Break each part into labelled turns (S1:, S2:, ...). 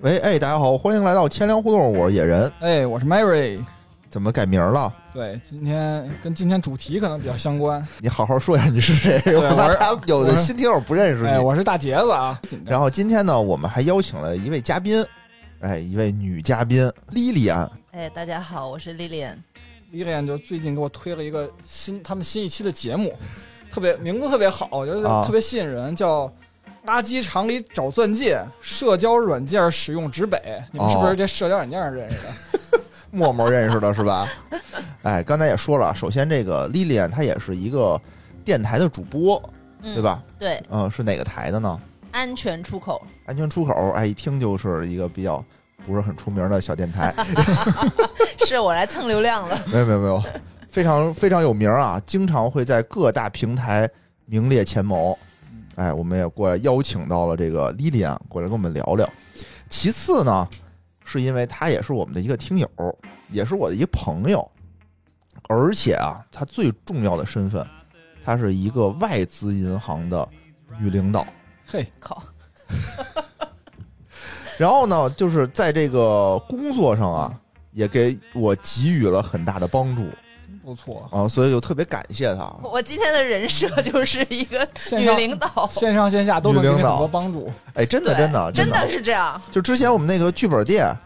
S1: 喂，哎，大家好，欢迎来到千粮胡同，我是野人。
S2: 哎，我是 Mary。
S1: 怎么改名了？
S2: 对，今天跟今天主题可能比较相关。
S1: 你好好说一下你是谁，
S2: 对
S1: 我怕
S2: 我是
S1: 他有的
S2: 我是
S1: 新听友不认识
S2: 哎，
S1: 你。
S2: 我是大杰子啊，紧张。
S1: 然后今天呢，我们还邀请了一位嘉宾，哎，一位女嘉宾莉莉安。
S3: 哎，大家好，我是 Lilian。
S2: 李脸就最近给我推了一个新，他们新一期的节 目，特别名字特别好，我觉得
S1: 啊
S2: 特别吸引人，叫《垃圾场里找钻戒：社交软件使用指北》。你们是不
S1: 哦
S2: 是这社交软件上认识的？
S1: 默默认识的是吧？ 哎，刚才也说了，首先这个 Lilian 她也是一个电台的主播，
S3: 嗯
S1: 对？吧？
S3: 对，
S1: 嗯，是哪个台的呢？
S3: 安全出口。
S1: 安全出口，哎，一听就是一个比较不是很出名的小电台。
S3: 是我来蹭流量的。
S1: 没有没有没有，非常非常有名啊，经常会在各大平台名列前茅。
S2: 嗯
S1: 哎，我们也过来邀请到了这个莉莉安过来跟我们聊聊。其次呢，是因为她也是我们的一个听友，也是我的一个朋友，而且啊，她最重要的身份，她是一个外资银行的女领导。
S2: 嘿，
S3: 靠，
S1: 然后呢，就是在这个工作上啊，也给我给予了很大的帮助
S2: 真不错，
S1: 啊，所以就特别感谢她。
S3: 我今天的人设就是一 个
S2: 线
S3: 女
S2: 上
S3: 领导，
S2: 线上线下都能给
S1: 女
S2: 你
S1: 领
S2: 很
S1: 导
S2: 多帮助。
S1: 哎，真的，
S3: 对
S1: 真的，
S3: 真
S1: 的
S3: 的，是这样。
S1: 就之前我们那个剧本店，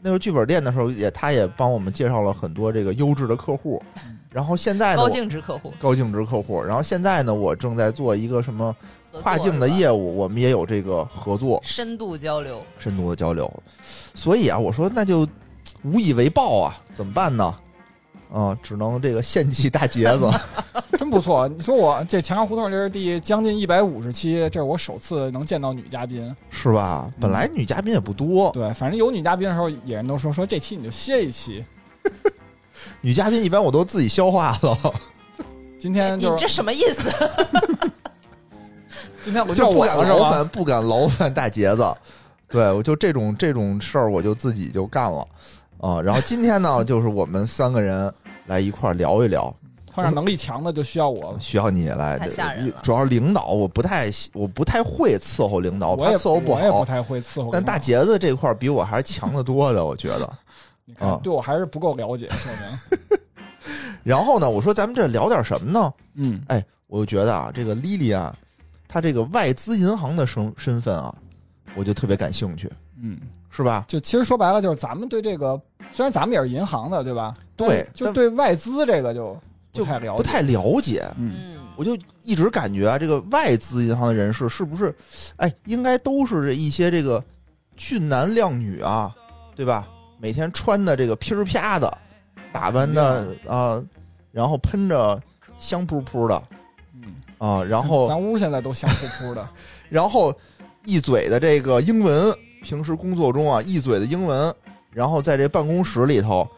S1: 那个剧本店的时候也，他也帮我们介绍了很多这个优质的客户。然后现在呢，
S3: 嗯高
S1: 我
S3: 净值客 户，
S1: 高净值客户。然后现在呢，我正在做一个什么
S3: 合作
S1: 跨境的
S3: 是吧
S1: 业务，我们也有这个合作，
S3: 深度交流。
S1: 深度的交流。所以啊，我说那就无以为报啊，怎么办呢？啊、只能这个献祭大杰 子。
S2: 真不 错，你说我这前行胡同这是第将近一百五十期，这是我首次能见到女嘉宾。
S1: 是吧？本来女嘉宾也不
S3: 嗯
S1: 多，
S2: 对，反正有女嘉宾的时候，野人都说说这期你就歇一期。
S1: 女嘉宾一般我都自己消化了，
S2: 今
S1: 哎
S2: 天
S3: 哎你
S2: 就
S3: 这
S2: 是
S3: 什么意思？
S2: 今天轮到
S1: 就不
S2: 我
S1: 敢
S2: 了是
S1: 劳
S2: 吧？
S1: 烦，不敢劳烦大杰子。对，我就这种这种事儿，我就自己就干了啊。然后今天呢，就是我们三个人来一块儿聊一聊，
S2: 碰上能力强的就需要我了。
S1: 需要你来
S3: 太吓人了。
S1: 主要是领导，我不太喜我不太会伺候领导，
S2: 我
S1: 怕
S2: 也
S1: 哦伺候不
S2: 我也不
S1: 好。
S2: 太会伺候领导。
S1: 但大杰子这块儿比我还是强得多的，我觉得。
S2: 你看
S1: 啊
S2: 对我还是不够了解，说 明。
S1: 然后呢，我说咱们这聊点什么呢？
S2: 嗯，
S1: 哎，我就觉得啊，这个莉莉啊，她这个外资银行的身身份啊，我就特别感兴趣，
S2: 嗯，
S1: 是吧？
S2: 就其实说白了，就是咱们对这个，虽然咱们也是银行的，对吧？
S1: 对
S2: 但是就
S1: 但
S2: 对外资这个就
S1: 就
S2: 不太了解。
S1: 不太了解，
S2: 嗯，
S3: 嗯，
S1: 我就一直感觉啊，这个外资银行的人士是不是，哎，应该都是这一些这个俊男靓女啊，对吧？每天穿的这个噼儿啪的，打扮的
S2: 嗯
S1: 啊、然后喷着香扑扑的
S2: 嗯，
S1: 啊、然后
S2: 咱屋现在都香扑扑的。
S1: 然后一嘴的这个英文，平时工作中啊一嘴的英文，然后在这办公室里头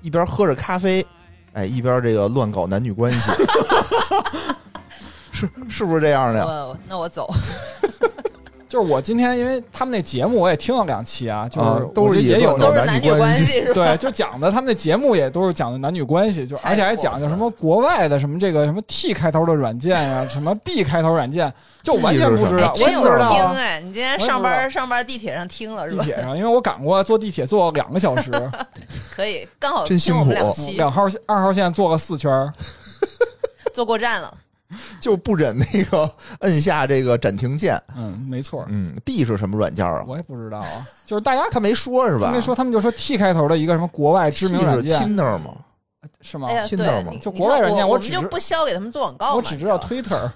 S1: 一边喝着咖啡，哎，一边这个乱搞男女关系， 是是不是这样的呀？
S3: 嗯我那我走。
S2: 就是我今天因为他们那节目我也听了两期啊，就是、
S1: 啊都是以
S2: 也有
S1: 乱搞
S3: 都是
S1: 男
S3: 男
S1: 女
S3: 女
S1: 关
S3: 关
S1: 系
S3: 系 是吧？
S2: 对，就讲的他们的节目也都是讲的男女关系，就
S3: 太
S2: 而且还讲
S3: 过
S2: 究
S3: 分
S2: 什么国外的什么这个什么 T 开头的软件呀、什么 B 开头软件，就完全不知道，
S1: B
S2: 我
S1: 是
S3: 真
S2: 也
S3: 有
S2: 不知道
S3: 听
S2: 啊。
S3: 哎！你今天
S2: 我也
S3: 上
S2: 不知
S3: 班上班地铁上听了是
S2: 地
S3: 吧？
S2: 铁上，因为我赶过坐地铁坐了两个小 时，嗯
S3: 可以，刚好
S1: 真辛
S3: 听我
S1: 苦
S3: 们两期，
S2: 两号线二号线坐了四圈儿，
S3: 坐过站了。
S1: 就不忍那个摁下这个暂停键。
S2: 嗯，没错儿，
S1: 嗯，B 是什么软件啊？
S2: 我也不知道啊，就是大家
S1: 他没说是吧？
S2: 他们说他们就说 T 开头的一个什么国外知
S1: T
S2: 名软
S1: 是
S2: 件
S1: Tinder 吗？
S2: 是吗
S3: 哎？呀，
S1: 听
S3: 对
S1: 到吗，
S3: 你
S2: 就
S3: 你
S2: 国外
S3: 看
S2: 软件
S3: 我
S2: 我
S3: 们
S2: 只
S3: 就
S2: 知
S3: 不消给他们做广告嘛。
S2: 我只知
S3: 你
S2: 道
S3: 吧
S2: Twitter，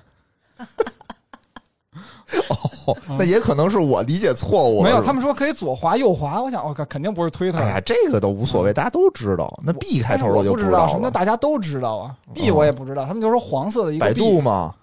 S1: 哦，那也可能是我理解错误了。
S2: 嗯没有，
S1: 是吧
S2: 他们说可以左滑右滑，我想我哦靠，肯定不是 Twitter，
S1: 哎呀，这个都无所谓，大家都知道。那 B 开头
S2: 但是嗯哎我
S1: 就
S2: 不知
S1: 道
S2: 什么叫
S1: 了。
S2: 大家都知道啊？B
S1: 嗯
S2: 我也不知道，他们就说黄色的一个
S1: 百
S2: B，。
S1: 度吗？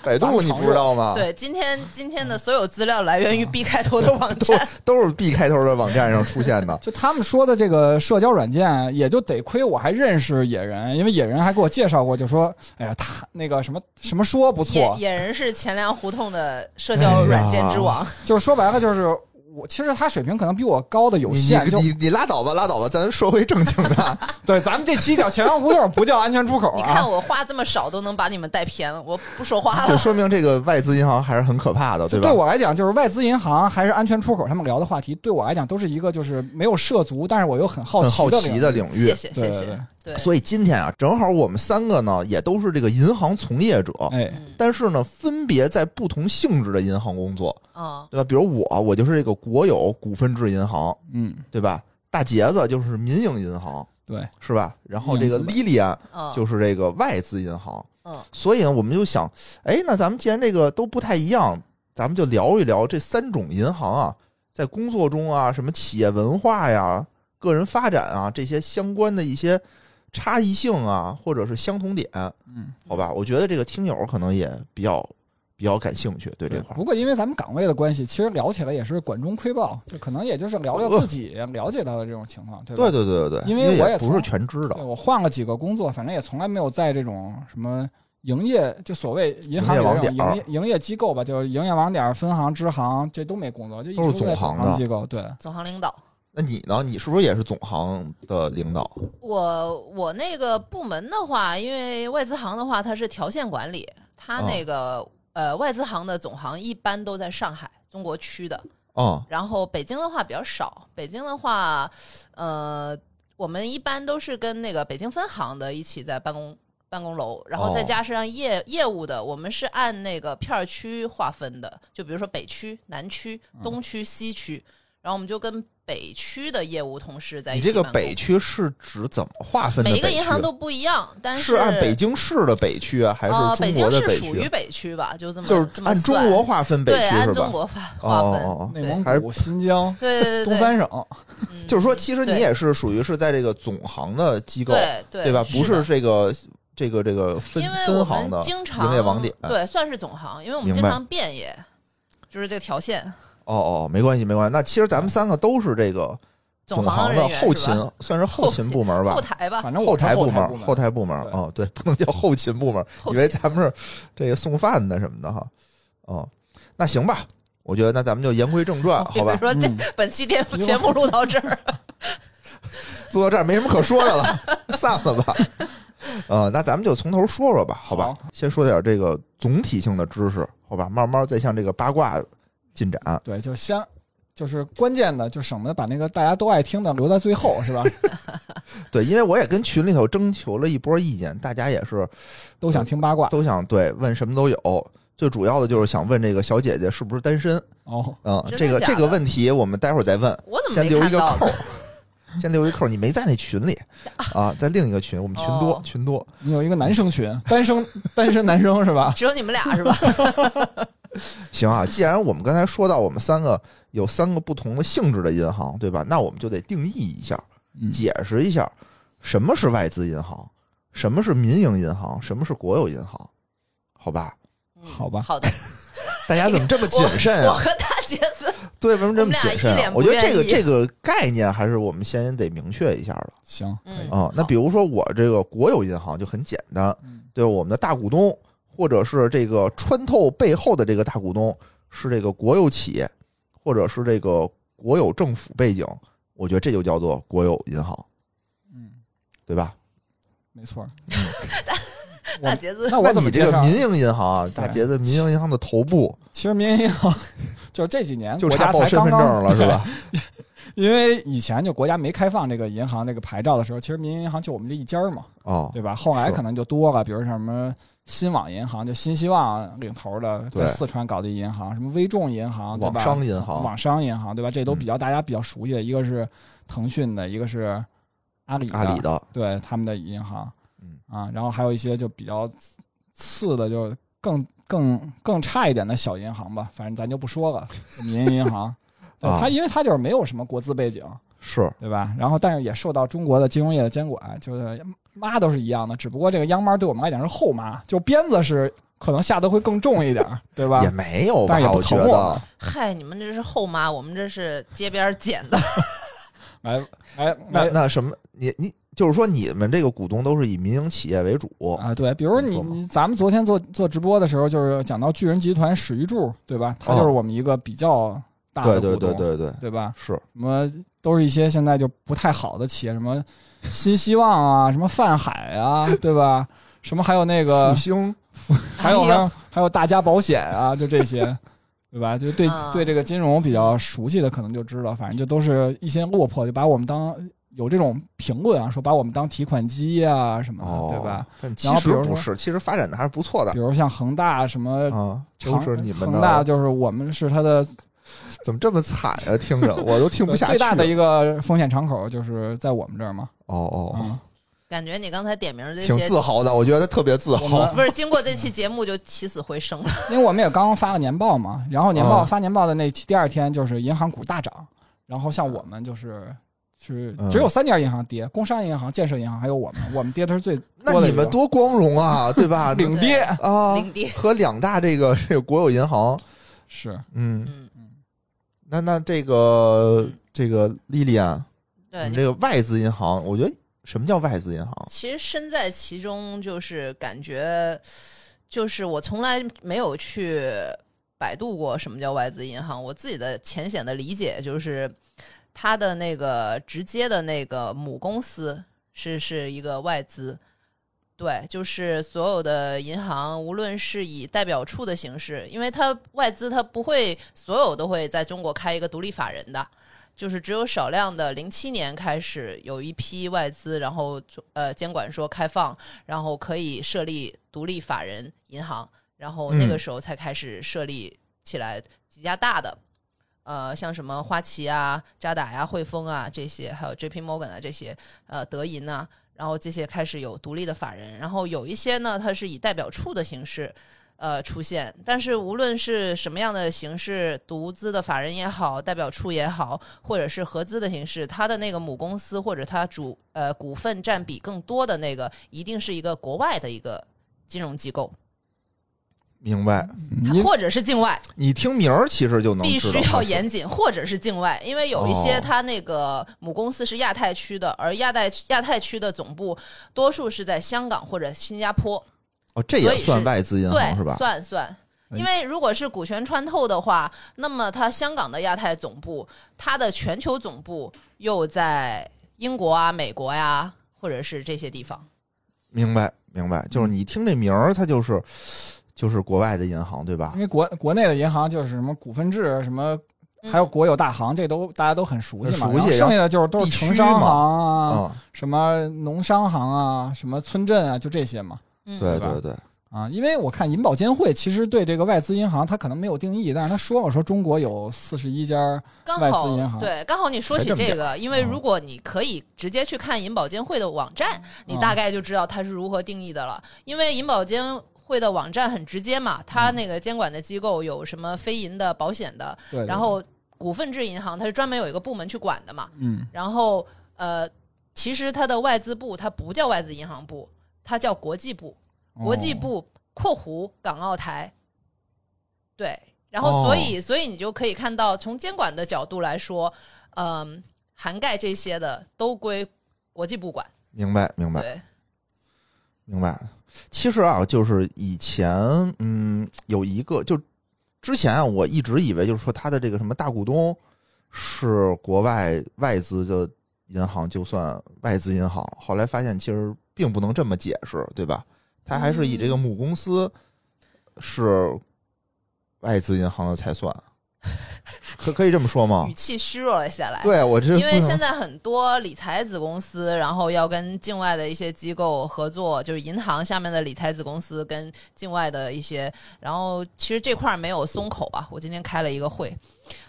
S1: 百度你不知道吗？
S3: 对，今天今天的
S1: 嗯
S3: 所有资料来源于 B 开头的 网
S1: 都
S3: 站。
S1: 都是 B 开头的网站上出现的
S2: 就他们说的这个社交软件，也就得亏我还认识野人，因为野人还给我介绍过，就说哎呀，他那个什么什么说不
S3: 野
S2: 错，
S1: 哎
S3: 野人是钱粮胡同的社交软件之王，
S2: 就是说白了就是我其实他水平可能比我高的有限，
S1: 你
S2: 就
S1: 你你你拉倒吧，拉倒吧，咱说回正经 的。
S2: 对咱们这期叫前方胡同，不叫安全出口
S3: 你看
S2: 啊。
S3: 我话这么少都能把你们带偏了，我不说话
S1: 就
S3: 了。
S1: 说明这个外资银行还是很可怕的，
S2: 就
S1: 吧
S2: 对？我来讲，就是外资银行还是安全出口，他们聊的话题，对我来讲都是一个就是没有涉足，但是我又很好
S1: 很
S2: 奇
S1: 好
S2: 的
S1: 奇
S2: 领域。
S1: 的领域
S3: 谢。谢
S2: 对对
S3: 谢
S2: 对
S3: 谢，对，
S1: 所以今天啊，正好我们三个呢，也都是这个银行从业者，
S2: 哎，
S1: 但是呢，分别在不同性质的银行工作，
S3: 嗯，
S1: 对吧？比如我，我就是这个国有股份制银行，
S2: 嗯，
S1: 对吧？大杰子就是民营银行，
S2: 对，
S1: 是吧？然后
S2: 民
S1: 这
S2: 营
S1: 个
S2: 资本
S1: 莉莉安
S3: 嗯，
S1: 就是这个外资银行，
S3: 嗯，
S1: 所以呢，我们就想，哎，那咱们既然这个都不太一样，咱们就聊一聊这三种银行啊，在工作中啊，什么企业文化呀、个人发展啊这些相关的一些差异性啊，或者是相同点，
S2: 嗯，
S1: 好吧？我觉得这个听友可能也比较比较感兴趣，对这块儿
S2: 不。过因为咱们岗位的关系，其实聊起来也是管中窥豹，就可能也就是聊聊自己了解到的这种情况，对吧？
S1: 嗯哦对对对对对，
S2: 因为我
S1: 也
S2: 也
S1: 不是
S2: 从
S1: 全知
S2: 对
S1: 道，
S2: 我换了几个工作，反正也从来没有在这种什么营业，就所谓银
S1: 营
S2: 行里
S1: 业
S2: 的
S1: 网
S2: 这种
S1: 点儿
S2: 营业营业机构吧，就是营业网点儿、分行、支行，这都没工作，就一
S1: 都是
S2: 直在
S1: 总行的哦
S2: 机构。对，
S3: 总行领导。
S1: 那你呢？你是不是也是总行的领导？
S3: 我我那个部门的话，因为外资行的话，它是条线管理，
S1: 嗯
S3: 它那个、呃外资行的总行一般都在上海中国区的，
S1: 嗯，
S3: 然后北京的话比较少。北京的话，呃，我们一般都是跟那个北京分行的一起在办公办公楼，然后再
S1: 哦
S3: 加上业、业务的，我们是按那个片儿区划分的，就比如说北区、南区、
S1: 嗯
S3: 东区、西区，然后我们就跟北区的业务同事在一
S1: 你
S3: 起
S1: 这个
S3: 办公
S1: 北区是指怎么划分的
S3: 每
S1: 北
S3: 一
S1: 区？啊
S3: 个银行都不一样，但
S1: 是按北
S3: 京
S1: 京市的北区啊，还是
S3: 呃，
S1: 中
S3: 北
S1: 国
S3: 京
S1: 的
S3: 是属于
S1: 区？啊
S3: 北区吧，就这么
S1: 就是
S3: 这么
S1: 按中
S3: 算
S1: 国划分北
S3: 对，
S1: 区
S3: 按
S1: 是
S3: 中
S1: 吧？
S3: 国划
S1: 哦
S3: 划分，
S1: 哦哦，
S2: 内蒙
S1: 还是
S2: 古、新疆、
S3: 对对对
S2: 东
S3: 对，
S2: 三省，
S3: 嗯
S1: 就是说，其实你
S3: 对
S1: 也是属于是在这个总行的机构，
S3: 对对
S1: 对吧？不
S3: 是
S1: 是这
S3: 的。
S1: 个这个这个分
S3: 因为
S1: 分
S3: 我
S1: 行
S3: 们
S1: 的
S3: 经常
S1: 营业网点。
S3: 对，算是总行，因为我们
S1: 明
S3: 经
S1: 白
S3: 常变业，就是这个条线，
S1: 哦哦，没关系没关系。那其实咱们三个都是这个总
S3: 行
S1: 行
S3: 人
S1: 的
S3: 员
S1: 后
S3: 是
S1: 勤
S3: 吧，
S1: 算是后勤部门吧
S3: 后。台吧，
S2: 反正我是
S1: 台
S2: 后
S1: 部
S2: 台
S1: 门，后台部门
S2: 对
S1: 哦，对， 不能叫后勤部门，
S3: 后
S1: 以为
S3: 勤
S1: 咱们是这个送饭的什么的哈。哦，那行吧，我觉得那咱们就言归正 传，
S3: 比
S1: 啊好
S3: 如
S1: 吧？
S3: 说这
S2: 嗯
S3: 本期电
S2: 因为
S3: 节目录到这儿，
S1: 坐到这儿没什么可说的了， 散了吧。呃，那咱们就从头说说吧，好吧？
S2: 好
S1: 先说点这个总体性的知识，好吧？慢慢再向这个八卦进展。
S2: 对，就先就是关键的，就省得把那个大家都爱听的留在最 后，是吧？
S1: 对，因为我也跟群里头征求了一波意见，大家也是
S2: 都想听八卦
S1: 都想对问什么都有，最主要的就是想问这个小姐姐是不是单身
S2: 哦。
S1: 啊、
S3: 真的
S1: 这个
S3: 假的
S1: 这个问题我们待会儿再问，
S3: 我怎么
S1: 先
S3: 没
S1: 留一
S3: 看
S1: 个
S3: 到
S1: 扣
S3: 呢？
S1: 儿，先留一扣儿，你没在那群 里啊，在另一个群，我们群多、
S3: 哦
S1: 群多，
S2: 你有一个男生群，单身 单身男生是吧？
S3: 只有你们俩 是吧？
S1: 行啊，既然我们刚才说到我们三个有三个不同的性质的银行，对吧？那我们就得定义一下，
S2: 嗯
S1: 解释一下什么是外资银行，什么是民营银行，什么是国有银行，好吧？
S3: 嗯
S2: 好吧
S3: 好的，
S1: 大家怎么这么谨慎
S3: 我
S1: 啊？
S3: 和大杰子，
S1: 对，为什么这么
S3: 我们俩
S1: 谨慎
S3: 一
S1: 啊、
S3: 脸不
S1: 我觉得这个
S3: 愿意
S1: 这个概念还是我们先得明确一下的
S2: 行，可以
S3: 嗯，
S1: 啊、那
S3: 好
S1: 比如说我这个国有银行就很简单，
S2: 嗯
S1: 对吧？我们的大股东或者是这个穿透背后的这个大股东是这个国有企业，或者是这个国有政府背景，我觉得这就叫做国有银行，
S2: 嗯，
S1: 对吧？
S2: 没错儿。我
S3: 大杰子
S2: 那我怎
S1: 那
S2: 么
S1: 你
S2: 介
S1: 这个
S2: 绍？
S1: 民营银行啊，大杰子民营银行的头部
S2: 其实民营银行 就是这几年
S1: 就
S2: 国
S1: 差
S2: 家
S1: 报
S2: 才
S1: 身份
S2: 刚
S1: 证
S2: 刚
S1: 了，是？吧？
S2: 对 因为以前就国家没开放这个银行这个牌照的时候，其实民营银行就我们这一家儿嘛，
S1: 哦，
S2: 对吧？后来
S1: 是
S2: 可能就多了，比如什么新网银行，就新希望领头的
S1: 对
S2: 在四川搞的银行，什么微众银行，对
S1: 网
S2: 吧？
S1: 商银行，
S2: 网商银行，对吧？这都
S1: 嗯
S2: 比较大家比较熟悉的，一个是腾讯的，一个是阿里的，
S1: 阿里的，
S2: 对他们的银行，
S1: 嗯
S2: 啊，然后还有一些就比较次的，就更更更差一点的小银行吧，反正咱就不 说了，民营银行，对
S1: 啊
S2: 它因为它就是没有什么国资背景，
S1: 是
S2: 对吧？然后但是也受到中国的金融业的监管，就是哎妈都是一样的，只不过这个央妈对我们来讲是后妈，就鞭子是可能下的会更重一点儿，对吧
S1: 也？没有吧
S2: 但是也？不
S1: 我觉
S2: 疼我
S1: 得
S2: 们。
S3: 嗨，你们这是后妈，我们这是街边儿捡的。
S2: 哎哎，
S1: 那
S2: 哎
S1: 那什么，你你就是说你们这个股东都是以民营企业为主，
S2: 啊，对，比如
S1: 没
S2: 你
S1: 错嘛
S2: 你咱们昨天做做直播的时候，就是讲到巨人集团史玉柱，对吧？他就是
S1: 哦
S2: 我们一个比较大
S1: 对
S2: 的
S1: 对
S2: 股
S1: 对
S2: 东，
S1: 对对，
S2: 对吧？
S1: 是
S2: 什么都是一些现在就不太好的企业，什么新希望啊，什么泛海啊，对吧？什么还有那个
S1: 复兴
S2: 还有还
S3: 哎呦
S2: 有还有大家保险啊，就这些，对吧？就对
S3: 啊
S2: 对这个金融比较熟悉的，可能就知道，反正就都是一些落魄，就把我们当有这种评论啊，说把我们当提款机啊什么的，
S1: 哦，
S2: 对吧？？
S1: 但其
S2: 然后比
S1: 实
S2: 如
S1: 不
S2: 说
S1: 是，其实发展的还是不错的
S2: 比如像恒大什么
S1: 啊，
S2: 长，
S1: 都是你们
S2: 恒大
S1: 的，
S2: 就是我们是它的
S1: 怎么这么惨啊？听着我都听不下去。
S2: 最大的一个风险敞口，就是在我们这儿嘛。
S1: 哦哦，
S2: 嗯，
S3: 感觉你刚才点名这
S1: 挺
S3: 些，
S1: 自豪的，我觉得特别自
S2: 我
S1: 豪
S2: 们。
S3: 不是经过这期节目就起死回生了。
S2: 因为我们也刚刚发了年报嘛，然后年报
S1: 啊
S2: 发年报的那期第二天就是银行股大涨，然后像我们就是是
S1: 啊嗯
S2: 只有三家银行跌，工商银行、建设银行还有我们，我们跌的是最
S1: 那
S2: 多的一
S1: 你
S2: 个
S1: 们多光荣啊，对吧？
S2: 领跌
S1: 啊，
S3: 领跌
S1: 和两大这个这个国有银行，
S2: 是
S1: 嗯，
S3: 嗯，
S1: 那那这个这个莉莉安，
S3: 对，
S1: 你
S3: 你
S1: 这个外资银行，我觉得什么叫外资银行？
S3: 其实身在其中，就是感觉，就是我从来没有去百度过什么叫外资银行。我自己的浅显的理解就是，它的那个直接的那个母公司是是一个外资。对，就是所有的银行，无论是以代表处的形式，因为它外资它不会所有都会在中国开一个独立法人的，就是只有少量的，零七年开始有一批外资，然后呃监管说开放，然后可以设立独立法人银行，然后那个
S1: 嗯
S3: 时候才开始设立起来几家大的，呃，像什么花旗啊、渣打呀、汇丰啊这些，还有 J.P. Morgan 啊这些，呃，德银呐、然后这些开始有独立的法人，然后有一些呢，它是以代表处的形式。呃，出现，但是无论是什么样的形式，独资的法人也好，代表处也好，或者是合资的形式，它的那个母公司或者它主呃股份占比更多的那个，一定是一个国外的一个金融机构，
S1: 明白？
S2: 你
S3: 或者是境外。
S1: 你听名儿其实就嗯能
S3: 必
S1: 知道它
S3: 须
S1: 是，
S3: 要严谨，或者是境外，因为有一些
S1: 哦
S3: 它那个母公司是亚太区的，而亚太亚太区的总部多数是在香港或者新加坡，
S1: 哦，这
S3: 所
S1: 也
S3: 以是
S1: 算外资银
S3: 对
S1: 行是，吧？
S3: 算算。
S2: 哎
S3: 因为如果是股权穿透的话，那么它香港的亚太总部，它的全球总部又在英国啊、美国呀、或者是这些地方。
S1: 明白，明白，就是你听这名儿，它就是就是国外的银行，对吧
S2: 因？为国国内的银行就是什么股份制，什么
S3: 嗯
S2: 还有国有大行，这都大家都很熟悉
S1: 很
S2: 嘛。
S1: 熟
S2: 然后
S1: 悉
S2: 剩下的就是都是
S1: 地区
S2: 城商
S1: 嘛
S2: 行啊，
S1: 啊，
S2: 什么农商行啊，什么村镇啊，就这些嘛。
S3: 嗯，
S1: 对
S2: 对吧
S1: 对对，
S2: 啊，因为我看银保监会其实对这个外资银行，它可能没有定义，但是他说了说中国有四十一家，
S3: 刚
S2: 外
S3: 好
S2: 资银行
S3: 对，刚好你说起
S1: 才这么
S3: 这
S1: 点
S3: 个，因为
S2: 嗯
S3: 如果你可以直接去看银保监会的网站，你
S2: 嗯
S3: 大概就知道它是如何定义的了。因为银保监会的网站很直接嘛，
S2: 嗯
S3: 它那个监管的机构有什么非银的、保险的，
S2: 对，对
S3: 然后股份制银行它是专门有一个部门去管的嘛。
S2: 嗯，
S3: 然后呃，其实它的外资部它不叫外资银行部，它叫国际部。国际
S2: 哦
S3: 部（括弧港澳台）。对，然
S1: 哦
S3: 后所以、所以你就可以看到，从监管的角度来说，嗯，涵盖这些的都归国际部管。
S1: 明白明白
S3: 对，
S1: 明白。其实啊，就是以前嗯有一个，就之前啊，我一直以为就是说它的这个什么大股东是国外外资的银行，就算外资银行。后来发现其实并不能这么解释，对吧？它还是以
S3: 嗯
S1: 这个母公司是外资银行的才算，可可以这么说吗
S3: 语？气虚弱了下来。
S1: 对我这
S3: 因为
S1: 不能
S3: 现在很多理财子公司，然后要跟境外的一些机构合作，就是银行下面的理财子公司跟境外的一些，然后其实这块儿没有松口啊。我今天开了一个会，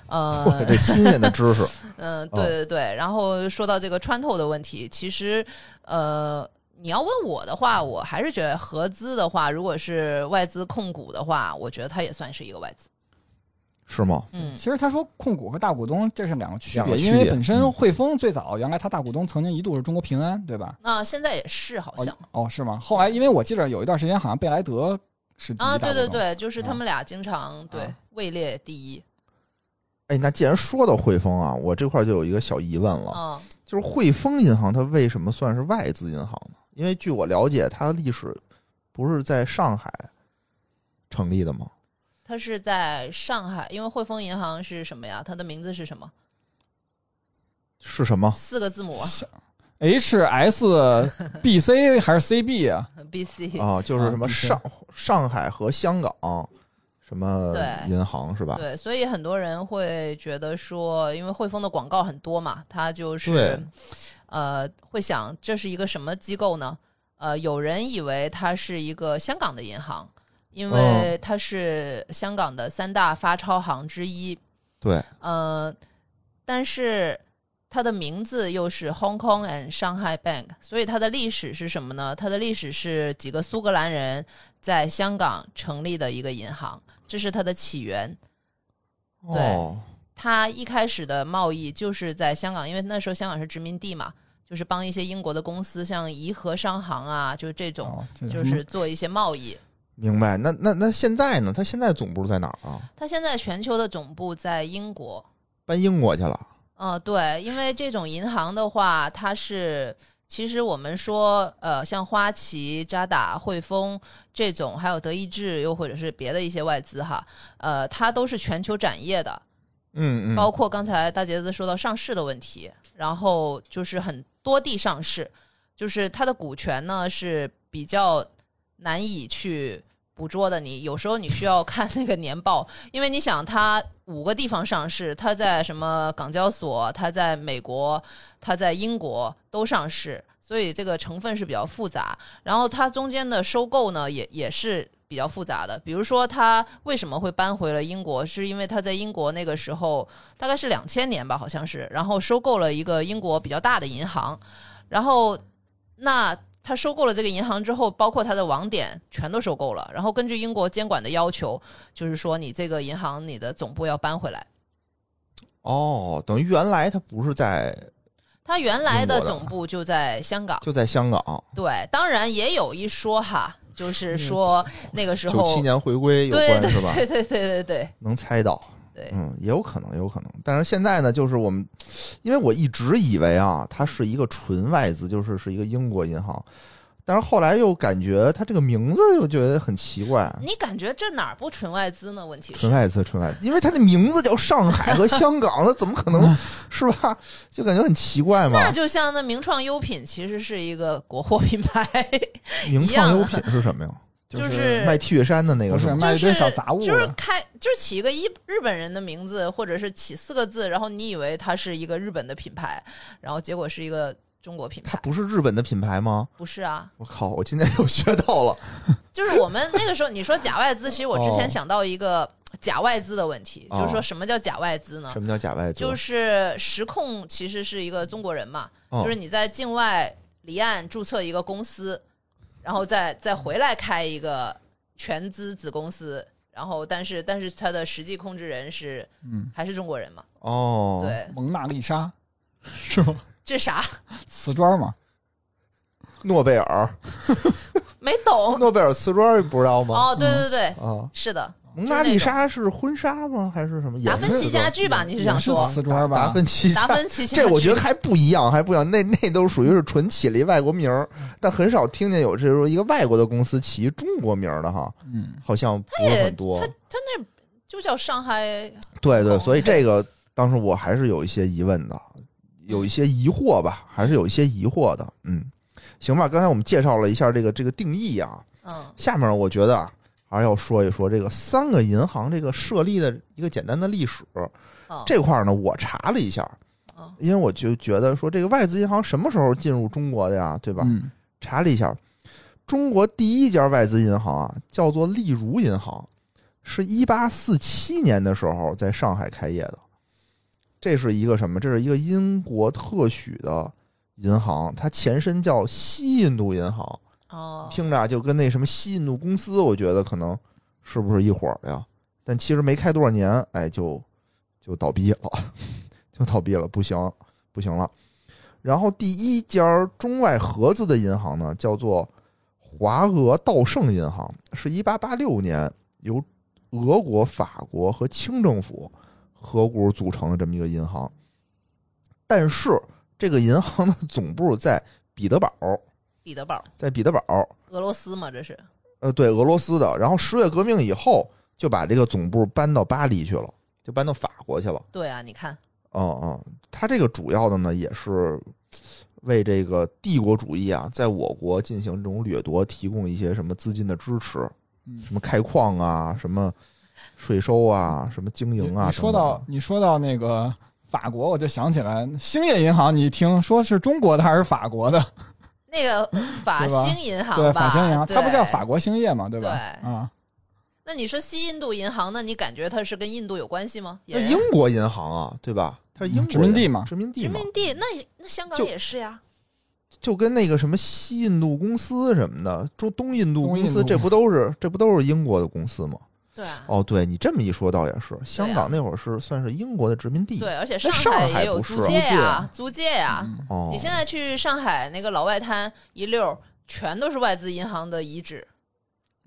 S3: 呃，
S1: 我这新鲜的知识，
S3: 嗯，
S1: 哦
S3: 对对对。然后说到这个穿透的问题，其实呃，你要问我的话，我还是觉得合资的话，如果是外资控股的话，我觉得它也算是一个外资。
S1: 是吗？
S3: 嗯，
S2: 其实他说控股和大股东这是两个区
S1: 两
S2: 别，
S1: 个
S2: 因
S1: 区
S2: 为
S1: 别
S2: 本身
S1: 嗯
S2: 汇丰最早原来他大股东曾经一度是中国平安，对吧？
S3: 那现在也是好
S2: 哦
S3: 像
S2: 哦是吗？后来因为我记得有一段时间好像贝莱德是第一
S3: 啊，
S2: 大股
S3: 对对
S2: 东，
S3: 对，就是他们俩经常对
S2: 啊
S3: 位列第一。
S1: 哎，那既然说到汇丰啊，我这块就有一个小疑问了，
S3: 嗯，
S1: 就是汇丰银行它为什么算是外资银行呢？因为据我了解，它的历史不是在上海成立的吗？
S3: 它是在上海，因为汇丰银行是什么呀？它的名字是什么？
S1: 是什 么？
S3: 四个字母啊
S2: H S B C 还是 C B 啊？
S3: B C。
S1: 啊，就是什么
S2: 啊
S1: 上、上海和香港什么
S3: 对
S1: 银行是吧？
S3: 对，所以很多人会觉得说，因为汇丰的广告很多嘛，他就是
S1: 对
S3: 呃会想这是一个什么机构呢？呃，有人以为它是一个香港的银行，因为
S1: 哦
S3: 它是香港的三大发钞行之一。
S1: 对
S3: 呃，但是它的名字又是 Hong Kong and Shanghai Bank，所以它的历史是什么呢？它的历史是几个苏格兰人在香港成立的一个银行，这是它的起源。
S1: 哦，
S3: 它一开始的贸易就是在香港，因为那时候香港是殖民地嘛，就是帮一些英国的公司，像怡和商行啊，就是这种，
S2: 哦这
S3: 就
S2: 什么
S3: 是做一些贸易。
S1: 明白。那那那现在呢？他现在总部在哪儿啊？
S3: 它现在全球的总部在英国，
S1: 搬英国去了。
S3: 呃，对，因为这种银行的话，它是其实我们说，呃，像花旗、渣打、汇丰这种，还有德意志，又或者是别的一些外资哈，呃，它都是全球展业的，
S1: 嗯嗯，
S3: 包括刚才大杰子说到上市的问题，然后就是很多地上市，就是它的股权呢是比较难以去捕捉的。你有时候你需要看那个年报，因为你想它五个地方上市，它在什么港交所，它在美国，它在英国都上市，所以这个成分是比较复杂。然后它中间的收购呢，也也是比较复杂的。比如说，它为什么会搬回了英国，是因为它在英国那个时候大概是两千年吧，好像是，然后收购了一个英国比较大的银行，然后那。它收购了这个银行之后，包括它的网点全都收购了。然后根据英国监管的要求，就是说你这个银行你的总部要搬回来。
S1: 哦，等于原来他不是在
S3: 它原来
S1: 英国
S3: 的
S1: 的
S3: 总部就在香港，
S1: 就在香港，
S3: 对，当然也有一说哈，就是说那个时
S1: 嗯九
S3: 候
S1: 七年回归有
S3: 对
S1: 关
S3: 对
S1: 是吧？
S3: 对对对对对
S1: 能猜到，
S3: 对，
S1: 嗯，也有可能，也有可能。但是现在呢，就是我们，因为我一直以为啊，它是一个纯外资，就是是一个英国银行，但是后来又感觉它这个名字又觉得很奇怪，
S3: 你感觉这哪儿不纯外资呢？问题
S1: 纯
S3: 是，
S1: 外资，纯外资，因为它的名字叫上海和香港，那怎么可 能是吧？就感觉很奇怪嘛。
S3: 那就像那名创优品其实是一个国货品牌，
S1: 名
S3: 一样啊
S1: 创优品是什么呀？
S3: 就是
S1: 卖 T 恤衫的那个
S2: 不是
S1: 吗？
S2: 卖一堆
S3: 就是
S2: 小杂物
S3: 就是
S2: 的，
S3: 开就是起一个一日本人的名字，或者是起四个字，然后你以为它是一个日本的品牌，然后结果是一个中国品
S1: 它
S3: 牌，
S1: 不是日本的品牌吗？
S3: 不是啊？
S1: 我靠！我今天又学到了。
S3: 就是我们那个时候你说假外资，其实我之前想到一个假外资的问题，
S1: 哦
S3: 就是说什么叫假外资呢？
S1: 什么叫假外资？
S3: 啊就是实控其实是一个中国人嘛，
S1: 哦
S3: 就是你在境外离岸注册一个公司，然后再再回来开一个全资子公司，然后但是但是它的实际控制人是
S2: 嗯，
S3: 还是中国人嘛？
S1: 哦，
S3: 对，
S2: 蒙娜丽莎 是吗？
S3: 这啥
S2: 瓷砖嘛，
S1: 诺贝尔，
S3: 没懂？
S1: 诺贝尔瓷砖不知道吗？
S3: 哦，对对对，
S1: 啊，
S3: 是的，
S1: 蒙娜丽莎是婚纱吗？还是什么？也
S3: 达
S1: 是
S3: 芬奇家具吧？你是
S2: 也
S3: 想
S2: 是
S3: 说
S2: 瓷
S1: 达
S2: 砖吧？
S1: 嗯达芬奇家
S3: 达芬奇家具？
S1: 这我觉得还不一样，还不一样。那那都属于是纯起了一外国名儿，但很少听见有这种一个外国的公司起一中国名儿的哈，
S2: 嗯，
S1: 好像不是很多。
S3: 就叫上海，
S1: 对对，
S3: 哦
S1: 所以这个当时我还是有一些疑问的，有一些疑惑吧，还是有一些疑惑的。嗯，行吧，刚才我们介绍了一下这个这个定义啊，
S3: 嗯
S1: 下面我觉得啊，还是要说一说这个三个银行这个设立的一个简单的历史
S3: 嗯，
S1: 这块儿呢，我查了一下
S3: 嗯，
S1: 因为我就觉得说这个外资银行什么时候进入中国的呀，对吧？
S2: 嗯，
S1: 查了一下，中国第一家外资银行啊，叫做丽如银行，是一八四七年的时候在上海开业的。这是一个什么？这是一个英国特许的银行，它前身叫西印度银行。
S3: 哦，
S1: 听着啊就跟那什么西印度公司，我觉得可能是不是一伙儿的呀？但其实没开多少年，哎，就就倒闭了， 就倒闭了，不行不行了。然后第一家中外合资的银行呢，叫做华俄道盛银行，是一八八六年由俄国、法国和清政府合股组成的这么一个银行。但是这个银行的总部在彼得堡，
S3: 彼得堡，
S1: 在彼得堡，
S3: 俄罗斯嘛，这是
S1: 呃，对，俄罗斯的。然后十月革命以后，就把这个总部搬到巴黎去了，就搬到法国去了。
S3: 对啊，你看，
S1: 嗯嗯，它这个主要的呢，也是为这个帝国主义啊，在我国进行这种掠夺提供一些什么资金的支持，
S2: 嗯
S1: 什么开矿啊，什么税收啊，什么经营
S2: 你
S1: 啊。
S2: 你说
S1: 等等
S2: 到你说到那个法国，我就想起来兴业银行，你一听说是中国的还是法国的？
S3: 那个 法
S2: 对吧
S3: 兴银行
S2: 对，法
S3: 吧，
S2: 兴银行，它不
S3: 对
S2: 叫法。国兴业嘛，对吧？
S3: 对
S2: 啊，
S3: 那你说西印度银行，那你感觉它是跟印度有关系吗？也
S1: 那英国银行啊，对吧？它是英
S2: 嗯
S1: 国
S2: 殖民地
S1: 银
S2: 嘛
S1: 殖民地
S3: 殖
S1: 嘛，
S3: 民地，那也那香港
S1: 就
S3: 也是呀。
S1: 就跟那个什么西印度公司什么的，中东印度
S2: 东印
S1: 公司，
S2: 度
S1: 这不都是这不都是英国的公司吗？
S3: 对啊，
S1: 哦，对你这么一说，倒也是，香
S3: 对啊
S1: 港那会儿是算是英国的殖民地。
S3: 对，而且
S1: 那上
S3: 海
S1: 海
S3: 也有
S1: 不是
S3: 租
S1: 啊
S3: 界
S2: 租界
S3: 呀，租界呀。
S2: 嗯
S1: 哦，
S3: 你现在去上海那个老外滩一溜儿，全都是外资银行的遗址。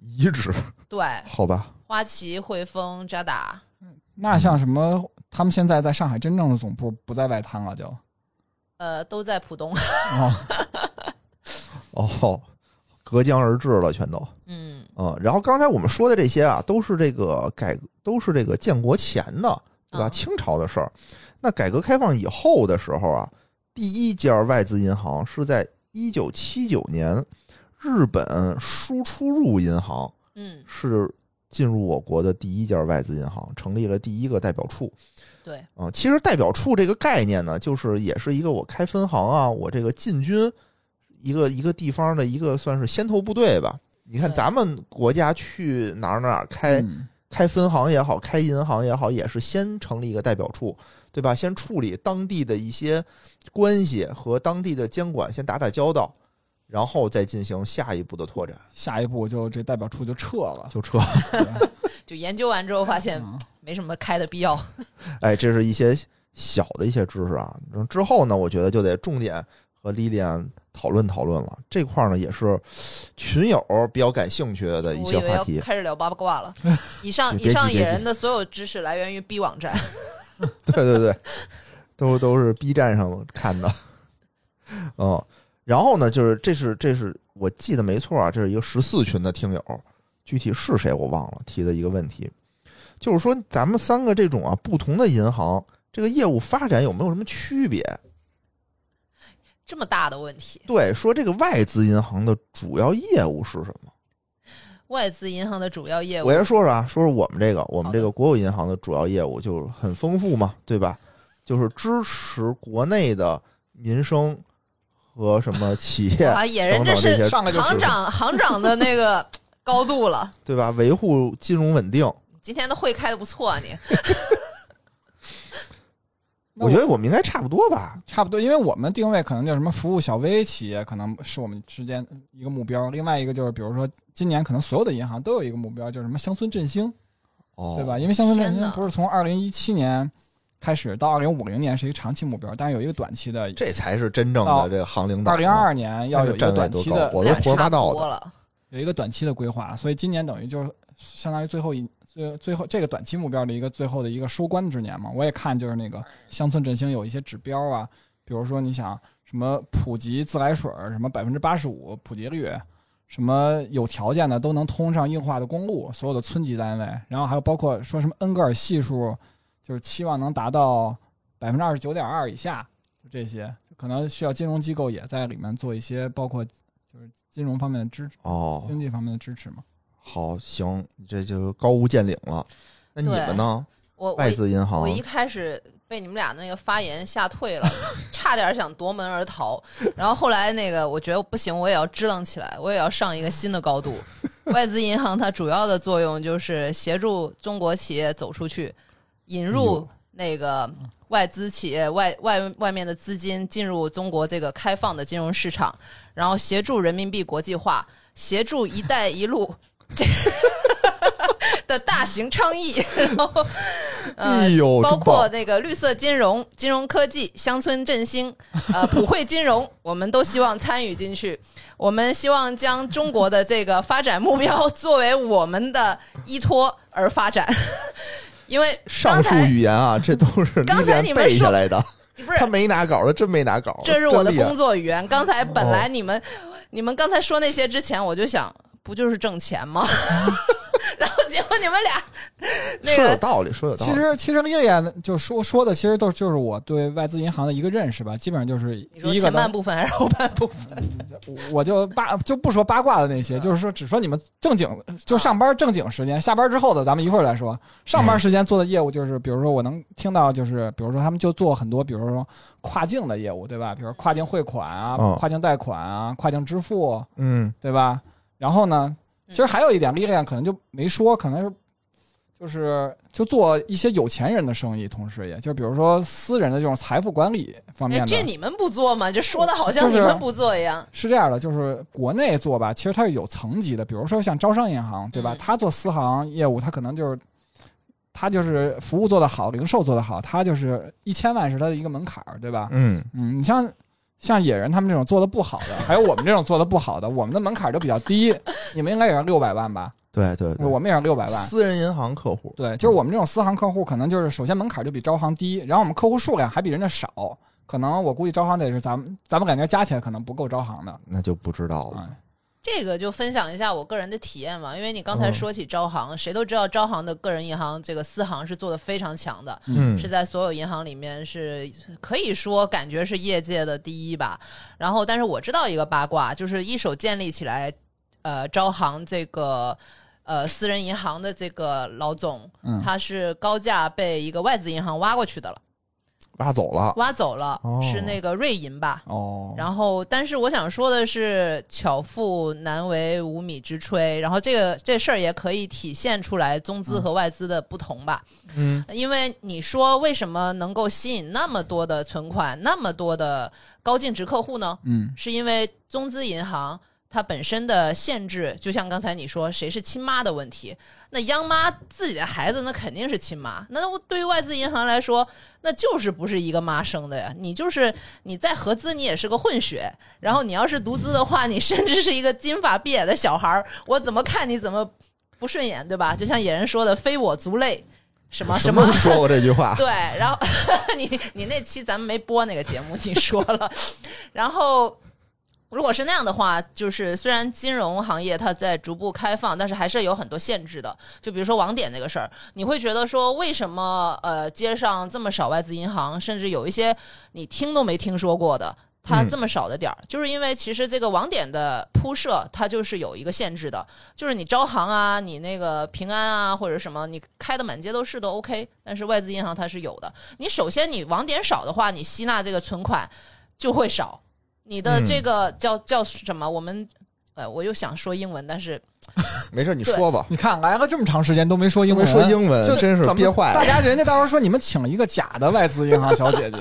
S1: 遗址，
S3: 对，
S1: 好吧？
S3: 花旗、汇丰、渣打，
S2: 那像什么？他们现在在上海真正的总部不在外滩了，就
S3: 呃，都在浦东。
S2: 啊，
S1: 哦，隔江而治了，全都。
S3: 嗯，
S1: 嗯，然后刚才我们说的这些啊，都是这个改，都是这个建国前的，对吧？
S3: 嗯
S1: 清朝的事儿。那改革开放以后的时候啊，第一家外资银行是在一九七九年，日本输出入银行
S3: 嗯，
S1: 是进入我国的第一家外资银行，成立了第一个代表处。
S3: 对，
S1: 啊、其实代表处这个概念呢，就是也是一个我开分行啊，我这个进军一个一个地方的一个算是先头部队吧。你看
S3: 对
S1: 咱们国家去哪儿哪儿开、
S2: 嗯
S1: 开分行也好，开银行也好，也是先成立一个代表处，对吧？先处理当地的一些关系和当地的监管，先打打交道，然后再进行下一步的拓展。
S2: 下一步就这代表处就撤了。
S1: 就撤，
S2: 对
S3: 就研究完之后发现
S2: 嗯
S3: 没什么开的必要。
S1: 哎，这是一些小的一些知识啊。嗯之后呢，我觉得就得重点和莉莉安讨论讨论了。这块儿呢，也是群友比较感兴趣的一
S3: 我
S1: 些
S3: 以为
S1: 话
S3: 要
S1: 题。
S3: 开始聊八卦 了。以上
S1: 别
S3: 以上
S1: 急别
S3: 野
S1: 急
S3: 人的所有知识来源于 B 网站。
S1: 对对对，都都是 B 站上看的。嗯，然后呢，就是这是这是我记得没错啊，这是一个十四群的听友，具体是谁我忘了提的一个问题，就是说咱们三个这种啊不同的银行，这个业务发展有没有什么区别？
S3: 这么大的问题，
S1: 对，说这个外资银行的主要业务是什么？
S3: 外资银行的主要业务
S1: 我先说说啊，说说我们这个，我们
S3: 好
S1: 这
S3: 的
S1: 个国有银行的主要业务就是很丰富嘛，对吧？就是支持国内的民生和什么企业，
S3: 啊，野人
S1: 等等
S3: 是
S1: 这些
S2: 上来就
S3: 行
S2: 指
S3: 长行长的那个高度了。
S1: 对吧？维护金融稳定，
S3: 今天的会开的不错啊，你
S2: 那
S1: 我觉得我们应该差不多吧。
S2: 差不多，因为我们定位可能叫什么服务小微企业，可能是我们之间一个目标。另外一个就是，比如说今年可能所有的银行都有一个目标，就是什么乡村振兴，
S1: 哦
S2: 对吧？？因为乡村振
S3: 天
S2: 兴
S3: 哪
S2: 不是从二零一七年开始到二零五零年是一个长期目标，但是有一个短期的，
S1: 这才是真正的
S2: 到
S1: 这个行领导。
S2: 二零二，二年要有一
S1: 站得
S2: 个短
S1: 多
S2: 期
S1: 高
S2: 的
S1: 我都
S3: 俩
S1: 胡说八
S3: 哎差不
S1: 道
S3: 多
S1: 的
S3: 了。
S2: 有一个短期的规划，所以今年等于就是相当于最后一最最后这个短期目标的一个最后的一个收官之年嘛。我也看就是那个乡村振兴有一些指标啊，比如说你想什么普及自来水儿，什么百分之八十五普及率，什么有条件的都能通上硬化的公路，所有的村级单位，然后还有包括说什么恩格尔系数，就是期望能达到百分之二十九点二以下，就这些，可能需要金融机构也在里面做一些包括就是金融方面的支持。
S1: 哦，
S2: 经济方面的支持嘛。
S1: 好，行，这就高屋建瓴了。那你
S3: 对
S1: 们呢？
S3: 我我
S1: 外
S3: 一
S1: 资银行
S3: 我一开始被你们俩那个发言吓退了，差点想夺门而逃。然后后来那个我觉得不行，我也要支棱起来，我也要上一个新的高度。外资银行它主要的作用就是协助中国企业走出去，引入那个外资企业外外外面的资金进入中国这个开放的金融市场，然后协助人民币国际化，协助“一带一路” 这的大型倡议，然后呃
S1: 哎呦，
S3: 包
S1: 真
S3: 括
S1: 棒！
S3: 那个绿色金融、金融科技、乡村振兴、呃普惠金融，我们都希望参与进去。我们希望将中国的这个发展目标作为我们的依托而发展， 因为
S1: 上
S3: 刚
S1: 述
S3: 才
S1: 语言 啊，这都是
S3: 刚才
S1: 莉莉
S3: 你
S1: 安
S3: 们
S1: 背下
S3: 说
S1: 来的。
S3: 不
S1: 他
S3: 是，
S1: 没拿稿，他真没拿稿。
S3: 这是我的
S1: 真厉害
S3: 工作语言。刚才本来你们、 你们刚才说那些之前，我就想，不就是挣钱吗？然后结果你们俩那
S1: 说有
S3: 个
S1: 道理，说有道
S2: 其
S1: 理。
S2: 实其实烈焰就说说的，其实都是就是我对外资银行的一个认识吧，基本上就是
S3: 你说
S2: 一个
S3: 前
S2: 的
S3: 半，部分还是后半部分？
S2: 我就八就不说八卦的那
S3: 嗯
S2: 些，就是说只说你们正
S3: 啊
S2: 经就上班正经时间，下班之后的咱们一会儿来说。上班时间做的业务就是，比如说我能听到就是，比如说他们就做很多，比如说跨境的业务，对吧？比如说跨境汇款啊
S1: 嗯，
S2: 跨境贷款啊，跨境支付，
S1: 嗯，
S2: 对吧？然后呢，
S3: 嗯
S2: 其实还有一点，力量可能就没说，可能是就是就做一些有钱人的生意，同时也就比如说私人的这种财富管理方面
S3: 哎，
S2: 的，
S3: 这你们不做吗？这说的好像
S2: 就是
S3: 你们不做一样。
S2: 是这样的，就是国内做吧，其实它是有层级的，比如说像招商银行，对吧
S3: 嗯？
S2: 它做私行业务，它可能就是。它就是服务做得好，零售做得好，它就是一千万是它的一个门槛儿，对吧？
S1: 嗯，
S2: 嗯，你像像野人他们这种做的不好的，还有我们这种做的不好的，我们的门槛儿就比较低。你们应该也是六百万吧？
S1: 对对嗯对，
S2: 我们也是六百万。
S1: 私人银行客户，
S2: 对，就是我们这种私行客户，可能就是首先门槛就比招行低，然后我们客户数量还比人家少，可能我估计招行得是咱们咱们感觉加起来可能不够招行的。
S1: 那就不知道了。
S2: 啊、
S3: 这个就分享一下我个人的体验吧，因为你刚才
S1: 嗯
S3: 说起招行，谁都知道招行的个人银行这个私行是做的非常强的，
S1: 嗯
S3: 是在所有银行里面是可以说感觉是业界的第一吧。然后，但是我知道一个八卦，就是一手建立起来，呃，招行这个呃私人银行的这个老总，
S2: 嗯
S3: 他是高价被一个外资银行挖过去的了，
S1: 挖走了，
S3: 挖走了，
S1: 哦
S3: 是那个瑞银吧。
S2: 哦，
S3: 然后，但是我想说的是，巧妇难为无米之炊。然后这个这事儿也可以体现出来中资和外资的不同吧。
S1: 嗯
S3: 因为你说为什么能够吸引那么多的存款、那么多的高净值客户呢？
S2: 嗯
S3: 是因为中资银行它本身的限制，就像刚才你说谁是亲妈的问题，那央妈自己的孩子那肯定是亲妈，那对于外资银行来说，那就是不是一个妈生的呀，你就是你在合资你也是个混血，然后你要是独资的话，你甚至是一个金发碧眼的小孩儿，我怎么看你怎么不顺眼，对吧？就像野人说的，非我族类。什么
S1: 什
S3: 么
S1: 么时候说过这句 话？
S3: 对，然后你你那期咱们没播那个节目，你说了。然后如果是那样的话，就是虽然金融行业它在逐步开放，但是还是有很多限制的。就比如说网点这个事儿，你会觉得说为什么呃街上这么少外资银行，甚至有一些你听都没听说过的。它
S1: 嗯
S3: 这么少的点儿，就是因为其实这个网点的铺设，它就是有一个限制的。就是你招行啊，你那个平安啊，或者什么，你开的满街都是都 OK，但是外资银行它是有的。你首先你网点少的话，你吸纳这个存款就会少，你的
S1: 嗯
S3: 这个叫、叫什么？我们呃，我又想说英文，但是
S1: 没事，你说吧。
S2: 你看来了这么长时间都没说英
S1: 因为
S2: 文，
S1: 说英文
S2: 就
S1: 真是
S2: 怎么
S1: 憋坏
S2: 大
S1: 了，
S2: 家人家到时候说你们请一个假的外资银行小姐 姐，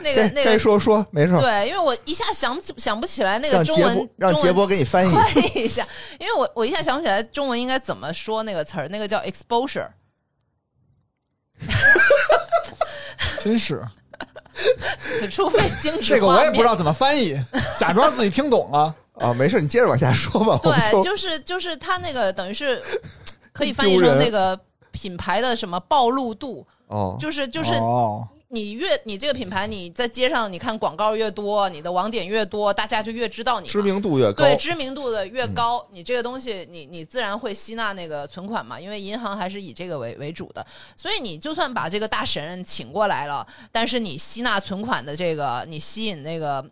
S3: 那个
S1: 该
S3: 那
S1: 该
S3: 个
S1: 说说没事儿，
S3: 对，因为我一下想不起想不起来那个
S1: 让
S3: 中
S1: 杰
S3: 文
S1: 波让
S3: 中
S1: 杰
S3: 文
S1: 波给你翻译。
S3: 换一下，因为我我一下想不起来中文应该怎么说那个词儿，那个叫 exposure。
S2: 真是
S3: 此处非经
S2: 这
S3: 指
S2: 个
S3: 花
S2: 我
S3: 面。
S2: 也不知道怎么 翻译，假装自己听懂了。
S1: 啊，没事，你接着往下说吧。我们
S3: 对，
S1: 就
S3: 就是就是他那个等于是可以
S1: 很
S3: 翻译
S1: 丢
S3: 成
S1: 人
S3: 那个品牌的什么暴露度，
S1: 哦，
S3: 就是就是
S2: 哦，
S3: 你越你这个品牌你在街上你看广告越多，你的网点越多，大家就越知道你嘛
S1: 知名度越高，嗯
S3: 对知名度的越高，你这个东西你你自然会吸纳那个存款嘛，因为银行还是以这个为为主的，所以你就算把这个大神请过来了，但是你吸纳存款的这个，你吸引那个。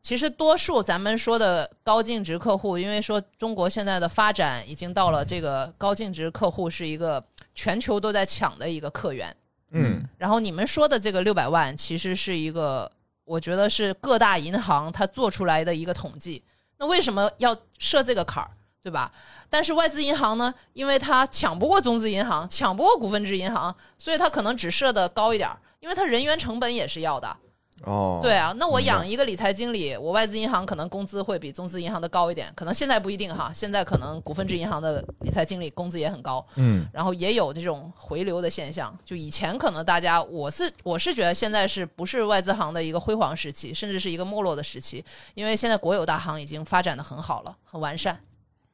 S3: 其实多数咱们说的高净值客户，因为说中国现在的发展已经到了这个高净值客户是一个全球都在抢的一个客源，
S1: 嗯，
S3: 然后你们说的这个六百万，其实是一个，我觉得是各大银行它做出来的一个统计。那为什么要设这个坎儿，对吧？但是外资银行呢，因为它抢不过中资银行，抢不过股份制银行，所以它可能只设的高一点儿，因为它人员成本也是要的。
S1: 哦，
S3: 对，啊，那我
S1: 明白
S3: 养一个理财经理，我外资银行可能工资会比中资银行的高一点，可能现在不一定哈，现在可能股份制银行的理财经理工资也很高。
S1: 嗯
S3: 然后也有这种回流的现象。就以前可能大家，我是我是觉得现在是不是外资行的一个辉煌时期，甚至是一个没落的时期，因为现在国有大行已经发展的很好了，很完善。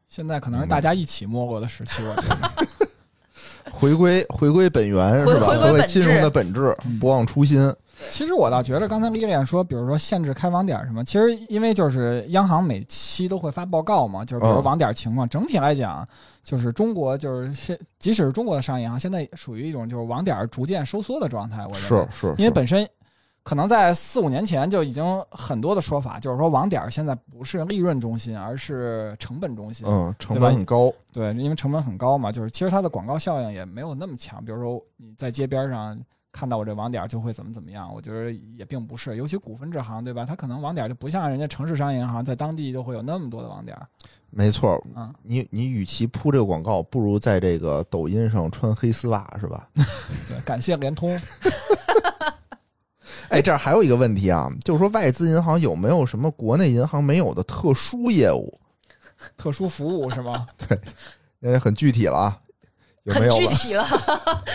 S2: 现在可
S1: 嗯
S2: 能是大家一起没过的时期，我觉得。
S1: 回归回归本源
S3: 回
S1: 是吧？
S3: 回
S1: 回
S3: 归本质
S1: 归金融的本质
S2: 嗯，
S1: 不忘初心。
S2: 其实我倒觉得，刚才丽丽说，比如说限制开网点什么，其实因为就是央行每期都会发报告嘛，就是比如
S1: 嗯
S2: 网点情况，整体来讲，就是中国就是现，即使是中国的商业银行，现在属于一种就是网点逐渐收缩的状态。我认
S1: 是
S2: 为，
S1: 是，
S2: 因为
S1: 是
S2: 本身可能在四五年前就已经很多的说法，就是说网点现在不是利润中心，而是成本中心。
S1: 嗯成
S2: 对吧
S1: 本很高，
S2: 对，因为成本很高嘛，就是其实它的广告效应也没有那么强。比如说你在街边上看到我这网点儿就会怎么怎么样，我觉得也并不是。尤其股份制行，对吧？它可能网点儿就不像人家城市商业银行在当地就会有那么多的网点儿。
S1: 没错。
S2: 嗯，
S1: 你你与其铺这个广告，不如在这个抖音上穿黑丝袜，是 吧？
S2: 对，感谢联通。
S1: 哎，这儿还有一个问题啊，就是说外资银行有没有什么国内银行没有的特殊业务？
S2: 特殊服务是吗？
S1: 呃，很具体了啊，有没
S3: 很
S1: 有
S3: 具
S1: 吧？
S3: 体了，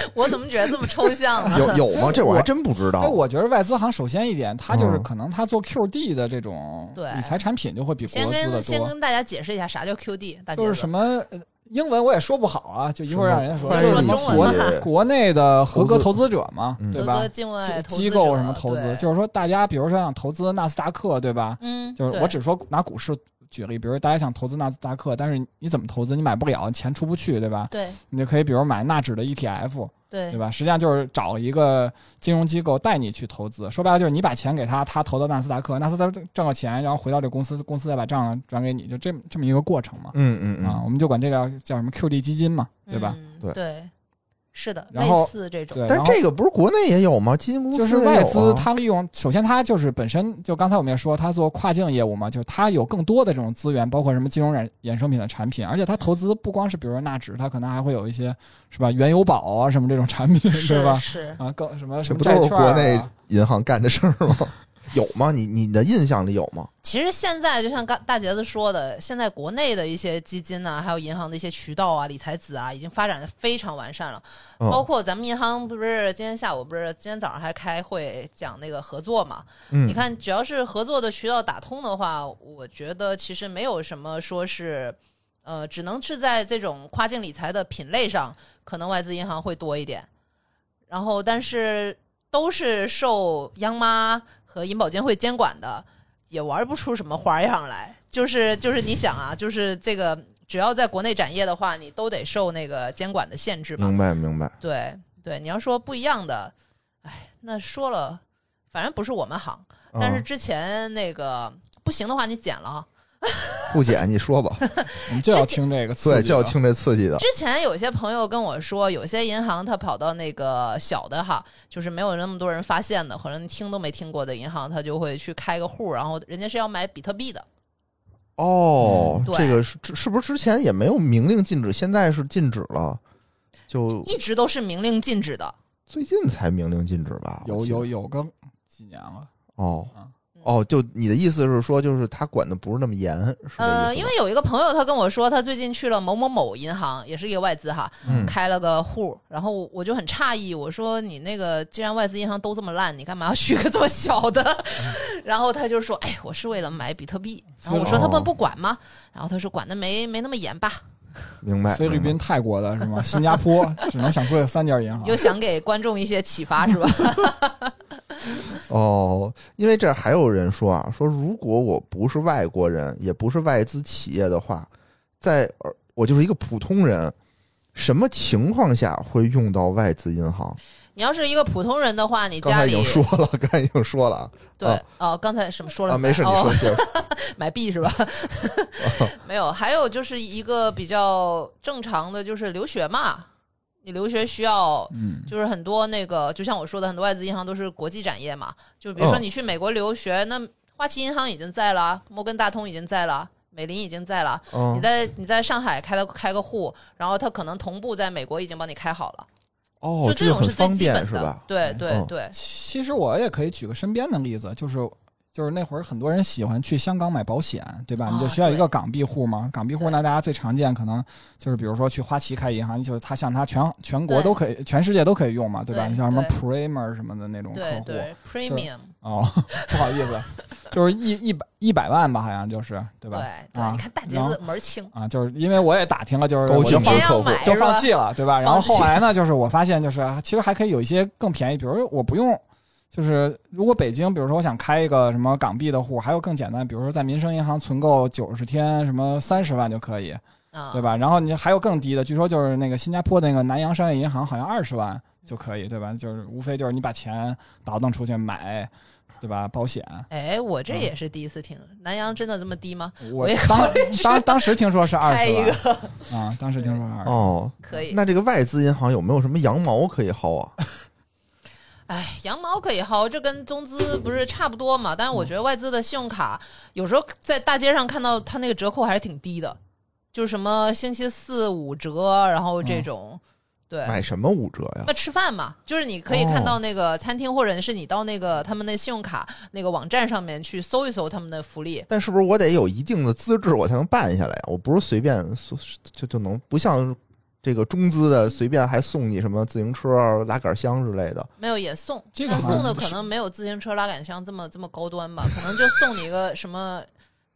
S3: 我怎么觉得这么抽象呢？
S1: 有有 吗？这我还真不知
S2: 哎，
S1: 道。
S2: 我觉得外资行首先一点，它就是
S1: 嗯
S2: 可能它做 QD 的这种
S3: 对
S2: 理财产品就会比国
S3: 先
S2: 资
S3: 跟
S2: 的
S3: 先
S2: 多，
S3: 跟大家解释一下啥叫 QD，大姐
S2: 就是什
S3: 么？
S2: 么呃英文我也说不好啊，就一会儿让人家说
S1: 翻
S3: 就
S1: 译
S2: 是
S3: 是
S2: 什么
S3: 中文啊
S2: 国
S3: 嘛
S1: 也
S2: 国内的合格投资嗯者嘛，
S1: 投资
S2: 对
S3: 合
S2: 吧？
S3: 格境外投资
S2: 机
S3: 者
S2: 构什么投资，
S3: 对
S2: 就是说大家比如说想投资纳斯达克，对吧？
S3: 嗯，
S2: 就是
S3: 对
S2: 我只说拿股市举例，比如大家想投资纳斯达克，但是你怎么投资？你买不了，钱出不去，对吧？
S3: 对
S2: 你就可以比如买纳指的 ETF，
S3: 对
S2: 对吧？实际上就是找一个金融机构带你去投资，说白了就是你把钱给他，他投到纳斯达克，纳斯达克挣了钱，然后回到这公司，公司再把账转给你，就这么这么一个过程嘛。
S1: 嗯嗯
S2: 啊，
S1: 嗯，
S2: 我们就管这个叫什么 QD 基金嘛，对吧？
S3: 嗯
S1: 对
S3: 对，是的，
S2: 然后
S3: 类似这种，
S2: 对，
S1: 但
S2: 然后
S1: 这个不是国内也有吗？基金公司
S2: 就是
S1: 也
S2: 外
S1: 有
S2: 资，
S1: 啊
S2: 它利用首先它就是本身就刚才我们也说，它做跨境业务嘛，就是它有更多的这种资源，包括什么金融衍衍生品的产品，而且它投资不光是比如说纳指，它可能还会有一些是吧原油宝啊什么这种产品，对
S3: 是
S2: 吧？
S3: 是，
S2: 啊，更什么
S1: 这
S2: 什么
S1: 不
S2: 债
S1: 都是
S2: 券、
S1: 国
S2: 啊，
S1: 内银行干的事儿 吗？有吗？你你的印象里有吗？
S3: 其实现在就像刚大杰子说的，现在国内的一些基金呢、还有银行的一些渠道啊、理财子啊，已经发展的非常完善了。
S1: 嗯
S2: 哦
S3: 包括咱们银行不是今天下午不是今天早上还开会讲那个合作嘛？
S1: 嗯，
S3: 你看，只要是合作的渠道打通的话，我觉得其实没有什么说是。呃，只能是在这种跨境理财的品类上，可能外资银行会多一点。然后，但是都是受央妈和银保监会监管的，也玩不出什么花样来。就是就是，你想啊，就是这个，只要在国内展业的话，你都得受那个监管的限制嘛。
S1: 明白明白，
S3: 对对，你要说不一样的，哎，那说了，反正不是我们行。但是
S1: 嗯
S3: 之前那个不行的话，你剪了啊。
S1: 不姐你说吧，
S2: 我们就要听这个刺
S1: 对，
S2: 激的，嗯
S1: 就要听这刺激的。
S3: 之前有些朋友跟我说，有些银行它跑到那个小的哈，就是没有那么多人发现的，可能听都没听过的银行，它就会去开个户，然后人家是要买比特币的。
S1: 哦
S3: 嗯，对
S1: 这个是是是不是之前也没有明令禁止，现在是禁止了？就
S3: 一直都是明令禁止的。
S1: 最近才明令禁止吧？我
S2: 有
S1: 记得
S2: 有有个几年了，
S1: 哦
S2: 啊
S1: 哦，就你的意思是说，就是他管的不是那么严，是这意思吗
S3: 呃，因为有一个朋友他跟我说，他最近去了某某某银行，也是一个外资哈，
S1: 嗯
S3: 开了个户，然后我就很诧异，我说你那个既然外资银行都这么烂，你干嘛要续个这么小的？ 然后他就说，哎，我是为了买比特币。然后我说
S1: 哦
S3: 他们不管吗？然后他说管的没没那么严吧。
S1: 明白
S2: 菲律
S1: 明
S2: 宾、
S1: 白
S2: 泰国的是吗？新加坡只能想出这三家银 行
S3: 你。就想给观众一些启发是吧？
S1: 哦，因为这儿还有人说啊，说如果我不是外国人，也不是外资企业的话，在呃我就是一个普通人，什么情况下会用到外资银行？
S3: 你要是一个普通人的话，你
S1: 刚
S3: 家
S1: 才已
S3: 里
S1: 经说了，刚才已经说了 啊
S3: 对
S1: 啊
S3: 哦，刚才什么说了
S1: 啊，没事，你
S3: 哦
S1: 说接着
S3: 买 币是吧？没有，还有就是一个比较正常的，就是留学嘛。你留学需要，
S2: 嗯，
S3: 就是很多那个，就像我说的，很多外资银行都是国际展业嘛。就比如说
S1: 嗯
S3: 你去美国留学，那花旗银行已经在了，摩根大通已经在了，美林已经在了。你
S1: 嗯，
S3: 在你在上海开了开个户，然后他可能同步在美国已经帮你开好了。
S1: 哦
S3: 就，
S1: 这
S3: 这
S1: 个
S3: 种
S1: 很
S3: 是最
S1: 方
S3: 基
S1: 便
S3: 本
S1: 是
S3: 的
S1: 吧。？
S3: 对对
S1: 嗯
S3: 对，
S2: 其实我也可以举个身边的例子，就是就是那会儿很多人喜欢去香港买保险，对吧？
S3: 啊
S2: 你就需要一
S3: 对
S2: 个港币户嘛。港币户
S3: 对
S2: 那大家最常见可能就是比如说去花旗开银行，就是它像它全全国
S3: 对
S2: 都可以，全世界都可以用嘛，对吧？
S3: 对
S2: 你像什么
S3: 对
S2: Premier 什么的那种客
S3: 对
S2: 户
S3: 对，premium，
S2: 哦， 不好意思，就是一一百一百万吧，好像就是对
S3: 对
S2: 吧？
S3: 对，
S2: 啊
S3: 你看大杰
S2: 然后
S3: 子门儿清，
S2: 啊，就是因为我也打听了，就是
S1: 高
S2: 我
S1: 级
S2: 就
S1: 房
S2: 放
S3: 也
S1: 策
S3: 要
S1: 户
S3: 买
S2: 就是
S3: 吧
S2: 放弃了，对吧？然后
S3: 放弃
S2: 后来呢，就是我发现，就是啊其实还可以有一些更便宜，比如我不用，就就是如果北京，比如说我想开一个什么港币的户，还有更简单，比如说在民生银行存够九十天，什么三十万就可以，
S3: 啊，
S2: 对？吧？然后你还有更低的，据说就是那个新加坡的那个南洋商业银行，好像二十万就可以，对吧？就是无非就是你把钱倒腾出去买，对吧？保险。
S3: 哎，我
S1: 嗯
S3: 这也是第一次听，南洋真的这么低吗？
S2: 我
S3: 也
S2: 当当当时听说是二
S3: 开
S2: 十
S3: 一
S2: 万
S3: 个
S2: 啊、当时听说是二十、
S1: 哦，
S3: 可以。
S1: 那这个外资银行有没有什么羊毛可以薅啊？
S3: 哎，羊毛可以薅，这跟中资不是差不多嘛？但
S1: 嗯
S3: 是我觉得外资的信用卡有时候在大街上看到它那个折扣还是挺低的，就是什么星期四五折，然后这种，对，
S1: 嗯买哦什么五折呀？
S3: 那吃饭嘛，就是你可以看到那个餐厅，或者是你到那个他们那信用卡那个网站上面去搜一搜他们的福利。
S1: 但是不是我得有一定的资质，我才能办下来呀？我不是随便随就就能，不像这个中资的随便还送你什么自行车、拉杆箱之类的。
S3: 没有也送，
S2: 这个
S3: 但
S2: 好像
S3: 送的
S2: 不
S3: 可
S2: 是
S3: 能没有自行车拉杆箱这么这么高端吧， 可能就送你一个什么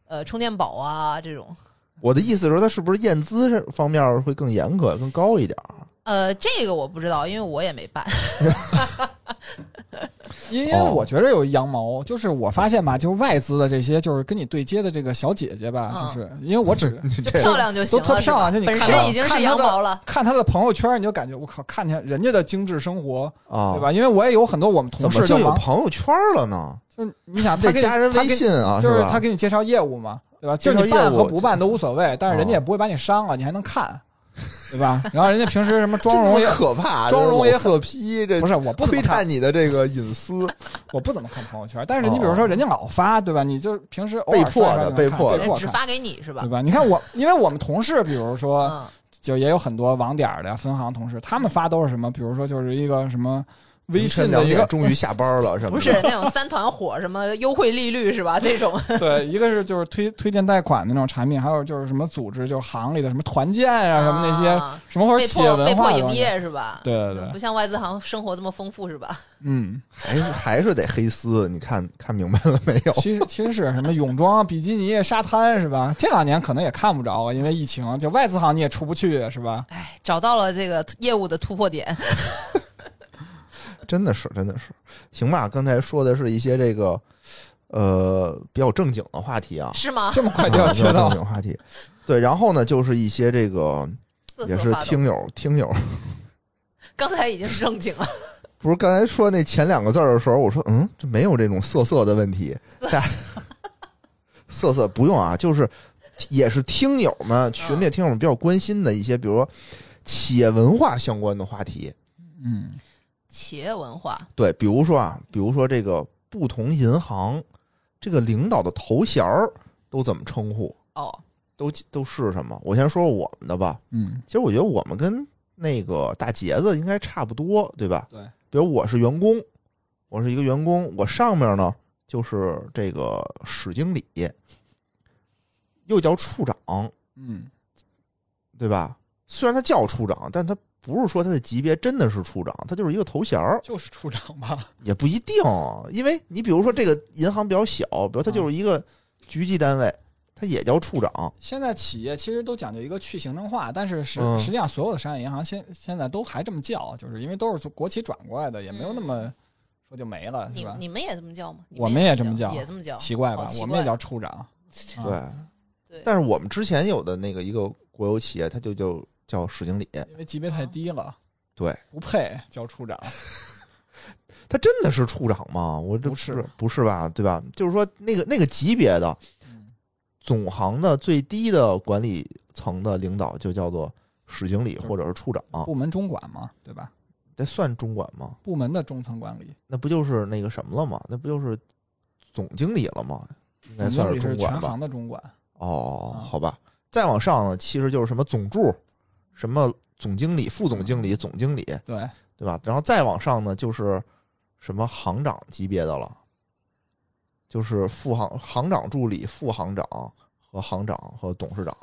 S3: 呃充电宝啊这种。
S1: 我的意思是说，它是不是验资这方面会更严格、更高一点儿？
S3: 呃，这个我不知道，因为我也没 办。
S2: 因为
S1: 哦
S2: 我觉得有羊毛，就是我发现吧，就是外资的这些，就是跟你对接的这个小姐姐吧，
S3: 嗯
S2: 就是因为我 只
S3: 就漂亮就行了，
S2: 都特漂亮
S3: 是
S2: 就
S3: 吧
S2: 你
S3: 本
S2: 看到
S3: 身已经是羊毛了。
S2: 看她的朋友圈，你就感觉我靠，看见人家的精致生活，
S1: 啊
S2: 对？吧？因为我也有很多我们
S1: 怎
S2: 同
S1: 么
S2: 事
S1: 就有
S2: 忙，
S1: 朋友圈了呢？
S2: 就是你想
S1: 得
S2: 他给你
S1: 加人
S2: 他
S1: 微
S2: 给
S1: 信啊，
S2: 就是
S1: 吧
S2: 他？给你介绍业务嘛，对吧？
S1: 介
S2: 就
S1: 绍
S2: 是你办
S1: 业
S2: 和
S1: 务哦
S2: 不办都无所谓，但是人家也不会把你伤啊了，你还能看，对吧？然后人家平时什么妆 容也
S1: 这么可怕，
S2: 妆容也
S1: 这老色批，这
S2: 不是我不怎
S1: 窥
S2: 么看
S1: 探，你的这个隐私，
S2: 我不怎么看朋友圈，但是你比如说人家老发，对吧？你就平时偶尔
S1: 哦被迫的
S2: 刷一刷就能
S1: 被
S2: 看
S1: 迫的
S2: 被
S1: 对
S2: 迫
S3: 只
S2: 看。
S3: 发给你是吧
S2: 对？吧？你看我，因为我们同事，比如说，
S3: 嗯，
S2: 就也有很多网点儿的分行同事，他们发都是什么？比如说，就是一个什么微信的
S1: 两
S2: 一
S1: 点
S2: 个，
S1: 终于下班了，什么的
S3: 不是那种三团伙什么优惠利率 是吧？这种
S2: 对，一个是就是推推荐贷款的那种产品，还有就是什么组织，就是行里的什么团建啊，什么那些、
S3: 啊
S2: 什么或者
S3: 被
S2: 企业
S3: 迫被
S2: 文
S3: 迫
S2: 化的东
S3: 营
S2: 西。
S3: 业是吧？
S2: 对对
S3: 不
S2: 对，
S3: 像外资行生活这么丰富是吧？
S2: 嗯，
S1: 还是还是得黑丝，你看看明白了没有？
S2: 其实其实是什么泳装、比基尼、沙滩是吧？这两年可能也看不着啊，因为疫情，就外资行你也出不去是吧？
S3: 哎，找到了这个业务的突破点，
S1: 真的是，真的是，行吧？刚才说的是一些这个呃比较正经的话题啊，
S3: 是吗？
S2: 这么快就 要
S1: 啊比较
S2: 切
S1: 正
S2: 到，
S1: 经话题。对，然后呢，就是一些这个
S3: 瑟
S1: 也
S3: 瑟
S1: 是
S3: 发抖。
S1: 听友听友，
S3: 刚才已经是正经了，
S1: 不是刚才说那前两个字儿的时候，我说嗯，这没有这种色色的问题，大家色色不用啊，就是也是听友们群
S3: 嗯
S1: 里听友们比较关心的一些，比如说企业文化相关的话题。
S2: 嗯，
S3: 企业文化，
S1: 对，比如说啊，比如说这个不同银行这个领导的头衔儿都怎么称呼，
S3: 哦，
S1: 都都是什么？我先说说我们的吧。
S2: 嗯，
S1: 其实我觉得我们跟那个大杰子应该差不多，对吧？
S2: 对，
S1: 比如我是员工，我是一个员工，我上面呢就是这个史经理，又叫处长，
S2: 嗯，
S1: 对吧？虽然他叫处长，但他不是说他的级别真的是处长，他就是一个头衔儿。
S2: 就是处长吧？
S1: 也不一定，因为你比如说这个银行比较小，比如它就是一个局级单位，它也叫处长。
S2: 现在企业其实都讲究一个去行政化，但是实、
S1: 嗯
S2: 实际上所有的商业银行现现在都还这么叫，就是因为都是从国企转过来的，也没有那么说就没了，
S3: 你
S2: 是吧？
S3: 你们也这么叫吗？你
S2: 我
S3: 们
S2: 们也这么
S3: 叫，
S2: 叫
S3: 也这么叫，
S2: 哦奇怪吧
S3: 好？奇
S2: 我们也
S3: 怪
S2: 叫处长，
S1: 对，
S2: 啊
S3: 对
S1: 但是我们之前有的那个一个国有企业，它就就叫史经理，
S2: 因为级别太低了，
S1: 对，
S2: 不配叫处长。
S1: 他真的是处长吗？我这
S2: 不是
S1: 不是吧？对吧？就是说那个那个级别的
S2: 嗯
S1: 总行的最低的管理层的领导就叫做史经理
S2: 就是
S1: 或者是处长，
S2: 部门中管嘛，对吧？
S1: 这算中管吗？
S2: 部门的中层管理，
S1: 那不就是那个什么了吗？那不就是总经理了吗？应该
S2: 总
S1: 算
S2: 经理
S1: 中
S2: 是
S1: 管
S2: 全
S1: 吧
S2: 行？的中管。
S1: 哦，
S2: 啊
S3: 嗯
S1: 好吧，再往上呢，其实就是什么总助、什么总经理、副总经理、总经理，
S2: 对，
S1: 对吧？然后再往上呢，就是什么行长级别的了，就是副行行长助理、副行长和行长和董事长。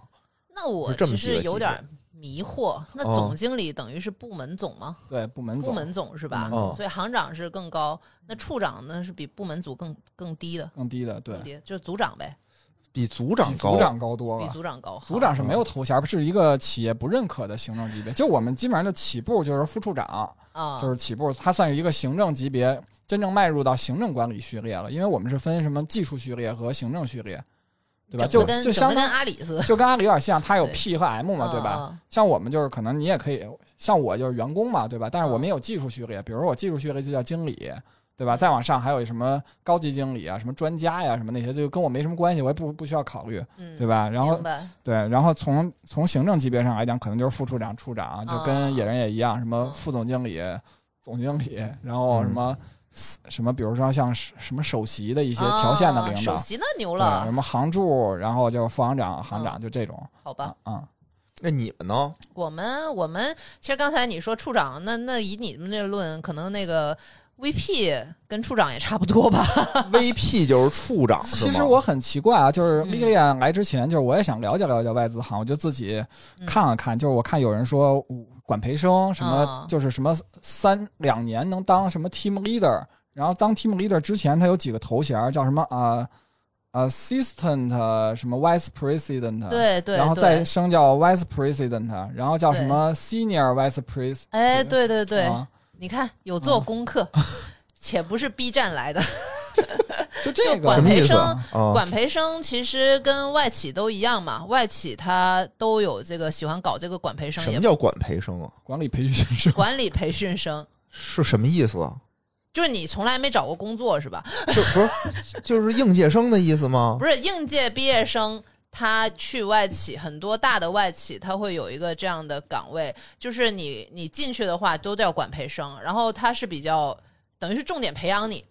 S3: 那我
S1: 是这么
S3: 其
S1: 几个
S3: 实有
S1: 级
S3: 点
S1: 别
S3: 儿迷惑，那
S1: 哦
S3: 总经理等于是部门总吗？
S2: 对，部门
S3: 部
S2: 总
S3: 门总是吧？
S2: 部
S1: 门总
S3: 所以行长是更高，那处长呢是比部门组更更低的，
S2: 更低的，对
S3: 更，低就是组长呗，
S1: 比组
S2: 比
S1: 长高，啊
S2: 组长高多
S3: 比
S2: 了。
S3: 组长高。好
S2: 组长是没
S3: 啊
S2: 有头衔，是一个企业不认可的行政级别。就我们基本上的起步就是副处长，
S3: 啊，
S2: 就是起步，它算是一个行政级别。真正迈入到行政管理序列了，因为我们是分什么技术序列和行政序列，对吧？就
S3: 整得跟
S2: 就
S3: 整
S2: 相
S3: 得
S2: 当
S3: 跟阿里似的，
S2: 就跟阿里有点像，它有
S3: 对
S2: P 和 M 嘛，对吧？
S3: 嗯？嗯
S2: 像我们就是可能你也可以，像我就是员工嘛，对吧？但是我们
S3: 嗯
S2: 也有技术序列，比如说我技术序列就叫经理，对吧？再往上还有什么高级经理啊、什么专家呀、什么那些，就跟我没什么关系，我也不不需要考虑，
S3: 嗯，
S2: 对吧？然后
S3: 明白
S2: 对，然后从从行政级别上来讲，可能就是副处长、处长，就
S3: 啊
S2: 跟野人也一样，什
S3: 嗯
S2: 么副总经理、总经理，然后什么、什么，比如说像是什么首席的一
S3: 一
S2: 些条线的领导，
S3: 啊首席那牛
S2: 对，
S3: 了嗯
S2: 什，么行助，然后就副行长、行长，就这种
S3: 好吧
S2: 啊。啊。
S1: 那你们 呢？
S3: 我们我们其实刚才你说处长，那那以你们这论，可能那个 VP 跟处长也差不多吧？
S1: VP 就是处长，是
S2: 其
S1: 吗
S2: 实我很奇怪啊，就是
S3: 嗯
S2: 历练来之前，就是我也想了解了解外资行，我就自己
S3: 嗯
S2: 看了看，就是我看有人说五管培生什么
S3: 啊，
S2: 就是什么三两年能当什么 team leader，然后当 team leader 之前他有几个头衔儿叫什么啊、呃、assistant 什么 vice president，，
S3: 对对，
S2: 啊然后
S3: 对
S2: 再升叫 vice president，然后叫什么 senior vice president，
S3: 哎，对对对，
S2: 啊
S3: 你看有做
S2: 嗯
S3: 功课，且不是 B 站来的。
S2: 就这
S3: 就
S2: 个
S3: 管
S1: 什么意
S3: 培
S1: 思
S3: 生
S1: 啊？
S2: 哦
S1: 啊
S3: 管培生其实跟外企都一样嘛，外企它都有这个喜欢搞这个管培生，
S1: 什
S3: 也
S1: 么叫管培生啊？
S2: 管理培训是
S3: 管理培训生，
S1: 是什么意思啊？
S3: 就是你从来没找过工作是吧？
S1: 就不是就是应届生的意思吗
S3: 不？是应届毕业生。他去外企，很多大的外企，他会有一个这样的岗位，就是你你进去的话都叫管培生，然后他是比较等于是重点培养你，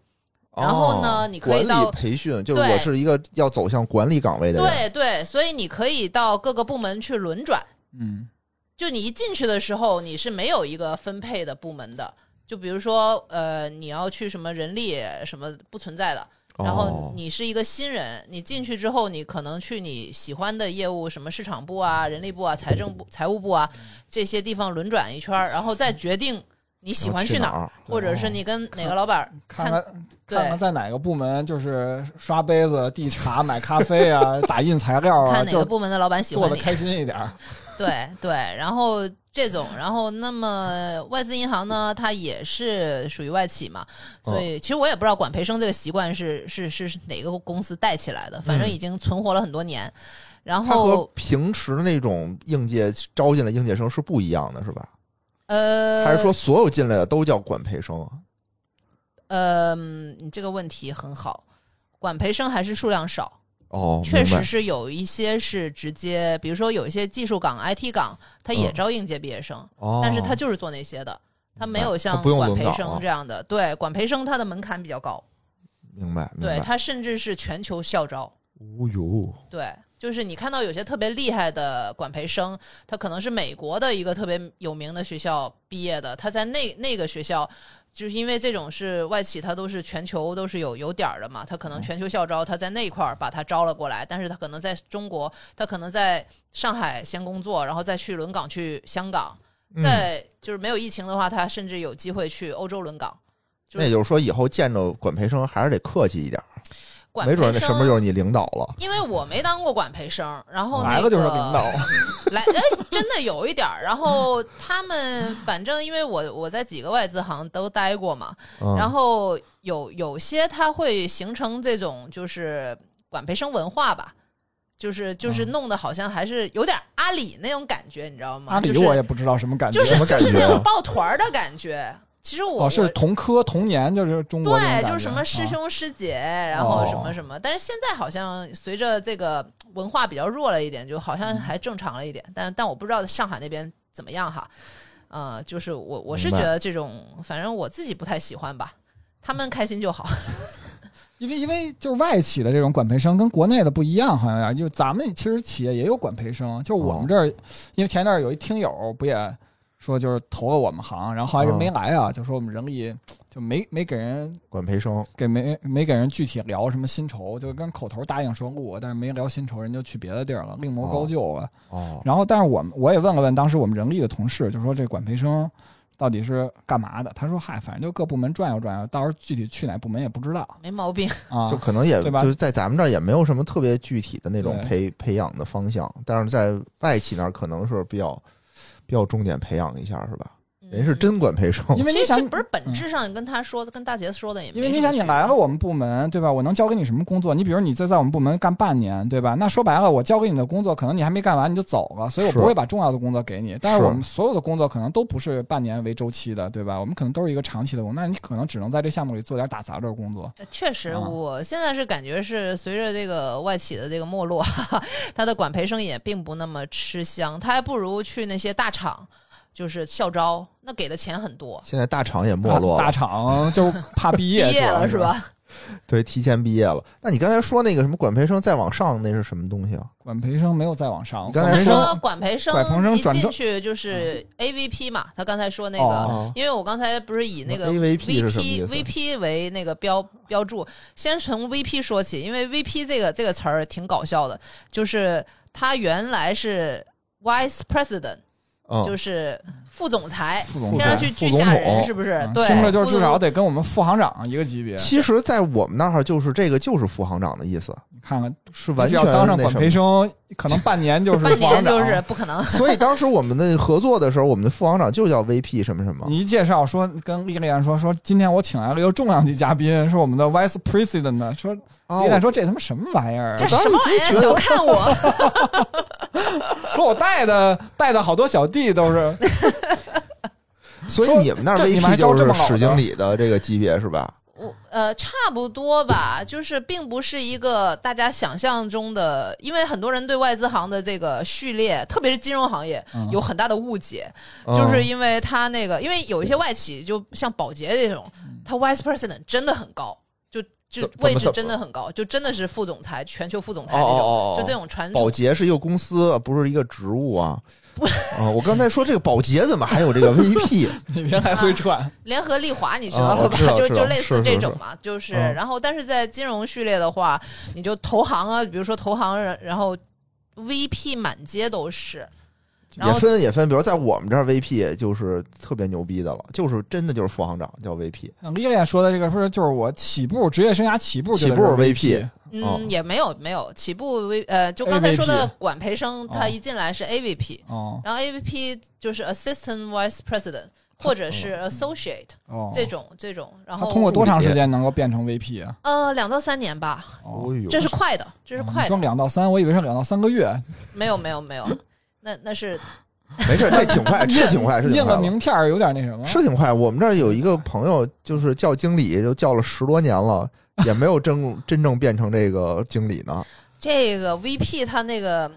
S3: 然后呢
S1: 哦
S3: 你可
S1: 管
S3: 以到
S1: 理培训，就是
S3: 对
S1: 我是一个要走向管理岗位的人。
S3: 对对，所以你可以到各个部门去轮转，
S2: 嗯。
S3: 就你一进去的时候，你是没有一个分配的部门的。就比如说，呃，你要去什么人力什么不存在的，
S1: 哦
S3: 然后你是一个新人，你进去之后，你可能去你喜欢的业务，什么市场部啊、人力部啊、财
S1: 嗯
S3: 政部、财务部啊这些地方轮转一圈儿，然后再决定你喜欢去
S1: 哪
S3: 哪儿，
S1: 儿？
S3: 或者是你跟哪个老板儿
S2: 看看
S3: 对
S2: 看看在哪个部门，就是刷杯子、递茶、买咖啡 啊、打印材料啊，
S3: 看哪
S2: 就
S3: 个部门的老板喜
S2: 做
S3: 欢
S2: 的
S3: 你，啊
S2: 开心一点儿。
S3: 对对，然后这种，然后那么外资银行呢，它也是属于外企嘛，所
S1: 哦
S3: 以其实我也不知道管培生这个习惯是是是是哪个公司带起来的，反正已经存活了很多年。然
S1: 它嗯和
S3: 后
S1: 平时那种应届招进来应届生是不一样的，是吧？
S3: 呃，
S1: 还是说所有进来的都叫管培生啊？
S3: 呃，嗯你这个问题很好，管培生还是数量少，
S1: 哦，
S3: 确
S1: 明
S3: 实
S1: 白
S3: 是有一些是直接，比如说有一些技术岗、IT 岗，它也
S1: 嗯
S3: 招应届毕业生，
S1: 哦，
S3: 但是他就是做那些的，他没
S1: 明
S3: 有
S1: 白
S3: 像
S1: 他不用
S3: 管
S1: 轮
S3: 培
S1: 岗啊
S3: 生这样的。对，管培生他的门槛比较高，
S1: 明白明
S3: 对
S1: 白。
S3: 他甚至是全球校招。
S1: 哦呦，
S3: 对，就是你看到有些特别厉害的管培生，他可能是美国的一个特别有名的学校毕业的，他在那那个学校。就是因为这种是外企，它都是全球都是有有点儿的嘛，他可
S1: 嗯
S3: 能全球校招，他在那一块儿把他招了过来，但是他可能在中国，他可能在上海先工作，然后再去轮岗去香港，
S1: 嗯
S3: 在就是没有疫情的话，他甚至有机会去欧洲轮岗。就是
S1: 那也就是说，以后见着管培生还是得客气一点儿，
S3: 管
S1: 没准儿那
S3: 培生
S1: 什么时候你领导了。
S3: 因为我没当过管培生，然后那
S2: 来了就是领导，
S3: 来，哎，真的有一点儿。然后他们反正因为我我在几个外资行都待过嘛，
S1: 嗯
S3: 然后有有些它会形成这种就是管培生文化吧。就是就是
S2: 嗯
S3: 弄得好像还是有点阿里那种感觉，你知道吗？
S2: 阿里
S3: 就是
S2: 我也不知道什么感觉
S3: 就，是
S1: 什么感
S3: 就是那
S1: 觉啊
S3: 种抱团儿的感觉。其实我
S2: 哦，是
S3: 我
S2: 同科同年，就是中国这种
S3: 对，
S2: 感
S3: 就是
S2: 觉啊
S3: 什么师兄师姐，然后什
S2: 哦
S3: 么什么。但是现在好像随着这个文化比较弱了一点，就好
S2: 嗯
S3: 像还正常了一点。但但我不知道上海那边怎么样哈。呃，就是我我是
S1: 明
S3: 觉
S1: 白
S3: 得这种，反正我自己不太喜欢吧。他们开心就好。
S2: 因为因为就是外企的这种管培生跟国内的不一样，好像有啊点就咱们其实企业也有管培生，就是
S3: 哦
S2: 我们这儿，因为前一段有一听友不也说就是投了我们行，然后
S3: 嗯
S2: 还是没来啊，就说我们人力就没没给人
S1: 嗯管培生
S2: 给没没给人具体聊什么薪酬，就跟口头答应说录，但是没聊薪酬，人就去别的地儿了，另谋高就了。
S1: 哦，
S2: 然后，但是我们我也问了问当时我们人力的同事，就说这管培生到底是干嘛的？他说嗨，反正就各部门转悠转悠，到时候具体去哪部门也不知道
S3: 没毛病，
S2: 啊
S1: 就。可能也
S2: 对吧
S1: 就是在咱们这儿也没有什么特别具体的那种
S2: 对
S1: 培培养的方向，但是在外企那儿可能是比较比较重点培养一下，是吧？
S2: 哎
S1: 人是真管培生，
S2: 嗯因为
S3: 嗯其
S2: 你
S3: 实
S2: 想嗯
S3: 这不是本质上跟他说的，跟大姐说的也没
S2: 因为
S3: 什
S2: 你
S3: 么
S2: 想，你
S3: 区别啊
S2: 来了我们部门，对吧？我能交给你什么工作？你比如你再在我们部门干半年，对吧？那说白了，我交给你的工作，可能你还没干完你就走了，所以我
S1: 是
S2: 不会把重要的工作给你。但是
S1: 是
S2: 我们所有的工作可能都不是半年为周期的，对吧？我们可能都是一个长期的工作，那你可能只能在这项目里做点打杂的工作。
S3: 确实，
S2: 啊
S3: 我现在是感觉是随着这个外企的这个没落， 他的管培生也并不那么吃香，他还不如去那些大厂，就是校招，那给的钱很多。
S1: 现在大厂也没落
S2: 啊大大
S1: 了，
S2: 厂就怕毕
S3: 毕
S2: 业，
S3: 业了
S2: 是
S3: 是？吧？
S1: 对，提前毕业了。那你刚才说那个什么管培生再往上那是什么东西啊？
S2: 管培生没有再往上，
S1: 你刚才
S2: 管培
S1: 说
S2: 生
S3: 管培生
S2: 管培生
S3: 一
S2: 转
S3: 进
S2: 正
S3: 去就是 AVP 嘛，他刚才说那
S2: 哦
S3: 个
S2: 哦
S1: 啊，
S3: 因为我刚才不是以那个
S1: AVP 是什么意
S3: VP
S1: 思
S3: VP 为那个标标注，先从 VP 说起，因为 VP 这个这个词儿挺搞笑的，就是他原来是 Vice President，、就
S1: 嗯，
S3: 是副总裁，
S2: 副总
S3: 听
S1: 现
S2: 裁
S1: 在
S3: 上去
S1: 副
S3: 巨
S1: 总
S3: 吓
S1: 统
S3: 人，是不是？
S2: 嗯
S3: 对，
S2: 听着就是至少
S3: 副总
S2: 得跟我们副行长一个级别。
S1: 其实，在我们那儿就是这个就是副行长的意思，
S2: 你看看，
S1: 是完
S2: 只
S1: 全
S2: 要当上
S1: 那
S2: 管
S1: 什么
S2: 培。生，可能半年就是
S3: 半
S2: 副行
S3: 年
S2: 长。
S3: 就是不可能。
S1: 所以当时我们的合作的时候，我们的副行长就叫 VP 什么什么。
S2: 你一介绍说跟莉莉安说说，今天我请来了一个重量级嘉宾，是我们的 Vice President。说莉
S1: 啊，
S2: 莉安
S1: 我
S2: 说这他妈什么玩意儿？
S3: 这什么玩意儿？小看我！
S2: 说我带的带的好多小弟都是，
S1: 所以你们那儿
S2: 这你们还
S1: VP
S2: 招
S1: 就
S2: 这么
S1: 是
S2: 老的
S1: 史经理的这个级别是吧？
S3: 我呃，差不多吧，就是并不是一个大家想象中的，因为很多人对外资行的这个序列，特别是金融行业，
S2: 嗯
S3: 有很大的误解。
S1: 嗯
S3: 就是因为他那个，因为有一些外企，就像宝洁这种，他 vice president 真的很高，就
S1: 嗯
S3: 就
S1: 怎怎么
S3: 位置
S1: 怎么
S3: 真的很高，就真的是副总裁，全球副总裁
S1: 哦
S3: 那
S1: 哦
S3: 种，
S1: 哦哦
S3: 就这种传
S1: 保
S3: 统。
S1: 洁是一个公司，不是一个职务啊。啊，我刚才说这个保洁怎么还有这 个 VP？
S2: 你别来回转。
S3: 联合利华你知
S1: 啊
S3: 道
S1: 我
S3: 了吧？
S1: 知道
S3: 就
S1: 知道
S3: 就类
S1: 是
S3: 似
S1: 是
S3: 这种嘛，就是
S1: 嗯
S3: 然后但是在金融序列的话，你就投行啊，比如说投行，然然后 VP 满街都是，然
S1: 也
S3: 后
S1: 分也分，比如在我们这儿 VP 就是特别牛逼的了，就是真的就是副行长叫 VP，
S2: 那莉莉安说的这个不是就是我起步职业生涯起步就
S1: 起
S2: 得
S1: 步
S2: 是
S1: VP，
S3: 嗯，
S1: 哦
S3: 也没有没有起步 V 呃，就刚才说的
S2: AVP
S3: 管培生，他
S2: 哦
S3: 一进来是 AVP，、
S2: 哦
S3: 然后 AVP 就是 Assistant Vice President 或者是 Associate
S2: 哦，
S3: 这种这种，然
S2: 他
S3: 后
S2: 通过多长时间能够变成 VP 啊？
S3: 呃两到三年吧，
S2: 哦，
S1: 呦
S3: 这是快的，
S1: 嗯
S3: 这是
S2: 你
S3: 快
S2: 说
S3: 的，
S2: 两到三，我以为是两到三个月，
S3: 没有没有没有，那那是
S1: 没事，这挺快，是挺快，是
S2: 印
S1: 挺
S2: 了
S1: 快的。
S2: 名片儿有点那什么。
S1: 是挺快，我们这儿有一个朋友，就是叫经理，就叫了十多年了，也没有真真正变成这个经理呢。
S3: 这个 VP 他那个。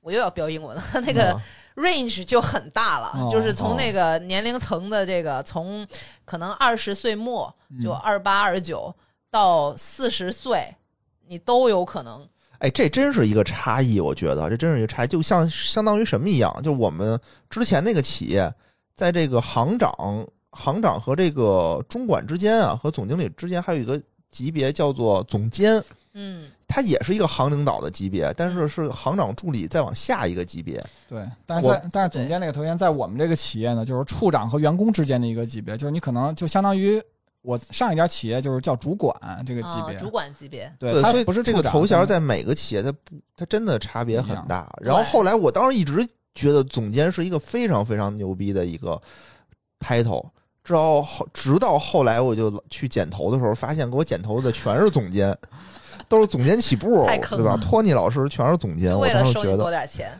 S3: 我又要标英文了， 他那个
S1: 啊
S3: range 就很大了，
S2: 哦
S3: 就是从那个年龄层的这个，从可能二十岁末
S2: 嗯
S3: 就二八二九到四十岁，你都有可能。
S1: 哎，这真是一个差异，我觉得这真是一个差异，就像相当于什么一样，就是我们之前那个企业，在这个行长、行长和这个中管之间啊，和总经理之间还有一个级别叫做总监，
S3: 嗯，
S1: 他也是一个行领导的级别，但是是行长助理再往下一个级别。
S2: 对，但是
S1: 我
S2: 在但是总监这个头衔在我们这个企业呢，就是处长和员工之间的一个级别，就是你可能就相当于我上一家企业就是叫主管这个级
S3: 啊
S2: 别，
S3: 主管级别。
S2: 对，他
S1: 所以
S2: 不是嗯
S1: 这
S2: 处
S1: 个
S2: 长
S1: 头衔在每个企业，它不，它真的差别很大。然后
S3: 对
S1: 后来，我当时一直觉得总监是一个非常非常牛逼的一个 title，直到后直到后来我就去剪头的时候，发现给我剪头的全是总监， 都是总监起步
S3: 太，坑
S1: 对
S3: 了
S1: 吧？托尼老师全是总监，
S3: 就
S1: 我
S3: 为了
S1: 当时
S3: 收
S1: 觉
S3: 你多
S1: 得，
S3: 点钱，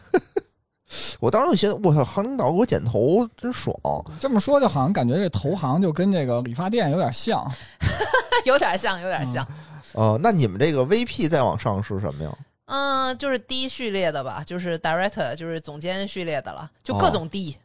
S1: 我当时就觉得，我操，杭领导给我剪头真爽。
S2: 这么说就好像感觉这投行就跟这个理发店有点像，
S3: 有点像，有点像。
S1: 呃，那你们这个 VP 再往上是什么呀？
S3: 嗯，就是 D 序列的吧，就是 director，就是总监序列的了，就各种 D。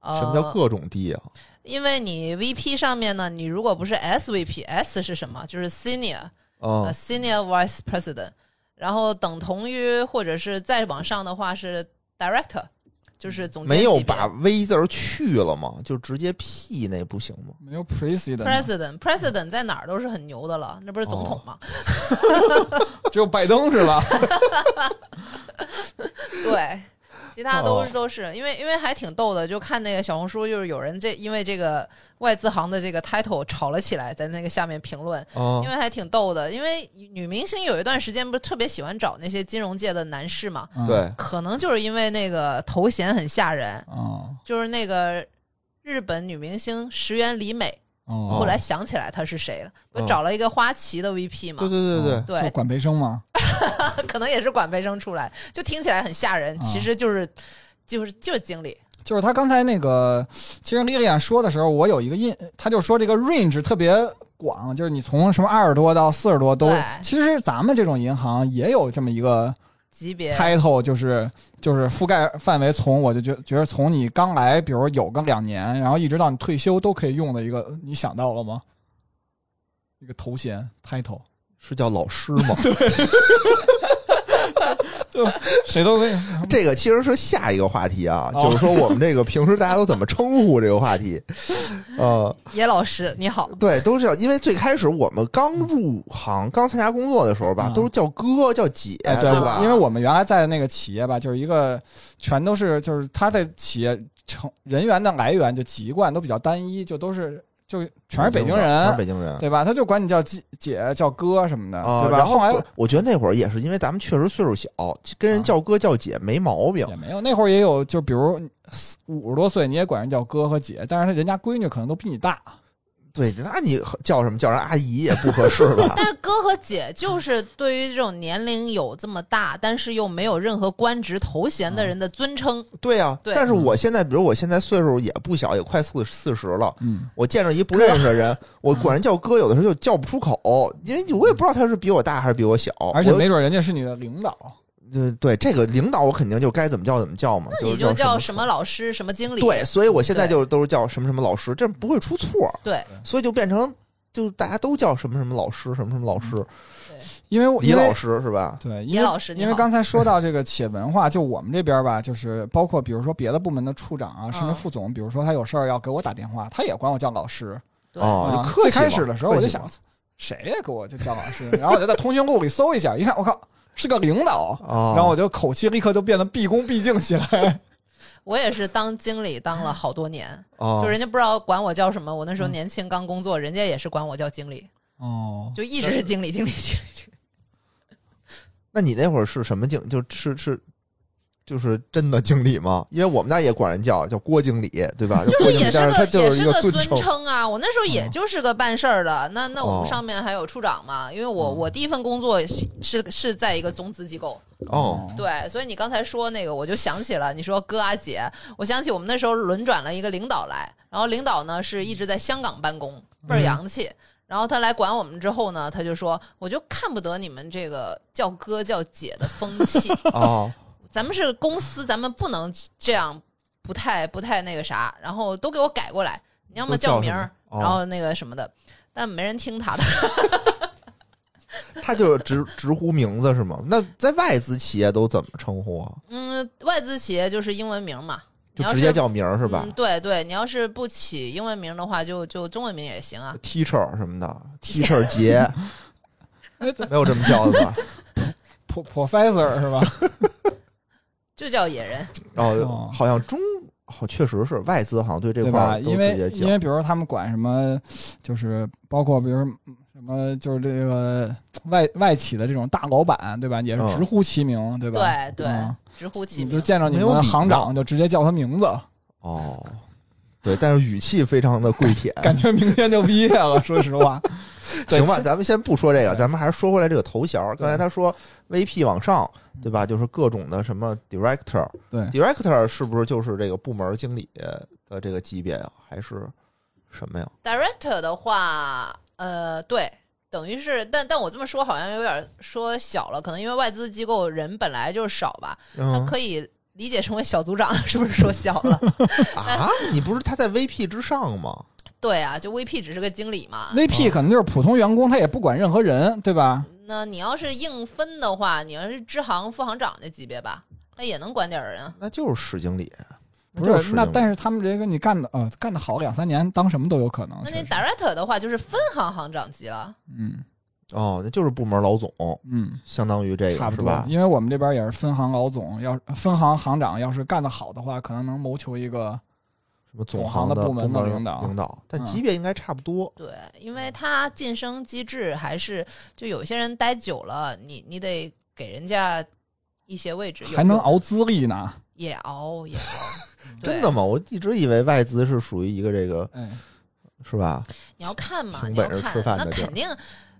S3: 呃
S1: 哦什么叫？各种地啊？
S3: 因为你 VP 上面呢，你如果不是 SVP，S 是什么？就是 senior，
S1: 嗯
S3: 呃，Senior Vice President，然后等同于或者是再往上的话是 Director，就是总监
S1: 没有
S3: 级别
S1: 把 V 字儿去了吗？就直接 P 那不行吗？
S2: 没有 president，
S3: President President 在哪儿都是很牛的了，那不是总
S1: 哦
S3: 统吗？
S2: 只有拜登是吧？
S3: 对，其他都
S1: 哦
S3: 是都是因为因为还挺逗的，就看那个小红书，就是有人这因为这个外资行的这个 title 吵了起来，在那个下面评论，
S1: 啊
S3: 因为还挺逗的，因为女明星有一段时间不是特别喜欢找那些金融界的男士嘛，
S2: 嗯，
S1: 对，
S3: 可能就是因为那个头衔很吓人，
S2: 嗯，
S3: 就是那个日本女明星石原里美，
S2: 哦，
S3: 后来想起来她是谁了，不
S1: 哦
S3: 是找了一个花旗的 VP
S1: 对
S3: 嘛？
S1: 对对对，
S2: 就
S3: 嗯对，
S2: 管培生嘛，
S3: 可能也是管培生出来，就听起来很吓
S1: 哦
S3: 人，
S2: 啊
S3: 其实就是就是就是经理，
S2: 就是他刚才那个，其实莉莉安说的时候，我有一个印，他就说这个 range 特别广，就是你从什么二十多到四十多都
S3: 对，
S2: 其实咱们这种银行也有这么一个
S3: 级别
S2: title，就是就是覆盖范围从我就觉觉得从你刚来，比如有个两年，然后一直到你退休都可以用的一个，你想到了吗？一个头衔 title，
S1: 是叫老师吗？
S2: 就谁都可以。
S1: 这个其实是下一个话题啊，就是说我们这个平时大家都怎么称呼这个话题，呃，
S3: 野老师你好，
S1: 对，都是叫，因为最开始我们刚入行、刚参加工作的时候吧，
S2: 嗯
S1: 都是叫哥、叫姐，
S2: 哎，对
S1: 对吧？
S2: 因为我们原来在的那个企业吧，就是一个全都是就是他的企业成人员的来源就籍贯都比较单一，就都是就全是北京
S1: 全是
S2: 人，
S1: 北京人
S2: 对吧？他就管你叫姐、姐叫哥什么的，
S1: 啊。
S2: 对吧？
S1: 然后
S2: 来啊
S1: 我觉得那会儿也是因为咱们确实岁数小，跟人叫哥叫姐没毛病
S2: 也没有，那会儿也有，就比如五十多岁你也管人叫哥和姐，但是他人家闺女可能都比你大，
S1: 对，那你叫什么叫人阿姨也不合适吧？
S3: 但是哥和姐就是对于这种年龄有这么大，但是又没有任何官职头衔
S1: 嗯
S3: 的人的尊称，
S1: 对呀、
S3: 对
S1: 但是我现在，比如我现在岁数也不小，也快四四十了，
S2: 嗯，
S1: 我见着一不认识的人，我管人叫哥，有的时候就叫不出口，因为我也不知道他是比我大还是比我小。
S2: 而且
S1: 我
S2: 没准人家是你的领导，
S1: 对对这个领导，我肯定就该怎么叫怎么叫嘛。
S3: 那你
S1: 就
S3: 就是叫
S1: 什
S3: 什么老师、什么经理，
S1: 对，所以我现在
S3: 对
S1: 就都是叫什么什么老师，这不会出错，
S3: 对
S1: 所以就变成就大家都叫什么什么老师，什么什么老师，
S2: 因为我
S1: 李
S2: 因为
S1: 老师是吧？
S2: 对，因
S3: 野
S2: 为
S3: 老师你
S2: 因为
S3: 好
S2: 刚才说到这个企业文化，就我们这边吧，就是包括比如说别的部门的处长啊，甚至
S3: 嗯
S2: 副总，比如说他有事儿要给我打电话，他也管我叫老师
S3: 对
S1: 哦，就
S2: 啊。
S1: 客
S2: 最
S1: 气
S2: 开
S1: 嘛
S2: 始的时候我
S1: 客
S2: 就
S1: 气
S2: 想
S1: 嘛，
S2: 谁呀给我就叫老师？然后我就在通讯录里搜一下，一看我靠是个领导，
S1: 哦，
S2: 然后我就口气立刻就变得毕恭毕敬起来。
S3: 我也是当经理当了好多年，
S1: 哦嗯
S3: 就人家不知道管我叫什么，我那时候年轻刚工作，人家也是管我叫经理，
S2: 哦，
S3: 就一直是经理经理 经理经理。
S1: 那你那会儿是什么经？就是是就是真的经理吗？因为我们那儿也管人叫叫郭经理，对吧？就
S3: 就是也是
S1: 但是
S3: 个
S1: 他就
S3: 也
S1: 是
S3: 是
S1: 一个
S3: 尊
S1: 尊称。
S3: 称啊！我那时候也就是个办事儿的。那那我
S1: 哦
S3: 们上面还有处长嘛，因为我
S2: 嗯
S3: 我第一份工作是是是在一个中资机构，
S1: 哦，
S2: 嗯
S3: 对，所以你刚才说那个，我就想起了你说哥啊姐，我想起我们那时候轮转了一个领导来，然后领导呢是一直在香港办公，倍
S1: 嗯
S3: 儿洋气。然后他来管我们之后呢，他就说：“我就看不得你们这个叫哥叫姐的风气，
S1: 哦，
S3: 咱们是公司，咱们不能这样，不太不太那个啥。然后都给我改过来，你要
S1: 都
S3: 么
S1: 叫
S3: 名儿
S1: 什，么哦
S3: 然后那个什么的，但没人听他的。
S1: 他就直直呼名字是吗？那在外资企业都怎么称呼啊？
S3: 嗯，外资企业就是英文名嘛，你
S1: 就
S3: 要
S1: 直
S3: 是
S1: 接叫名儿是吧
S3: 嗯？对对，你要是不起英文名的话，就就中文名也行啊。
S1: teacher 什么 的，teacher 杰，没有这么叫的吧？
S2: pro professor 是吧？
S3: 就叫野人，
S1: 哦
S2: 哦，
S1: 好像中，好确实是外资，好像对这
S2: 对
S1: 块
S2: 吧？
S1: 儿都直
S2: 因
S1: 接
S2: 为因
S1: 叫
S2: 为比如他们管什么，就是包括比如什么，就是这个外外企的这种大老板，对吧？也是
S1: 嗯
S2: 直呼其名，对吧？
S3: 对对
S2: 嗯，
S3: 直呼其
S2: 你就
S3: 名。
S2: 见着你们
S1: 没有
S2: 行
S1: 礼貌
S2: 长就直接叫他名字，
S1: 哦，对，但是语气非常的跪舔。
S2: 感觉明天就毕业了。说 实话，
S1: 哎
S2: 对
S1: 行吧，
S2: 其
S1: 咱们先不说这个，
S2: 对
S1: 咱们还是说回来这个头衔儿。
S2: 对嗯
S1: 刚才他说 VP 往上，对吧？就是各种的什么 director，director
S2: 对，
S1: 是不是就是这个部门经理的这个级别呀？还是什么呀？
S3: Director 的话，呃，对，等于是，但但我这么说好像有点说小了，可能因为外资机构人本来就是少吧，那
S1: 嗯
S3: 可以理解成为小组长， 是不是说小了？
S1: 啊，你不是他在 VP 之上吗？
S3: 对啊，就 VP 只是个经理嘛。
S1: 嗯
S2: VP 可能就是普通员工，他也不管任何人，对吧？
S3: 那你要是硬分的话，你要是支行副行长那级别吧，那也能管点儿人啊。
S1: 那就是史经理，
S2: 不，
S1: 就是是
S2: 那
S1: 嘛
S2: 但是他们这个你干的呃干的好两三年，当什么都有可能。
S3: 那
S2: 哦确
S3: 那
S2: 实
S3: director 的话就是分行行长级了，
S2: 嗯
S1: 哦，那就是部门老总，
S2: 嗯。
S1: 相当于这
S2: 差
S1: 个
S2: 不
S1: 是
S2: 多
S1: 吧，？
S2: 因为我们这边也是分行老总，要是分行行长要是干得好的话，可能能谋求一个
S1: 什么总
S2: 总
S1: 行
S2: 行的
S1: 部
S2: 部门的
S1: 门
S2: 领导
S1: 领导，但
S2: 嗯
S1: 级别应该差不多。
S3: 对，因
S1: 嗯
S3: 为他晋升机制还是就有些人待久了，你你得给人家一些位置，有
S2: 还能
S3: 有
S2: 熬资历呢。
S3: 也熬也熬。 对
S1: 真的吗？我一直以为外资是属于一个这个
S2: 哎，
S1: 是吧？
S3: 你要看嘛，
S1: 凭
S3: 你要
S1: 本事
S3: 看
S1: 吃饭的
S3: 那
S1: 地儿
S3: 肯定。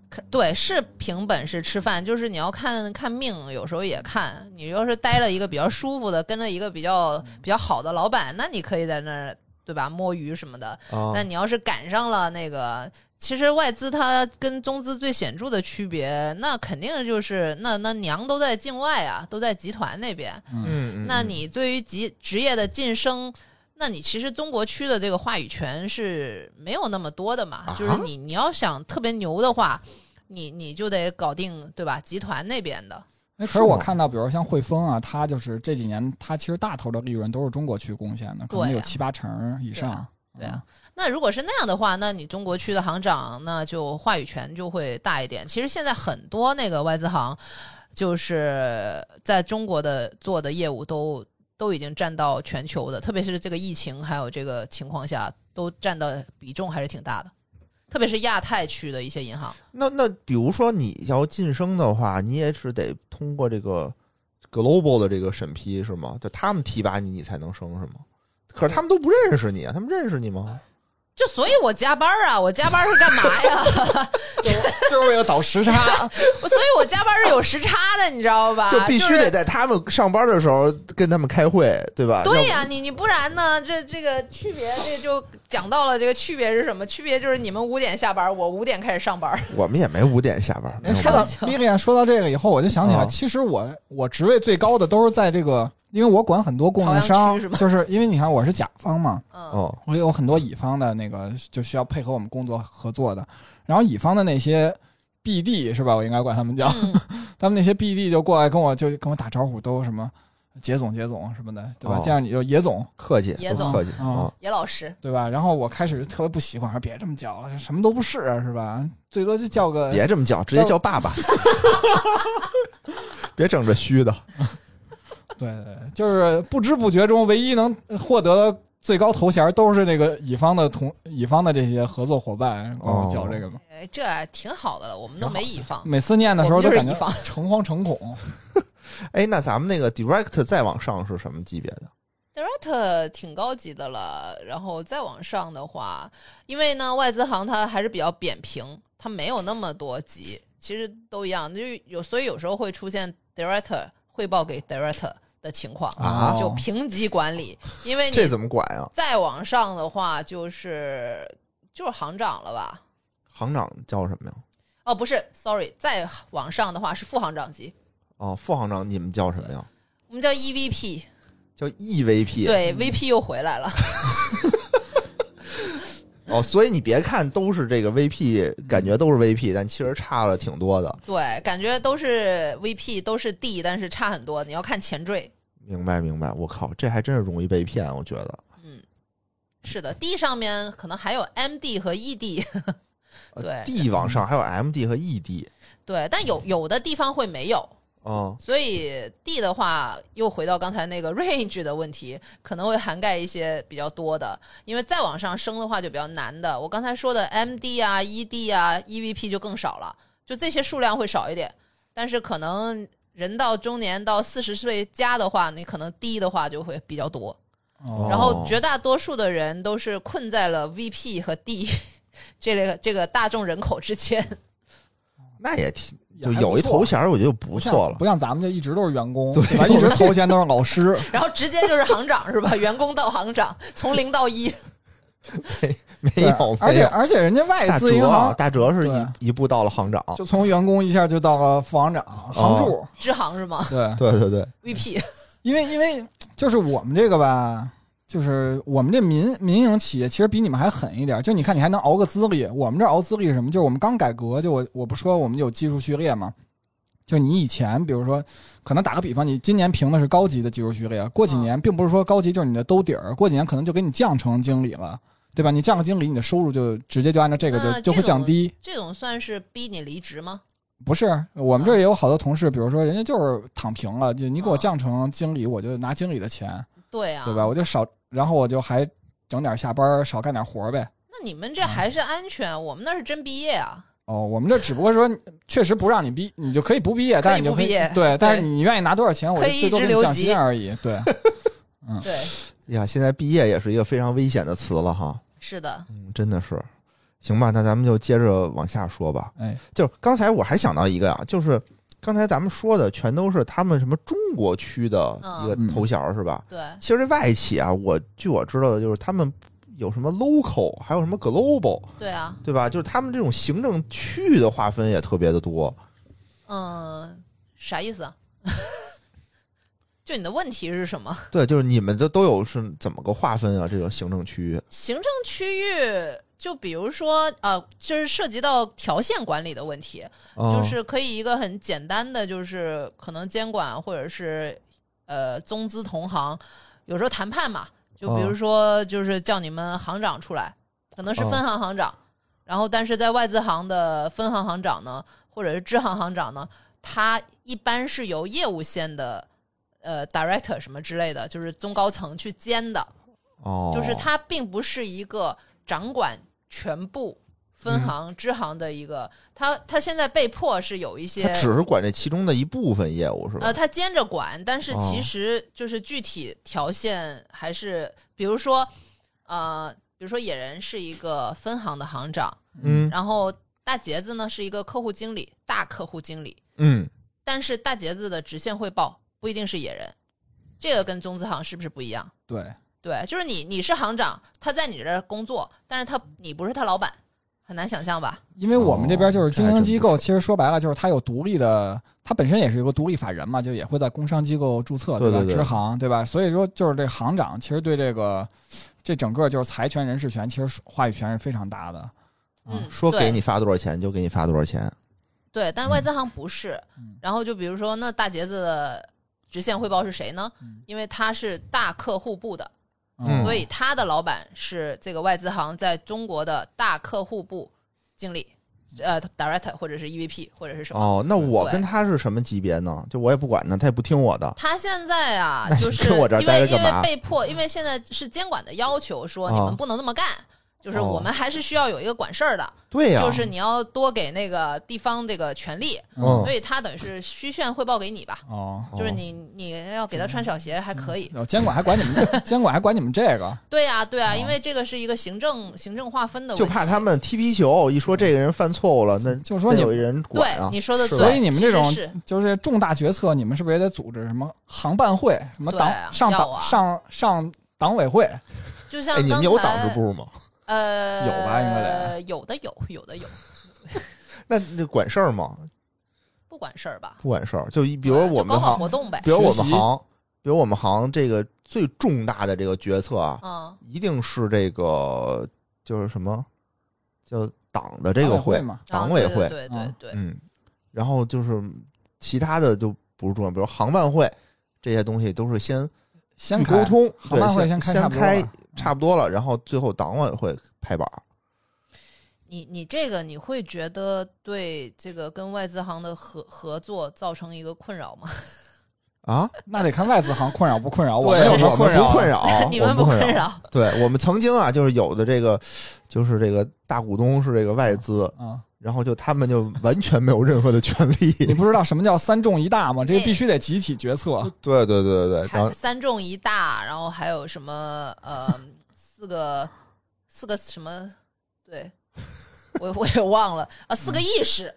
S3: 肯对，是凭本事吃饭，就是你要看看命，有时候也看。你要是待了一个比较舒服的，跟了一个比较比较好的老板，那你可以在那儿，对吧？摸鱼什么的。
S1: 啊
S3: 那你要是赶上了那个，其实外资它跟中资最显著的区别，那肯定就是那那娘都在境外啊，都在集团那边。
S2: 嗯，
S1: 嗯，嗯
S3: 那你对于职职业的晋升，那你其实中国区的这个话语权是没有那么多的嘛？
S1: 啊
S3: 就是你你要想特别牛的话，你你就得搞定对吧？集团那边的，
S2: 哎，可
S1: 是
S2: 是我
S1: 吗
S2: 看到，比如像汇丰啊，它就是这几年，它其实大头的利润都是中国区贡献的，可能
S3: 对
S2: 有
S3: 啊
S2: 七八成以
S3: 对
S2: 上
S3: 啊。对啊那如果是那样的话，那你中国区的行长那就话语权就会大一点。其实现在很多那个外资行，就是在中国的做的业务都都已经占到全球的，特别是这个疫情还有这个情况下，都占的比重还是挺大的。特别是亚太区的一些银行，
S1: 那那比如说你要晋升的话，你也是得通过这个 global 的这个审批是吗？就他们提拔你，你才能升是吗？可是他们都不认识你啊，他们认识你吗？
S3: 就所以我加班儿啊，我加班儿是干嘛呀？
S2: 就是为了倒时 差。
S3: 我所以我加班儿是有时差的，你知道吧？
S1: 就必须
S3: 啊是
S1: 得在他们上班的时候跟他们开会，对吧？
S3: 对呀、你你不然呢？这这个区别，这就讲到了这个区别是什么？区别就是你们五点下班，我五点开始上班。
S1: 要不我们也没五点下班，没
S2: 哎，
S1: 有
S2: 说到 Lilian 说到这个以后，我就想起来，
S1: 啊
S2: 其实我我职位最高的都是在这个，因为我管很多供应
S3: 朝阳
S2: 商
S3: 区是，吧
S2: 就是因为你看我是甲方嘛，
S3: 嗯，
S1: 哦，
S2: 我有很多乙方的那个就需要配合我们工作合作的，然后乙方的那些 BD 是吧？我应该管他们叫，
S3: 嗯
S2: 他们那些 BD 就过来跟我就跟我打招呼，都什么杰总、杰总什么的，对吧？
S1: 哦
S2: 见着你就野总，
S1: 客气，
S3: 野
S1: 不
S3: 总
S1: 客气啊、
S2: 嗯
S1: 哦
S3: 野老师，
S2: 对吧？然后我开始特别不习惯，我说别这么叫，什么都不是，是吧？最多就叫个
S1: 别这么叫，直接
S2: 叫
S1: 叫爸 爸，别整这虚的。
S2: 对对，对就是不知不觉中，唯一能获得最高头衔都是那个乙方的同乙方的这些合作伙伴管我
S1: 哦
S2: 叫这个嘛。
S3: 哎这挺好的了，我们都没乙
S1: 嗯
S3: 方。
S2: 每次念的时候都
S3: 我们就是
S2: 感觉
S3: 乙方
S2: 诚惶诚恐，
S1: 哎，那咱们那个 direct 再往上是什么级别的？
S3: Direct 挺高级的了，然后再往上的话，因为呢外资行它还是比较扁平，它没有那么多级，其实都一样，就是有所以有时候会出现 Director 汇报给 Director 的情况
S1: 啊
S3: 就评级管理，因为你
S1: 这怎么管啊？
S3: 再往上的话，就是就是行长了吧？
S1: 行长叫什么呀？
S3: 哦，不是，sorry，再往上的话是副行长级，
S1: 哦，副行长，你们叫什么呀？
S3: 我们叫 EVP，
S1: 叫 E EVP。，
S3: 对，VP 又回来了。
S1: 哦，所以你别看都是这个 VP，感觉都是 VP，但其实差了挺多的。
S3: 对，感觉都是 VP，都是 D，但是差很多。你要看前缀，
S1: 明白，明白。我靠，这还真是容易被骗，我觉得。
S3: 是的，D 上面可能还有 MD 和 E ED，
S1: 呃
S3: 对
S1: ，D 往上还有 MD 和 E ED。
S3: 对，但有有的地方会没有。
S1: 哦，
S3: 所以 D 的话，又回到刚才那个 range 的问题，可能会涵盖一些比较多的，因为再往上升的话就比较难的。我刚才说的 MD 啊、ED 啊、EVP 就更少了，就这些数量会少一点。但是可能人到中年到四十岁加的话，你可能 D 的话就会比较多。
S2: 哦
S3: 然后
S1: 哦
S3: 绝大多数的人都是困在了 VP 和 D 这类这个大众人口之间。
S1: 那也挺，
S2: 也
S1: 就
S2: 还
S1: 有一
S2: 不错
S1: 头衔，我觉得就不
S2: 不像
S1: 错了
S2: 不。像咱们这一直都是员工，对 吧？一直头衔都是老师，
S3: 然后直接就是行长是吧？员工到行长，从零到一。
S1: 没
S2: 对
S1: 有，
S2: 而
S1: 没
S2: 且
S1: 有。
S2: 而且人家外
S1: 哎大
S2: 资银
S1: 哲啊，
S2: 行
S1: 大哲是
S2: 对
S1: 一一步到了行长。
S2: 就从员工一下就到了副行长、行
S1: 哦
S2: 柱，
S3: 支行是吗
S2: 对，
S1: 对对对，
S3: ？VP
S2: 因为因为就是我们这个吧。就是我们这民民营企业其实比你们还狠一点，就你看你还能熬个资历，我们这熬资历是什么？就是我们刚改革，就我我不说我们有技术序列嘛，就你以前比如说，可能打个比方，你今年评的是高级的技术序列，过几
S3: 嗯
S2: 年并不是说高级就是你的兜底儿，过几年可能就给你降成经理了，对吧？你降个经理，你的收入就直接就按照这个
S3: 那
S2: 就
S3: 这
S2: 就会降
S3: 种
S2: 低。
S3: 这种算是逼你离职吗？
S2: 不是，我
S3: 嗯
S2: 们这儿也有好多同事，比如说人家就是躺平了，就你给我降成经理，我就拿经理的钱，
S3: 对啊，
S2: 对吧？我就少，然后我就还整点下班儿，少干点活儿呗。
S3: 那你们这还是安全，我们那是真毕业啊。
S2: 哦，我们这只不过说你确实不让你毕，你就可以不毕业，但是你就
S3: 不毕业
S2: 对，但是
S3: 对
S2: 你愿意拿多少钱，我
S3: 可
S2: 就最
S3: 以
S2: 多
S3: 一直
S2: 给你
S3: 留
S2: 降
S3: 级
S2: 薪而已。对，
S3: 对，
S1: 哎呀，现在毕业也是一个非常危险的词了哈。
S3: 是的，
S1: 嗯，真的是。行吧，那咱们就接着往下说吧。
S2: 哎，
S1: 就是刚才我还想到一个呀，就是刚才咱们说的全都是他们什么中国区的一个
S2: 嗯
S1: 头衔是吧？
S3: 对，
S1: 其实这外企啊，我据我知道的就是他们有什么 local，还有什么 global，
S3: 对啊，
S1: 对吧？就是他们这种行政区域的划分也特别的多。
S3: 嗯，啥意思啊？ 就你的问题是什么？
S1: 对，就是你们这都有是怎么个划分啊？这种行政区域？
S3: 行政区域，就比如说，呃，就是涉及到条线管理的问题，就
S1: 嗯
S3: 是可以一个很简单的，就是可能监管或者是呃中资同行，有时候谈判嘛，就比如说就是叫你们行长出来，可能是分行行长，然后但是在外资行的分行行长呢，或者是支行行长呢，他一般是由业务线的呃 director 什么之类的，就是中高层去监的，
S1: 哦，
S3: 就是它并不是一个掌管全部分
S1: 嗯
S3: 行支行的一个，它它现在被迫是有一些
S1: 他只是管这其中的一部分业务是吧？
S3: 呃，它兼着管，但是
S1: 哦
S3: 其实就是具体条线还是，比如说呃，比如说野人是一个分行的行长，
S1: 嗯
S3: 然后大杰子呢是一个客户经理，大客户经理，
S1: 嗯，
S3: 但是大杰子的直线汇报不一定是野人，这个跟中资行是不是不一样？
S2: 对，
S3: 对，就是你，你是行长，他在你这儿工作，但是他你不是他老板，很难想象吧？
S2: 因为我们这边就
S1: 哦这
S2: 是经
S1: 还
S2: 营
S1: 真
S2: 机
S1: 不
S2: 构，其实说白了就是它有独立的，它本身也是一个独立法人嘛，就也会在工商机构注册，
S1: 对
S2: 吧？
S1: 对对
S2: 支行，对吧？所以说就是这行长其实对这个这整个就是财权、人事权，其实话语权是非常大的。
S3: 嗯，
S1: 啊说给
S3: 对
S1: 你发多少钱就给你发多少钱。
S3: 对，但外资行不是。
S2: 嗯
S3: 然后就比如说，那大杰子的直线汇报是谁呢
S2: 嗯？
S3: 因为他是大客户部的，
S1: 嗯
S3: 所以他的老板是这个外资行在中国的大客户部经理，呃，director 或者是 EVP 或者是什么。
S1: 哦，那我
S3: 对
S1: 跟他是什么级别呢？就我也不管他，他也不听我的。
S3: 他现在啊
S1: 那，你
S3: 就是
S1: 跟我这儿
S3: 因
S1: 待
S3: 为
S1: 着
S3: 因
S1: 干嘛
S3: 为被迫，因为现在是监管的要求，说
S1: 哦
S3: 你们不能这么干，就是
S1: 哦
S3: 我们还是需要有一个管事儿的，
S1: 对呀、
S3: 就是你要多给那个地方这个权利，
S1: 嗯
S3: 所以他等于是虚线汇报给你吧，
S2: 哦，
S1: 哦嗯
S3: 就是你你要给他穿小鞋还可以，
S2: 有哦监管还管你们这，监管还管你们这个，
S3: 对呀、对呀、
S2: 哦
S3: 因为这个是一个行政行政划分的
S1: 就
S3: 问题，
S1: 怕他们踢皮球，一说这个人犯错误了，那
S2: 就说你
S1: 真有一人管啊
S3: 对，你说的
S1: 是
S3: 对，
S1: 吧
S2: 所以你们这种
S3: 其实是
S2: 就是重大决策，你们是不是也得组织什么行办会、什么
S3: 对
S2: 党
S3: 啊
S2: 上
S3: 要
S2: 党、
S3: 啊
S2: 上上党委会？
S3: 就
S1: 哎，
S3: 像
S1: 你们
S3: 刚才
S1: 有党支部吗？
S3: 呃
S2: 有吧应该得
S3: 有的有，有的有，
S1: 那那管事儿吗？
S3: 不管事儿吧，
S1: 不管事儿，就一比
S3: 比
S1: 如我们
S3: 搞搞
S1: 行，
S3: 活动呗
S1: 比，如我
S2: 学
S1: 们
S2: 习
S1: 行，比如我们行这个最重大的这个决策啊，
S3: 嗯。
S1: 一定是这个就是什么叫党的这
S2: 党
S1: 个
S2: 委会
S1: 会
S2: 嘛，
S1: 党委会，
S3: 啊
S2: 嗯
S3: 对对对对对，
S1: 嗯，然后就是其他的就不是重要，比如行办会这些东西都是先
S2: 先
S1: 去
S2: 开
S1: 沟通，
S2: 行
S1: 对，
S2: 办会
S1: 先
S2: 开
S1: 先
S2: 差不多吧
S1: 差不多了，然后最后党委会拍板儿。
S3: 你你这个你会觉得对这个跟外资行的合合作造成一个困扰吗？，
S1: 啊，
S2: 那得看外资行困扰不困扰，我
S1: 对，
S2: 们有
S1: 我
S2: 什么
S1: 们
S2: 困扰
S1: 不
S2: 啊？
S1: 困扰
S3: 你
S1: 哦我
S3: 们
S1: 不
S3: 困
S1: 扰。
S3: 扰？
S1: 对我们曾经啊，就是有的这个，就是这个大股东是这个外资，
S2: 嗯，
S1: 然后就他们就完全没有任何的权利。
S2: 你不知道什么叫三重一大吗？这个
S3: 对
S2: 必须得集体决策。
S1: 对对对对对，然后
S3: 还三重一大，然后还有什么呃四个四个什么？对，我我也忘了啊，四
S1: 嗯
S3: 个意识，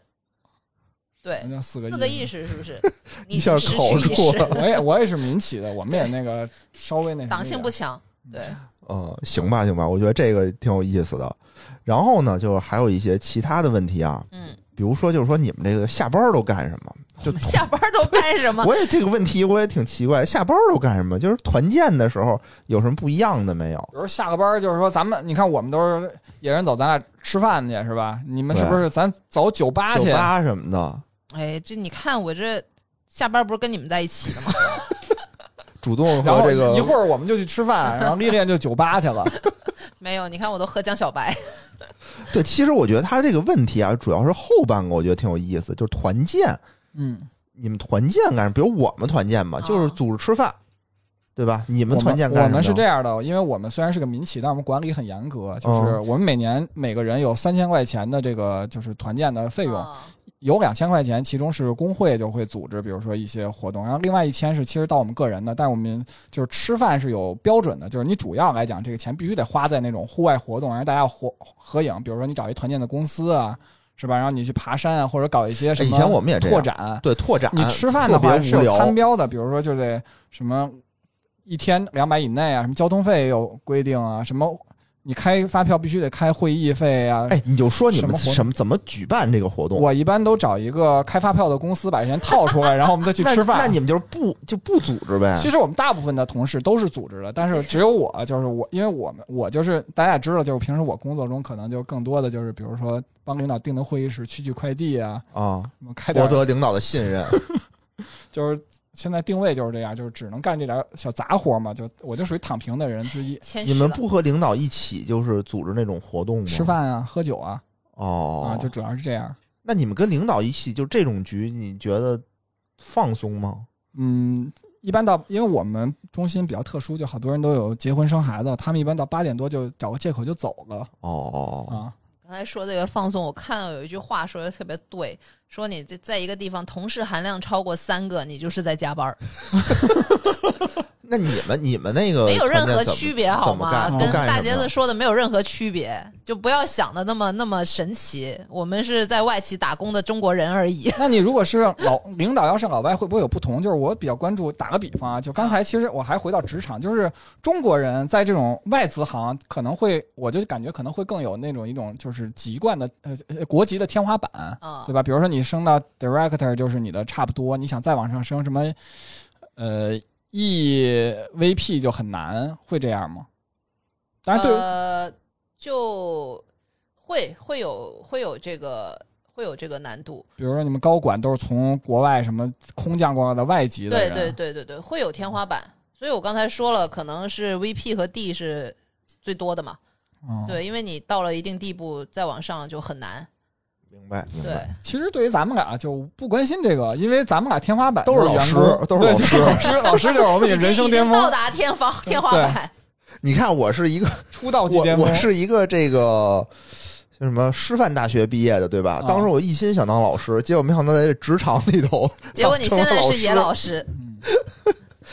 S3: 对
S2: 什，么叫四个
S3: 四个
S2: 意
S3: 意
S2: 识？
S3: 识是不是？
S1: 一
S3: 你
S1: 下
S3: 你失
S1: 考
S3: 去意
S1: 住
S3: 识，
S1: 了，
S2: 我也我也是民企的，我们也那个稍微那什么一点
S3: 党性不强，对，
S1: 嗯，行吧行吧，我觉得这个挺有意思的。然后呢，就是还有一些其他的问题啊，
S3: 嗯，
S1: 比如说就是说你们这个下班儿都干什么？ 就
S3: 下班都干什
S2: 啊
S3: 么？
S1: 我也这个问题我也挺奇怪，下班儿都干什么？就是团建的时候有什么不一样的没有？
S2: 比如下个班儿就是说，咱们你看我们都是野人走，咱俩吃饭去是吧？你们是不是咱走酒吧
S1: 酒
S2: 去？
S1: 吧什么的，
S3: 哎，这你看我这下班不是跟你们在一起的吗？
S1: 主动
S2: 然
S1: 和
S2: 后
S1: 这个
S2: 一会儿我们就去吃饭，然后丽丽就酒吧去了。
S3: 没有，你看我都喝江小白，
S1: 对，其实我觉得他这个问题啊，主要是后半个我觉得挺有意思，就是团建。
S2: 嗯，
S1: 你们团建干什么？比如我们团建吧，
S3: 啊
S1: 就是组织吃饭，对吧？你们
S2: 我
S1: 团建
S2: 我
S1: 干什么？
S2: 们是这样的，因为我们虽然是个民企，但我们管理很严
S1: 哦哎
S2: 格，就是我们每年每个人有三千块钱的这个就是团建的费用，
S3: 嗯
S2: 有两千块钱，其中是工会就会组织，比如说一些活动，然后另外一千是其实到我们个人的，但我们就是吃饭是有标准的，就是你主要来讲这个钱必须得花在那种户外活动，然后大家合合影，比如说你找一团建的公司啊，是吧？然后你去爬山啊，或者搞一些什
S1: 哎
S2: 么
S1: 以前我们也这样
S2: 拓展，
S1: 对拓展，
S2: 你吃饭的
S1: 特
S2: 话
S1: 别
S2: 是
S1: 无
S2: 有
S1: 聊
S2: 餐标的，比如说就得什么一天两百以内啊，什么交通费也有规定啊，什么你开发票必须得开会议费啊。
S1: 哎，你就说你
S2: 什
S1: 们
S2: 么活动
S1: 什么怎么举办这个活动？
S2: 我一般都找一个开发票的公司把这钱套出来，然后我们再去
S1: 那
S2: 吃饭。
S1: 那你们就是不就不组织呗？
S2: 其实我们大部分的同事都是组织的，但是只有我就是我，因为我们我就是大家也知道，就是平时我工作中可能就更多的就是比如说帮领导订订会议室、取取快递啊，
S1: 啊，
S2: 什么开点
S1: 博得领导的信任。
S2: 就是现在定位就是这样，就是只能干这点小杂活嘛，就我就属于躺平的人之一，
S3: 谦虚
S1: 你们
S3: 了
S1: 不和领导一起就是组织那种活动吗？
S2: 吃饭啊、喝酒啊啊，
S1: 哦，
S2: 就主要是这样。
S1: 那你们跟领导一起就这种局，你觉得放松吗？
S2: 嗯，一般到因为我们中心比较特殊，就好多人都有结婚生孩子，他们一般到八点多就找个借口就走了
S1: 哦，
S2: 啊。
S3: 刚才说这个放松，我看到有一句话说的特别对，说你这在一个地方同事含量超过三个，你就是在加班儿，
S1: 那你们你们那个
S3: 没有任
S1: 团建
S3: 何
S1: 怎么
S3: 区别好
S1: 怎么
S3: 吗？
S1: 干？
S3: 跟
S1: 都干
S3: 大
S1: 什么
S3: 杰
S1: 呀
S3: 子说的没有任何区别，就不要想的那么那么神奇。我们是在外企打工的中国人而已。
S2: 那你如果是让老 领导要是老外，会不会有不同？就是我比较关注，打个比方啊，就刚才其实我还回到职场，就是中国人在这种外资行可能会，我就感觉可能会更有那种一种就是籍贯的呃呃国籍的天花板，
S3: 啊
S2: 对吧？比如说你升到 director 就是你的差不多，你想再往上升什么，呃 EVP 就很难，会这样吗？当然对于，
S3: 呃，就会会有会有这个会有这个难度，
S2: 比如说你们高管都是从国外什么空降过来的外籍的
S3: 对
S2: 人，
S3: 对对对对，会有天花板。所以我刚才说了，可能是 VP 和 D 是最多的嘛，
S2: 嗯、
S3: 对，因为你到了一定地步再往上就很难，
S1: 明白明
S3: 对
S1: 白，。
S2: 其实对于咱们俩就不关心这个，因为咱们俩天花板
S1: 都是老
S2: 员
S1: 师
S2: 工
S1: 都是
S2: 对
S1: 老师
S2: 对老师，老师就是 我们也
S3: 已经
S2: 人生
S3: 已
S2: 巅
S3: 经到
S2: 峰，
S3: 达天方天花板，
S1: 你看我是一个
S2: 出道即
S1: 我
S2: 巅峰
S1: 我。是一个这个叫什么师范大学毕业的，对吧？
S2: 啊
S1: 当时我一心想当老师，结果没想到在这职场里头，
S3: 结果你现在是野老师。
S2: 嗯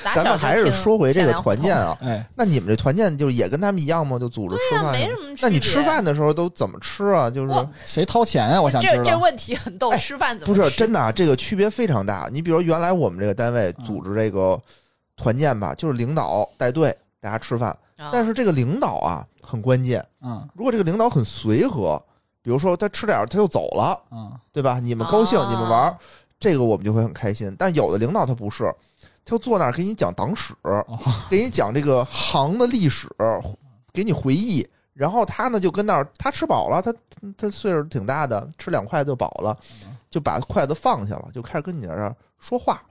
S3: 打小
S1: 咱
S3: 就
S1: 们还是
S3: 听
S1: 说回这
S3: 钱
S1: 个
S3: 粮
S1: 团
S3: 胡
S1: 建
S3: 同，
S1: 啊。
S2: 哎，
S1: 那你们这团建就是也跟他们一样吗？就组织吃
S3: 那
S1: 饭
S3: 没
S1: 什么？
S3: 什么区别。
S1: 那你吃饭的时候都怎么吃啊？就是
S3: 我
S2: 谁掏钱啊？我想知
S3: 这这
S2: 道。
S3: 问题很逗，
S1: 哎
S3: 吃饭怎
S1: 不
S3: 么
S1: 是
S3: 吃
S1: 真的啊？这个区别非常大。你比如原来我们这个单位
S2: 嗯
S1: 组织这个团建吧，就是领导带队大家吃饭，
S3: 嗯啊
S1: 但是这个领导啊很关键。
S2: 嗯
S1: 如果这个领导很随和，比如说他吃点儿他就走了，
S2: 嗯，
S1: 对吧？你们高兴，
S3: 啊
S1: 你们玩儿，这个我们就会很开心。但有的领导他不是，他就坐那儿给你讲党史，给你讲这个行的历史，给你回忆。然后他呢就跟那儿，他吃饱了，他他岁数挺大的，吃两筷子就饱了，就把筷子放下了，就开始跟你在这儿说话。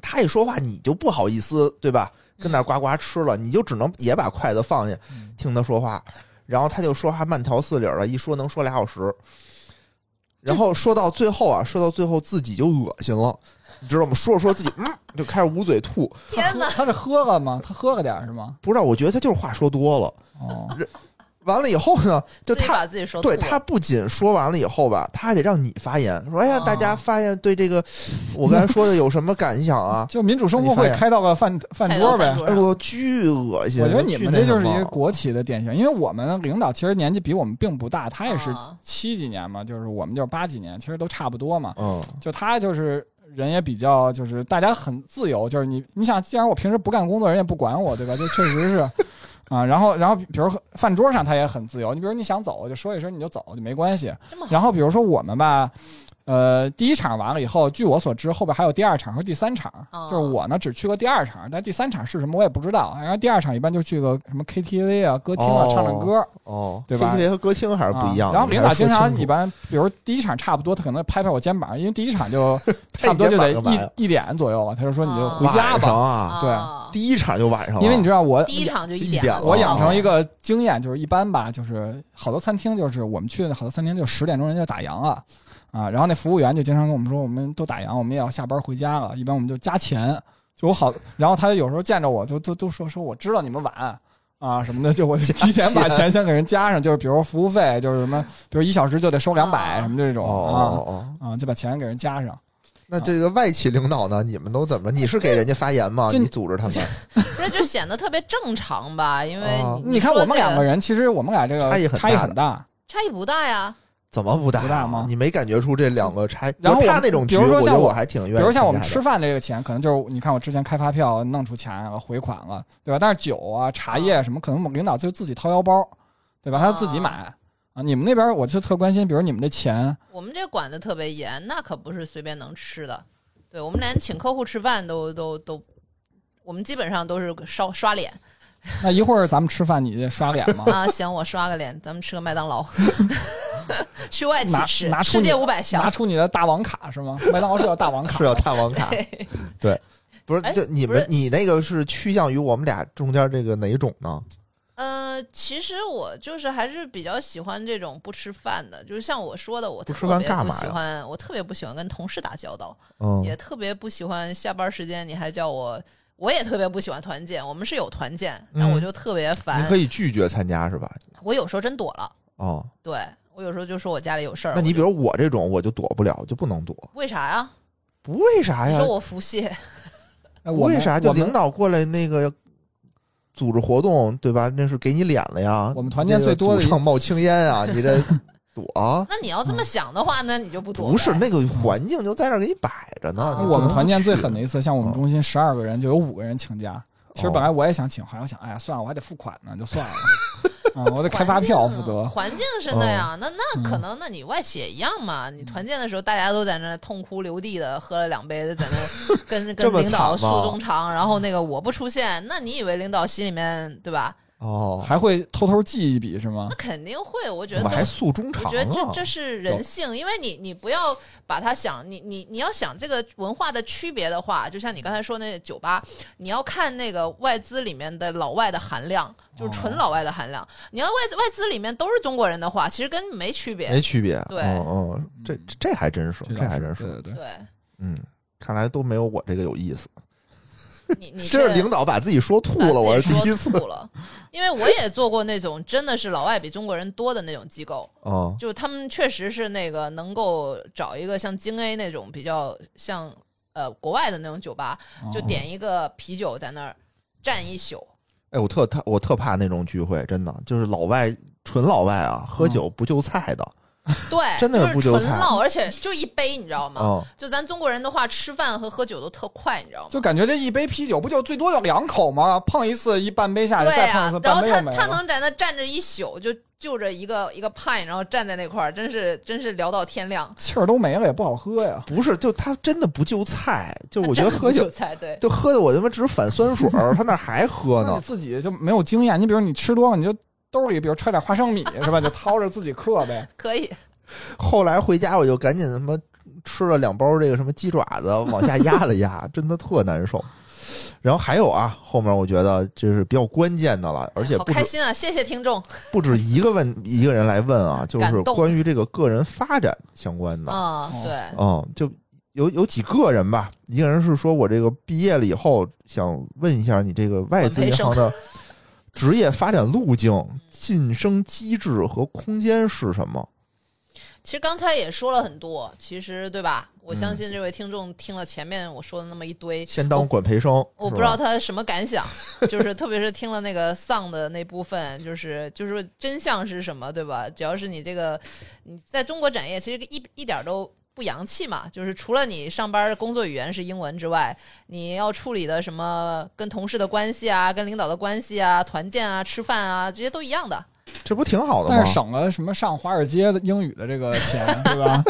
S1: 他一说话，你就不好意思，对吧？跟那儿呱呱吃了，你就只能也把筷子放下，听他说话。然后他就说话慢条斯理儿的，一说能说俩小时。然后说到最后啊，说到最后自己就恶心了，你知道吗？说着说着自己，嗯，就开始捂嘴吐。
S3: 天哪
S2: 他，他是喝了吗？他喝了点儿是吗？
S1: 不知道，我觉得他就是话说多了。
S2: 哦，？
S1: 完了以后呢，就
S3: 自己
S1: 他
S3: 把自己说
S1: 对
S3: 吐了
S1: 他不仅说完了以后吧，他还得让你发言，说哎呀，
S3: 哦
S1: 大家发言对这个我刚才说的有什么感想啊
S2: 就民主生活
S1: 你发
S2: 会
S1: 现
S2: 开到个饭饭
S3: 太
S2: 桌
S3: 多
S2: 呗
S3: 饭。桌
S1: 哎
S3: 上
S1: 呦，巨恶心！
S2: 我觉得你
S1: 巨
S2: 们
S1: 那
S2: 这就
S1: 什
S2: 是一
S1: 么啊
S2: 个国企的典型，因为我们领导其实年纪比我们并不大，他也是
S3: 啊
S2: 七几年嘛，就是我们就是八几年，其实都差不多嘛。
S1: 嗯，
S2: 就他就是人也比较就是大家很自由，就是你你想，既然我平时不干工作，人也不管我，对吧？就确实是啊。然后然后比如饭桌上他也很自由，你比如你想走就说一声你就走就没关系。
S1: 哎
S3: 这 么好
S2: 然后比如说我们吧。呃，第一场完了以后，据我所知，后边还有第二场和第三场。
S3: 哦
S2: 就是我呢，只去过第二场，但第三场是什么我也不知道。然后第二场一般就去个什么 KTV 啊、歌厅啊、
S1: 哦
S2: 唱唱歌，
S1: 哦，
S2: 对吧
S1: KTV 和歌厅还是不一样的。
S2: 啊然后
S1: 你
S2: 领
S1: 还
S2: 导
S1: 是
S2: 经
S1: 说
S2: 常
S1: 清楚
S2: 一般，比如第一场差不多，他可能拍拍我肩膀，因为第一场就
S1: 拍
S2: 差不多
S1: 你
S2: 就
S1: 肩
S2: 得
S1: 膀 干嘛呀
S2: 一一点左右吧。他就说你就
S3: 啊
S2: 回家
S1: 晚上
S2: 吧，
S1: 啊，
S2: 对
S3: 啊
S1: 第一场就晚上了，
S2: 因为你知道我
S3: 第一场就
S1: 一
S3: 点
S1: 点
S3: 了啊
S1: 了
S2: 我养成一
S3: 个
S2: 个经验，就是一般吧，就是好多餐厅就是我们去的好多餐厅就十点钟人家就打烊了啊，然后那服务员就经常跟我们说，我们都打烊，我们也要下班回家了，一般我们就加钱，就我好，然后他有时候见着我就都都说说我知道你们晚。啊什么的，就我得提前把钱先给人加上，就是比如服务费，就是什么，比如一小时就得收两百
S3: 啊
S2: 什么这
S1: 哦
S2: 种啊
S1: 哦哦，
S2: 啊，就把钱给人加上。
S1: 那这个外企领导呢？你们都怎么了？你是给人家发言吗？
S2: 就
S1: 你组织他们
S3: 不是就显得特别正常 吧？因为
S1: 哦
S2: 你看
S3: 说
S2: 我们
S3: 这
S2: 两个人，其实我们俩这个
S1: 差异很
S2: 差异
S1: 大
S2: 很大。
S3: 差异不大呀，
S1: 怎么不大啊
S2: 不大吗
S1: 你没感觉出这两个差？
S2: 然后
S1: 不是
S2: 我
S1: 他那种局，
S2: 比如说
S1: 我觉
S2: 像
S1: 得
S2: 我
S1: 我还挺愿意。
S2: 比如像我们吃，饭这个钱，可能就是你看我之前开发票弄出钱了，回款了，对吧？但是酒啊、茶叶什么，可能我们领导就自己掏腰包，对吧？他自己买啊。你们那边我就特关心，比如你们这钱，
S3: 我们这管的特别严，那可不是随便能吃的。对我们连请客户吃饭都都都，我们基本上都是刷刷脸
S2: 那一会儿咱们吃饭你刷脸 吗？
S3: 啊。行，我刷个脸，咱们吃个麦当劳，去外企
S2: 拿
S3: 吃
S2: 拿，出
S3: 世
S2: 你
S3: 界五百
S2: 拿
S3: 强。
S2: 出你的大王卡是吗？麦当劳是叫大王 卡
S1: 是要探王卡，
S3: 对
S1: 不是
S3: 哎？
S1: 就你
S3: 不
S1: 们
S3: 是
S1: 你那个是趋向于我们俩中间这个哪种呢？
S3: 呃，其实我就是还是比较喜欢这种不吃饭的，就是像我说的，我
S1: 不
S3: 特
S1: 吃饭
S3: 别
S1: 干
S3: 不
S1: 嘛
S3: 喜
S1: 呀
S3: 欢，我特别不喜欢跟同事打交道，
S1: 嗯，
S3: 也特别不喜欢下班时间你还叫我，我也特别不喜欢团建。我们是有团建，但
S1: 嗯
S3: 我就特别
S1: 你
S3: 烦。
S1: 可以拒绝参加是吧？
S3: 我有时候真躲了，
S1: 哦，
S3: 对我有时候就说我家里有事儿。
S1: 那你
S3: 我
S1: 比
S3: 就
S1: 如我这种，我就躲不了，就不能躲。
S3: 为啥呀？
S1: 不为啥
S3: 你
S1: 呀
S3: 说？我腹泻，
S2: 哎
S1: 不
S2: 我们
S1: 为啥？就
S2: 我们
S1: 领导过来那个组织活动，对吧？那是给你脸了呀。
S2: 我们团建
S1: 那个
S2: 最多的
S1: 祖
S2: 一
S1: 上冒青烟啊，你 这躲啊？
S3: 那你要这么想的话，那你就不躲呗。
S1: 不是那个环境就在那儿给你摆着呢。
S3: 啊
S1: 你
S2: 哎我
S1: 不能
S2: 们团建最
S1: 去
S2: 狠的一次，像
S1: 哦
S2: 我们中心十二个人就有五个人请假。其实本来我也想请，后来我想，哎呀，算了，我还得付款呢，就 算了。啊，我得开发票负责。
S3: 环境是那样，那那
S2: 嗯
S3: 可能，那你外企也一样嘛。你
S1: 嗯
S3: 团建的时候，大家都在那痛哭流涕的，喝了两杯，在 那跟
S1: 这
S3: 跟
S1: 么
S3: 领导诉
S1: 惨吗
S3: 衷肠，然后那个我不出现，那你以为领导心里面对吧？
S1: 哦，
S2: 还会偷偷记一笔是吗
S3: 那？肯定会，我觉
S1: 怎
S3: 得
S1: 么还诉衷肠
S3: 我
S1: 啊？
S3: 觉得这这是人性，因为你你不要把它想你你你要想这个文化的区别的话，就像你刚才说那酒吧，你要看那个外资里面的老外的含量，就是
S1: 哦
S3: 纯老外的含量。你要外资外资里面都是中国人的话，其实跟没区别。
S1: 没区别。
S3: 对
S1: 嗯嗯，这这这还真是，这
S2: 倒
S1: 还
S2: 是
S1: 真
S2: 对
S1: 是，
S2: 对对。
S3: 对
S1: 嗯。看来都没有我这个有意思，
S3: 你你
S1: 这是领导把自己说吐
S3: 把
S1: 了，我
S3: 自
S1: 是第
S3: 己
S1: 一
S3: 说
S1: 次
S3: 吐了，因为我也做过那种真的是老外比中国人多的那种机构，
S1: 啊
S3: 就他们确实是那个能够找一个像京 A 那种比较像呃国外的那种酒吧，
S2: 哦
S3: 就点一个啤酒在那儿站一宿。
S1: 哎，我特他我特怕那种聚会，真的就是老外纯老外啊，喝
S2: 嗯
S1: 酒不就菜的，
S3: 对，
S1: 真的是不
S3: 就
S1: 纠
S3: 是纯
S1: 缠
S3: 老，而且就一杯，你知道吗？
S1: 嗯，
S3: 就咱中国人的话，吃饭和喝酒都特快，你知道吗？
S2: 就感觉这一杯啤酒不就最多就两口吗？碰一次一半杯下去，
S3: 对
S2: 再
S3: 呀、
S2: 碰一次
S3: 然
S2: 半
S3: 后
S2: 杯又
S3: 他
S2: 没
S3: 他
S2: 了。
S3: 能在那站着一宿，就就着一个一个 pine，然后站在那块儿，真是真是聊到天亮。
S2: 气儿都没了，也不好喝呀。
S1: 不是，就他真的不就菜，就是我觉得喝酒
S3: 韭菜对，
S1: 就喝的我他妈只反酸水 儿，他那还喝
S2: 那你
S1: 呢，
S2: 自己就没有经验，你比如你吃多了，你就兜里比如揣点花生米 是吧？就掏着自己嗑呗。
S3: 可以。
S1: 后来回家我就赶紧他妈吃了两包这个什么鸡爪子，往下压了 压，真的特难受。然后还有啊，后面我觉得这是比较关键的了，而且
S3: 好
S1: 不
S3: 开
S1: 止
S3: 心啊！谢谢听众。
S1: 不止一个问一个人来问啊，就是
S3: 感动
S1: 关于这个个人发展相关的，
S3: 嗯，对，
S1: 嗯，就有有几个人吧，一个人是说我这个毕业了以后想问一下你这个外资银行的职业发展路径、晋升机制和空间是什么？
S3: 其实刚才也说了很多，其实对吧？我相
S1: 嗯
S3: 信这位听众听了前面我说的那么一堆，
S1: 先当管培生，
S3: 我
S1: 是吧
S3: 不知道他什么感想，就是特别是听了那个丧的那部分，就是就是真相是什么，对吧？只要是你这个你在中国展业，其实一一点都不洋气嘛，就是除了你上班工作语言是英文之外，你要处理的什么跟同事的关系啊、跟领导的关系啊、团建啊、吃饭啊，这些都一样的。
S1: 这不挺好的吗？
S2: 但是省了什么上华尔街的英语的这个钱，对吧？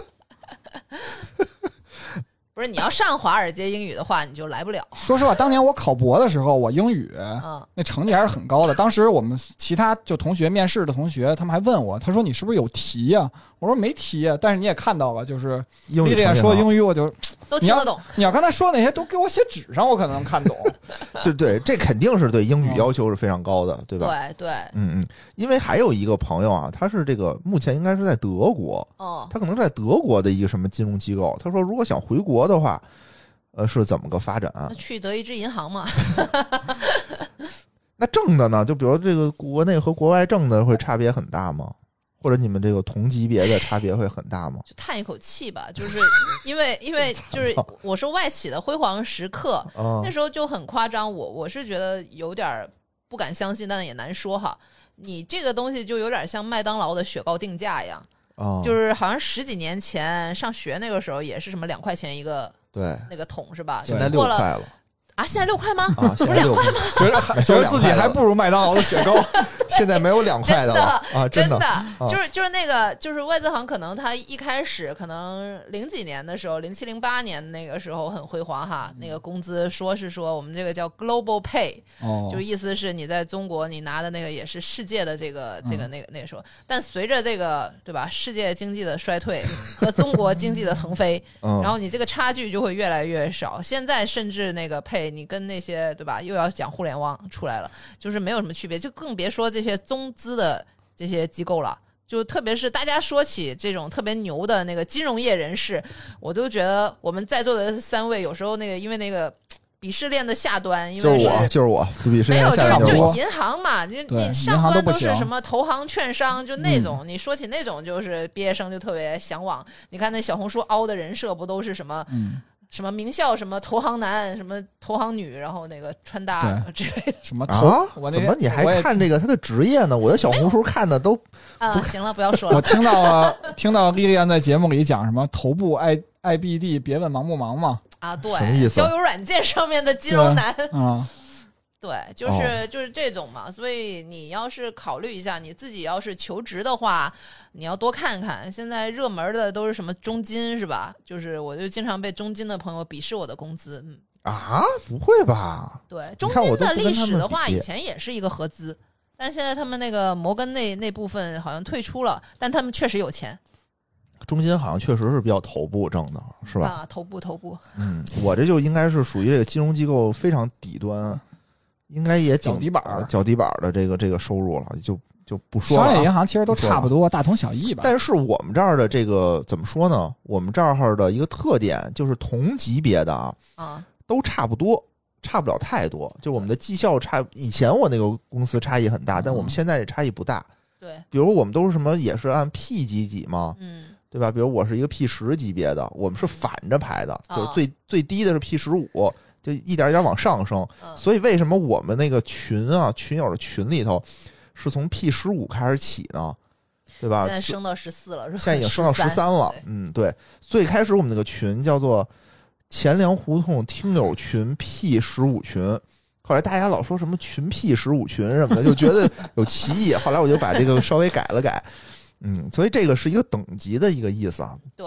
S3: 不是你要上华尔街英语的话，你就来不了。
S2: 说实话，当年我考博的时候，我英语
S1: 啊
S3: 嗯，
S2: 那成绩还是很高的。当时我们其他就同学面试的同学，他们还问我，他说你是不是有题呀、我说没题呀、但是你也看到了，就是
S1: 英
S2: 丽
S1: 语
S2: 丽
S1: 成绩
S2: 说
S1: 好
S2: 英语，我就
S3: 都听得懂。
S2: 你要刚才说那些都给我写纸上，我可能 看懂。
S1: 对对，这肯定是对英语
S2: 嗯
S1: 要求是非常高的，对吧？
S3: 对对，
S1: 嗯嗯，因为还有一个朋友啊，他是这个目前应该是在德国，
S3: 哦，
S1: 他可能在德国的一个什么金融机构，他说如果想回国的话，呃，是怎么个发展？
S3: 那去德意志银行嘛。
S1: 那挣的呢？就比如这个国内和国外挣的会差别很大吗？或者你们这个同级别的差别会很大吗？
S3: 就叹一口气吧，就是 因为因为就是
S1: 惨
S3: 我说外企的辉煌时刻，
S1: 啊
S3: 那时候就很夸张，我我是觉得有点儿不敢相信，但也难说哈。你这个东西就有点像麦当劳的雪糕定价一样，
S1: 啊，
S3: 就是好像十几年前上学那个时候也是什么两块钱一个
S1: 对，
S3: 那个桶是吧？
S1: 现在六
S3: 过
S1: 块
S3: 了
S1: 了
S3: 啊，现在六块吗？
S1: 啊，现
S3: 不是
S1: 在
S3: 两
S1: 六块，
S2: 觉 得还觉得自己还不如麦当劳的雪糕，
S1: 现在没有两块的了啊，
S3: 真
S1: 的
S3: 就是就是那个就是外资行，可能它一开始可能零几年的时候，零七零八年那个时候很辉煌哈，那个工资说是说我们这个叫 global pay，
S2: 哦
S3: 就意思是你在中国你拿的那个也是世界的这个这个
S2: 嗯
S3: 那个那个时候，但随着这个对吧世界经济的衰退和中国经济的腾飞，
S1: 嗯，
S3: 然后你这个差距就会越来越少。现在甚至那个配你跟那些对吧，又要讲互联网出来了，就是没有什么区别，就更别说这些中资的这些机构了。就特别是大家说起这种特别牛的那个金融业人士，我都觉得我们在座的三位有时候那个因为那个鄙视链的下端，因
S1: 就
S3: 为
S1: 是我，就是我，对比身
S3: 没有，
S1: 边
S3: 就
S1: 下
S2: 面
S1: 面就
S3: 是就是
S2: 我
S1: 我
S3: 是银行嘛，你
S2: 对
S3: 你
S2: 银
S3: 上
S2: 行都
S3: 端
S2: 不
S3: 都是
S2: 行
S3: 什么投行、券商，就那种、你说起那种就是毕业生就特别向往。你看那小红书凹的人设不都是什么
S2: 嗯，
S3: 什么名校、什么投行男、什么投行女，然后那个穿搭之类的
S2: 什么头
S1: 啊
S2: 我，那
S1: 怎么你还
S2: 我也
S1: 看这个他的职业呢？我的小红书看的都
S3: 啊？行了，不要说
S2: 我
S3: 了，
S2: 听到了，听到莉莉安在节目里讲什么头部 I I B D，别问盲不盲嘛，
S3: 啊，
S1: 什么意
S3: 对，
S1: 思
S3: 交友软件上面的金融男，
S2: 啊，
S3: 对，
S1: 哦
S3: 就是、就是这种嘛。所以你要是考虑一下，你自己要是求职的话，你要多看看。现在热门的都是什么中金是吧？就是我就经常被中金的朋友鄙视我的工资，嗯。
S1: 啊，不会吧？
S3: 对，中
S1: 看我
S3: 金
S1: 都
S3: 的
S1: 不跟
S3: 历
S1: 他
S3: 史
S1: 们
S3: 的话，
S1: 比
S3: 以前也是一个合资，但现在他们那个摩根那那部分好像退出了，但他们确实有钱
S1: 中金好像确实是比较头部挣的，是吧？
S3: 啊，头部头部，
S1: 嗯，我这就应该是属于这个金融机构非常底端，应该也挺
S2: 脚底板儿
S1: 呃脚底板儿的这个这个收入了，就就不说了
S2: 商业
S1: 啊、
S2: 银行其实都差不多，大同小异吧。
S1: 但是我们这儿的这个怎么说呢？我们这儿的一个特点就是同级别的啊，
S3: 啊，
S1: 都差不多，差不了太多。就我们的绩效差，以前我那个公司差异很大，但我
S2: 嗯
S1: 们现在也差异不大。
S3: 对，
S1: 比如我们都是什么，也是按 P 级几嘛，
S3: 嗯，
S1: 对吧？比如我是一个 P 十级别的，我们是反着排的，
S3: 哦
S1: 就是最最低的是 P 十五，就一点一点往上升。
S3: 嗯
S1: 所以为什么我们那个群啊，群友的群里头是从 P 十五开始起呢？对吧？
S3: 现在
S1: 啊所
S3: 升到十四了，是吧？
S1: 现在已经升到十
S3: 13
S1: 三了
S3: 对。
S1: 嗯，对。最开始我们那个群叫做钱粮胡同听友群 P 十五群，后来大家老说什么群 P 十五群什么的，就觉得有歧义。后来我就把这个稍微改了改。嗯，所以这个是一个等级的一个意思啊。
S3: 对，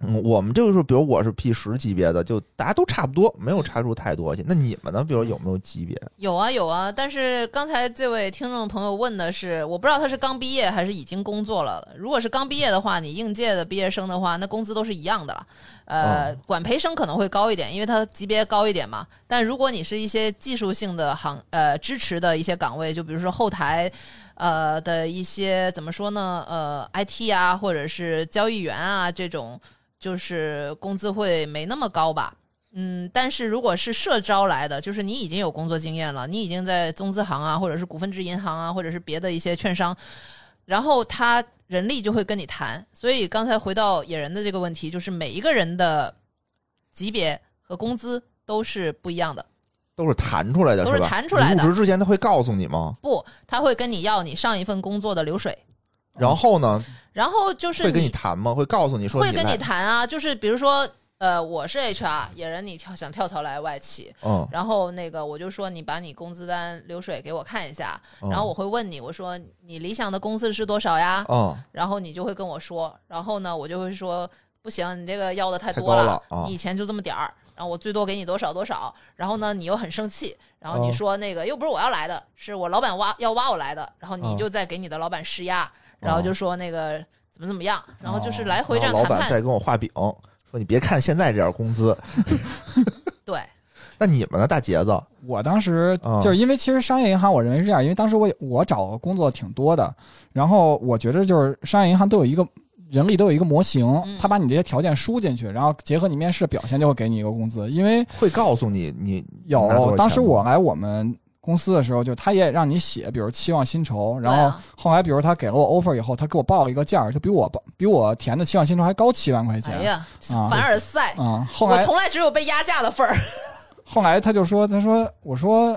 S1: 嗯，我们这个是，比如我是 P 十级别的，就大家都差不多，没有差出太多去。那你们呢？比如有没有级别？
S3: 有啊有啊，但是刚才这位听众朋友问的是，我不知道他是刚毕业还是已经工作了。如果是刚毕业的话，你应届的毕业生的话，那工资都是一样的了。呃，管培生可能会高一点，因为他级别高一点嘛。但如果你是一些技术性的行呃支持的一些岗位，就比如说后台。呃的一些怎么说呢？呃，IT 啊，或者是交易员啊，这种就是工资会没那么高吧。嗯，但是如果是社招来的，就是你已经有工作经验了，你已经在中资行啊，或者是股份制银行啊，或者是别的一些券商，然后他人力就会跟你谈。所以刚才回到野人的这个问题，就是每一个人的级别和工资都是不一样的。
S1: 都是弹出来的，
S3: 都是
S1: 吧？
S3: 弹出来的
S1: 你入职之前他会告诉你吗？
S3: 不，他会跟你要你上一份工作的流水，
S1: 然后呢，
S3: 然后就是
S1: 会跟你谈吗？会告诉你说
S3: 嗯会跟
S1: 来
S3: 你谈啊，就是比如说，呃，我是 HR，野人你跳想跳槽来外企，
S1: 嗯，
S3: 然后那个我就说你把你工资单流水给我看一下，
S1: 嗯
S3: 然
S2: 哦
S3: 后我会问你，我说你理想的工资是多少呀？
S1: 嗯
S3: 然后你就会跟我说，然后呢，我就会说不行，你这个要的太
S1: 太
S3: 多
S1: 高了啊
S3: 你以前就这么点儿，然后我最多给你多少多少，然后呢，你又很生气，然后
S1: 哦
S3: 你说那个、又不是我要来的，是我老板挖要挖我来的，然后
S1: 哦
S3: 你就再给你的老板施压，然后就说那个怎么怎么样，然后就是
S2: 哦
S3: 来回这
S1: 然后
S3: 样
S1: 老
S3: 谈
S1: 板
S3: 判，哎
S1: 再跟我画饼，说你别看现在这点工资，
S3: 对，
S1: 那你们呢，大杰子？
S2: 我当时
S1: 嗯
S2: 就是因为其实商业银行，我认为是这样，因为当时我也我找工作挺多的，然后我觉得就是商业银行都有一个人力都有一个模型，
S3: 嗯
S2: 他把你这些条件输进去，然后结合你面试表现，就会给你一个工资。因为
S1: 会告诉你你。
S2: 有当时我来我们公司的时候，就他也让你写，比如期望薪酬，然
S3: 对
S2: 后
S3: 啊
S2: 后来比如他给了我 offer 以后，他给我报了一个价儿，就比我报比我填的期望薪酬还高七万块
S3: 哎
S2: 钱。
S3: 呀，
S2: 啊
S3: 凡尔赛，
S2: 嗯，后
S3: 我
S2: 来
S3: 从来只有被压价的份儿。
S2: 后来他就说，他说我说，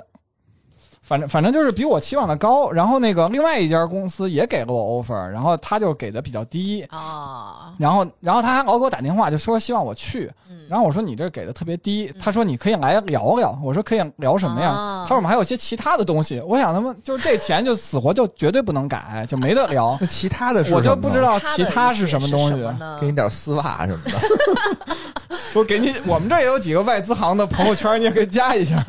S2: 反正反正就是比我期望的高，然后那个另外一家公司也给了我 offer，然后他就给的比较低。
S3: 啊，
S2: 然后，然后他还老给我打电话，就说希望我去。
S3: 嗯，
S2: 然后我说你这给的特别低，他说你可以来聊聊。我说可以聊什么呀？
S3: 啊
S2: 他说我们还有一些其他的东西。我想他们就是这钱就死活就绝对不能改，就没得聊
S1: 那其他的是
S2: 我
S1: 什
S2: 就
S1: 么
S2: 不知道其他
S3: 是
S2: 是什么东西
S3: 什么呢
S1: 给你点丝袜什么的。
S2: 我给你，我们这儿也有几个外资行的朋友圈，你也可以加一下。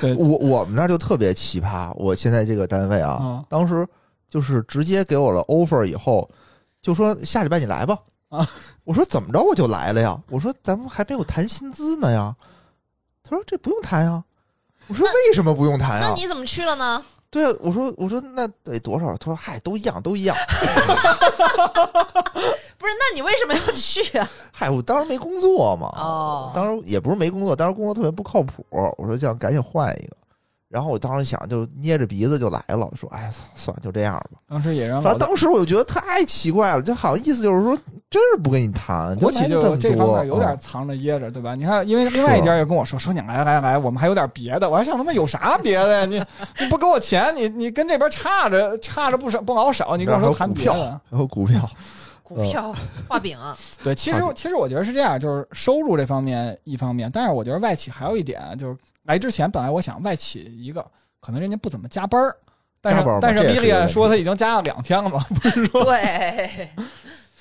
S2: 对，
S1: 我我们那儿就特别奇葩，我现在这个单位啊，
S2: 嗯
S1: 当时就是直接给我了 offer 以后，就说下礼拜你来吧。
S2: 啊，
S1: 我说怎么着我就来了呀？我说咱们还没有谈薪资呢呀。他说这不用谈呀。我说为什么不用谈
S3: 那
S1: 呀？
S3: 你怎么去了呢？
S1: 对啊，我说我说那得多少？他说嗨，都一样都一样。
S3: 不是，那你为什么要去啊？
S1: 嗨，我当时没工作嘛。
S3: 哦
S1: 当时也不是没工作，当时工作特别不靠谱，我说想赶紧换一个。然后我当时想，就捏着鼻子就来了，说：“哎，操算了，就这样吧。
S2: 当时也”让
S1: 反
S2: 老
S1: 正当时我就觉得太奇怪了，就好像意思就是说，真是不跟你谈。
S2: 国企就
S1: 就
S2: 这方面有点
S1: 嗯啊
S2: 藏着掖着，对吧？你看，因为另外一家也跟我说说你来来来，我们还有点别的，我还想他妈有啥别的呀？你你不给我钱，你你跟这边差着差着不少不老少，你跟我说谈
S1: 嗯
S2: 别
S1: 然后还有
S2: 的。
S1: 还有股票，
S3: 股票、画饼啊，
S2: 对，其实
S1: 差别
S2: 其实我觉得是这样，就是收入这方面一方面，但是我觉得外企还有一点，就是来之前本来我想外企一个可能人家不怎么加班儿，但
S1: 加班
S2: 是
S1: 儿嘛
S2: 但是
S1: 这也
S2: 米
S1: 是
S2: 莉
S1: 一个问题
S2: 说他已经加了两天了嘛，
S3: 对，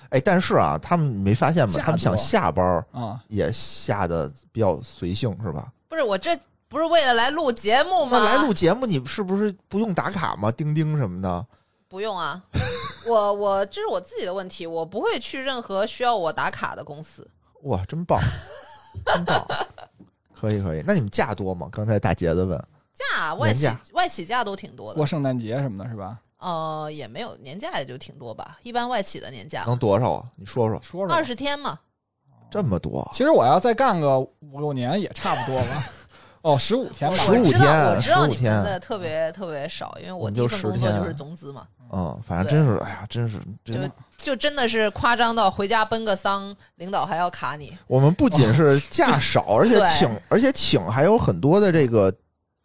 S1: 哎，但是啊，他们你没发现吗？
S2: 价
S1: 他们想
S2: 多
S1: 下班儿
S2: 啊，
S1: 也下的比较随性，是吧？
S3: 不是我这不是为了来录节目吗？
S1: 那来录节目，你是不是不用打卡吗？钉钉什么的？
S3: 不用啊， 我我这是我自己的问题，我不会去任何需要我打卡的公司。
S1: 哇，真棒，真棒！可以可以，那你们假多吗？刚才大杰子问。
S3: 假外企
S1: 年
S3: 外企假都挺多的
S2: 过，圣诞节什么的是吧？
S3: 呃，也没有年假也就挺多吧，一般外企的年假
S1: 能多少啊？你说说，
S2: 说说吧
S3: 二。十天嘛，
S1: 这么多，
S2: 其实我要再干个五六年也差不多了。哦，十五天吧，
S1: 15
S3: 我知道
S1: 天
S3: 我知道
S1: 15
S3: 你
S1: 天
S3: 们的特别特别少，因为
S1: 我
S3: 我
S1: 们
S3: 第一
S1: 就
S3: 份
S1: 10
S3: 工作
S1: 天
S3: 就是中资嘛，
S1: 嗯，反正
S3: 对
S1: 真是，哎呀，真是，真，
S3: 就是就真的是夸张到回家奔个丧，领导还要卡你。
S1: 我们不仅是假 少，而且
S3: 哦对
S1: 请，而且请还有很多的这个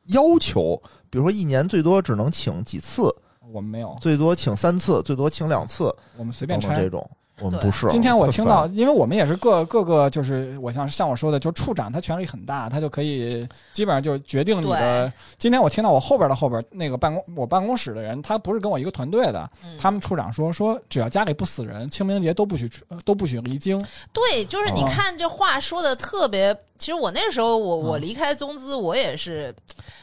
S1: 要求，比如说一年最多只能请几次，
S2: 我们没有，
S1: 最多请三次，最多请两次，
S2: 我们随
S1: 等
S2: 便
S1: 等这
S2: 拆。
S1: 种。我们
S3: 对
S1: 不是。
S2: 今天我听到，
S1: 特
S2: 因为我们也是各各个就是我像像我说的，就处长他权力很大，他就可以基本上就决定你的。今天我听到我后边的后边那个办公我办公室的人，他不是跟我一个团队的，
S3: 嗯，
S2: 他们处长说说只要家里不死人，清明节都不许出呃都不许离京。
S3: 对，就是你
S2: 哦
S3: 看这话说的特别。其实我那时候我我
S2: 嗯
S3: 离开中资，我也是，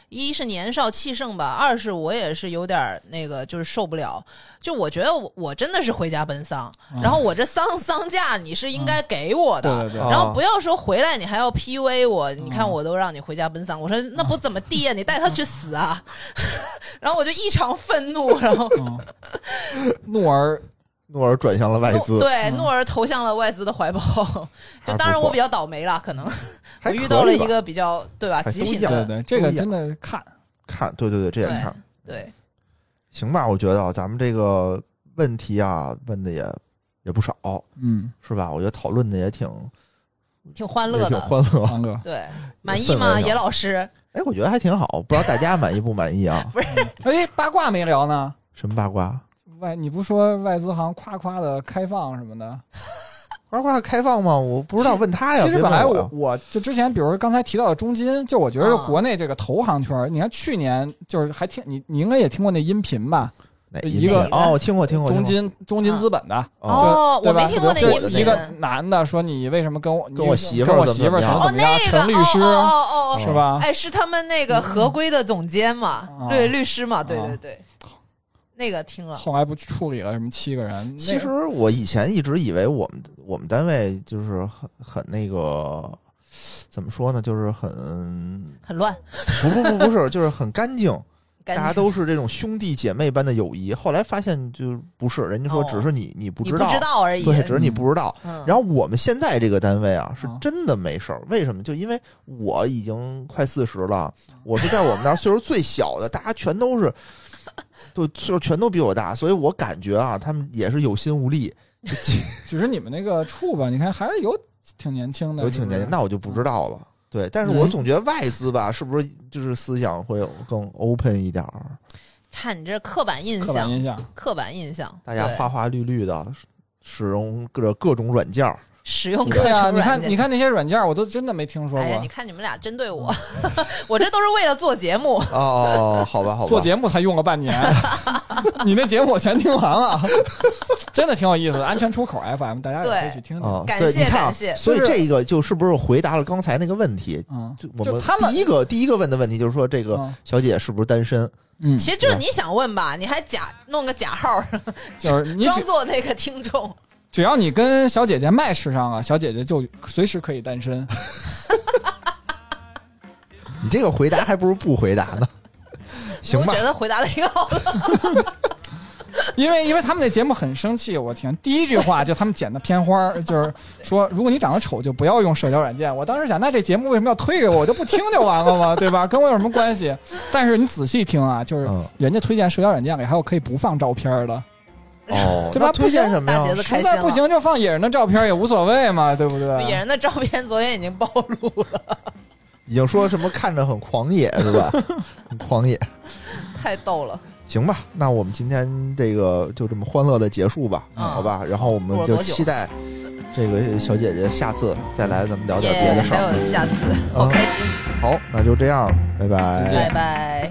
S3: 一是年少气盛吧，二是我也是有点儿那个，就是受不了。就我觉得我我真的是回家奔丧，
S2: 嗯
S3: 然后我这丧丧假你是应该给我的。
S2: 对对哦嗯
S1: 啊
S2: 对，
S3: 然后不要说回来你还要 PUA 我，你看我都让你回家奔丧，我说那
S2: 嗯
S3: 不怎么地呀、你带他去死啊！ 然后我就异常愤怒，然后
S2: 嗯，怒而
S1: 怒而转向了外资，
S3: 对
S2: 嗯
S3: 诺儿投向了外资的怀抱。
S1: 还
S3: 就
S1: 不
S3: 当然我
S1: 错
S3: 比较倒霉了，可能我
S1: 还
S3: 遇
S1: 可
S3: 到了
S1: 以
S3: 一
S1: 吧
S3: 个比较对吧
S1: 还
S3: 极
S1: 都一
S3: 品
S1: 样
S3: 的
S2: 对对，这个
S1: 哎都一样
S2: 真的看
S1: 看，对对对，这也
S3: 对
S1: 看
S3: 对，
S1: 行吧？我觉得啊咱们这个问题啊，问的也也不少，
S2: 嗯，
S1: 是吧？我觉得讨论的也挺
S3: 挺欢
S1: 也
S3: 乐
S1: 挺
S3: 的。
S1: 欢乐，
S2: 王哥。
S3: 对，满
S1: 氛
S3: 意
S1: 围
S3: 吗，
S1: 上
S3: 野老师？
S1: 哎，我觉得还挺好，不知道大家满意不满意啊？
S2: 哎，八卦没聊呢。
S1: 什么八卦？
S2: 外，你不说外资行夸夸的开放什么的？
S1: 呱呱开放吗？我不知道，问他呀。
S2: 其实
S1: 别
S2: 本
S1: 问
S2: 来
S1: 我
S2: 我
S1: 呀
S2: 我就之前，比如刚才提到的中金，就我觉得
S3: 啊
S2: 国内这个投行圈儿，你看去年就是还听你你应该也听过那音频吧？
S1: 哪
S2: 一
S1: 年
S2: 个
S1: 哦，我听过听过，
S2: 中
S1: 听
S2: 金中金资本的，
S1: 过哦，
S3: 啊哦
S2: 对
S3: 我没
S2: 吧
S3: 听过那
S1: 这
S3: 音
S1: 个
S3: 频。
S2: 一个男的说你为什么跟我你
S1: 跟我媳妇儿
S2: 跟我
S1: 怎么
S2: 媳妇儿
S1: 样
S2: 怎么
S3: 哦，
S2: 怎么样？
S3: 那个
S2: 陈律师
S3: 哦哦哦哦，
S2: 是吧？
S3: 哎，是他们那个合规的总监嘛
S2: 嗯，
S3: 对，律师嘛，对
S2: 啊
S3: 对对，那个听了。
S2: 后来不处理了什么七个人？那
S1: 其实我以前一直以为我们我们单位就是很很那个，怎么说呢？就是很
S3: 很乱，
S1: 不不不不是，就是很干净，
S3: 干
S1: 大
S3: 净
S1: 家都是这种兄弟姐妹般的友谊。后来发现就不是，人家说
S3: 哦
S1: 只是你、你不
S3: 你
S1: 道，
S3: 而已。
S1: 对，只是你不知道。
S3: 嗯，
S1: 然后我们现在这个单位啊，是
S2: 嗯
S1: 真的没事儿。为什么？就因为我已经快四十了，我是在我们那儿岁数最小的，大家全都是， 就岁数全都比我大，所以我感觉啊，他们也是有心无力，
S2: 只是你们那个处吧，你看还是有挺年轻的，
S1: 有挺年轻。
S2: 那
S1: 那我就不知道了。对，但是
S2: 嗯
S1: 我总觉得外资吧，是不是就是思想会有更 open 一点儿？
S3: 看你这刻板印
S2: 刻板
S3: 象，
S2: 印象，
S3: 刻板印象，
S1: 大家
S3: 对
S1: 花花绿绿的，使用各各种软件儿，
S3: 使用各
S2: 对啊，
S3: 种
S2: 你看
S3: 软件
S2: 你看那些软件，我都真的没听说
S3: 哎呀，
S2: 过
S3: 你。看你们俩针对我， 我这都是为了做节目。
S1: 哦，好吧，好吧，
S2: 做节目才用了半年， 你那节目我全听完了，真的挺有意思的。安全出口 FM，大家也可以去听听。
S1: 啊，
S3: 感
S1: 对，
S3: 谢
S1: 你看啊
S3: 感谢
S1: 所以
S2: 就是
S1: 这个就是不是回答了刚才那个问题？
S2: 嗯，
S1: 就我
S2: 就
S1: 们
S2: 他们
S1: 第一个第一个问的问题就是说，这个
S2: 嗯
S1: 小姐是不是单身？
S2: 嗯，
S3: 其实就是你想问吧，你还假弄个假号，
S2: 就是你
S3: 装
S2: 只
S3: 作那个听众。
S2: 只要你跟小姐姐 match 上了，小姐姐就随时可以单身。
S1: 你这个回答还不如不回答 呢。 行
S3: 我
S1: 吧
S3: 觉，得回答的挺好的。
S2: 因为因为他们那节目很生气，我天，第一句话就他们剪的片花儿，就是说如果你长得丑就不要用社交软件。我当时想，那这节目为什么要推给我？我就不听就完 了嘛，对吧？跟我有什么关系？但是你仔细听啊，就是
S1: 嗯
S2: 人家推荐社交软件里还有可以不放照片儿的，
S1: 哦，
S2: 对吧
S1: 那推荐
S3: 不行
S1: 什么呀
S3: 大姐？子开
S2: 实
S3: 心
S2: 在
S3: 了
S2: 不行就放野人的照片儿也无所谓嘛，对不
S3: 野
S2: 对？
S3: 人的照片昨天已经暴露了，
S1: 已经说什么看着很狂野是吧？很狂野，
S3: 太逗了。
S1: 行吧，那我们今天这个就这么欢乐的结束吧，
S3: 嗯
S1: 好吧？然后我们
S3: 录了
S1: 就
S3: 多久
S1: 期待这个小姐姐下次再来咱们聊点
S3: 耶
S1: 别的事
S3: 还
S1: 儿。
S3: 有下次，好开心，
S1: 好，那就这样，拜拜
S2: 再见
S3: 拜拜。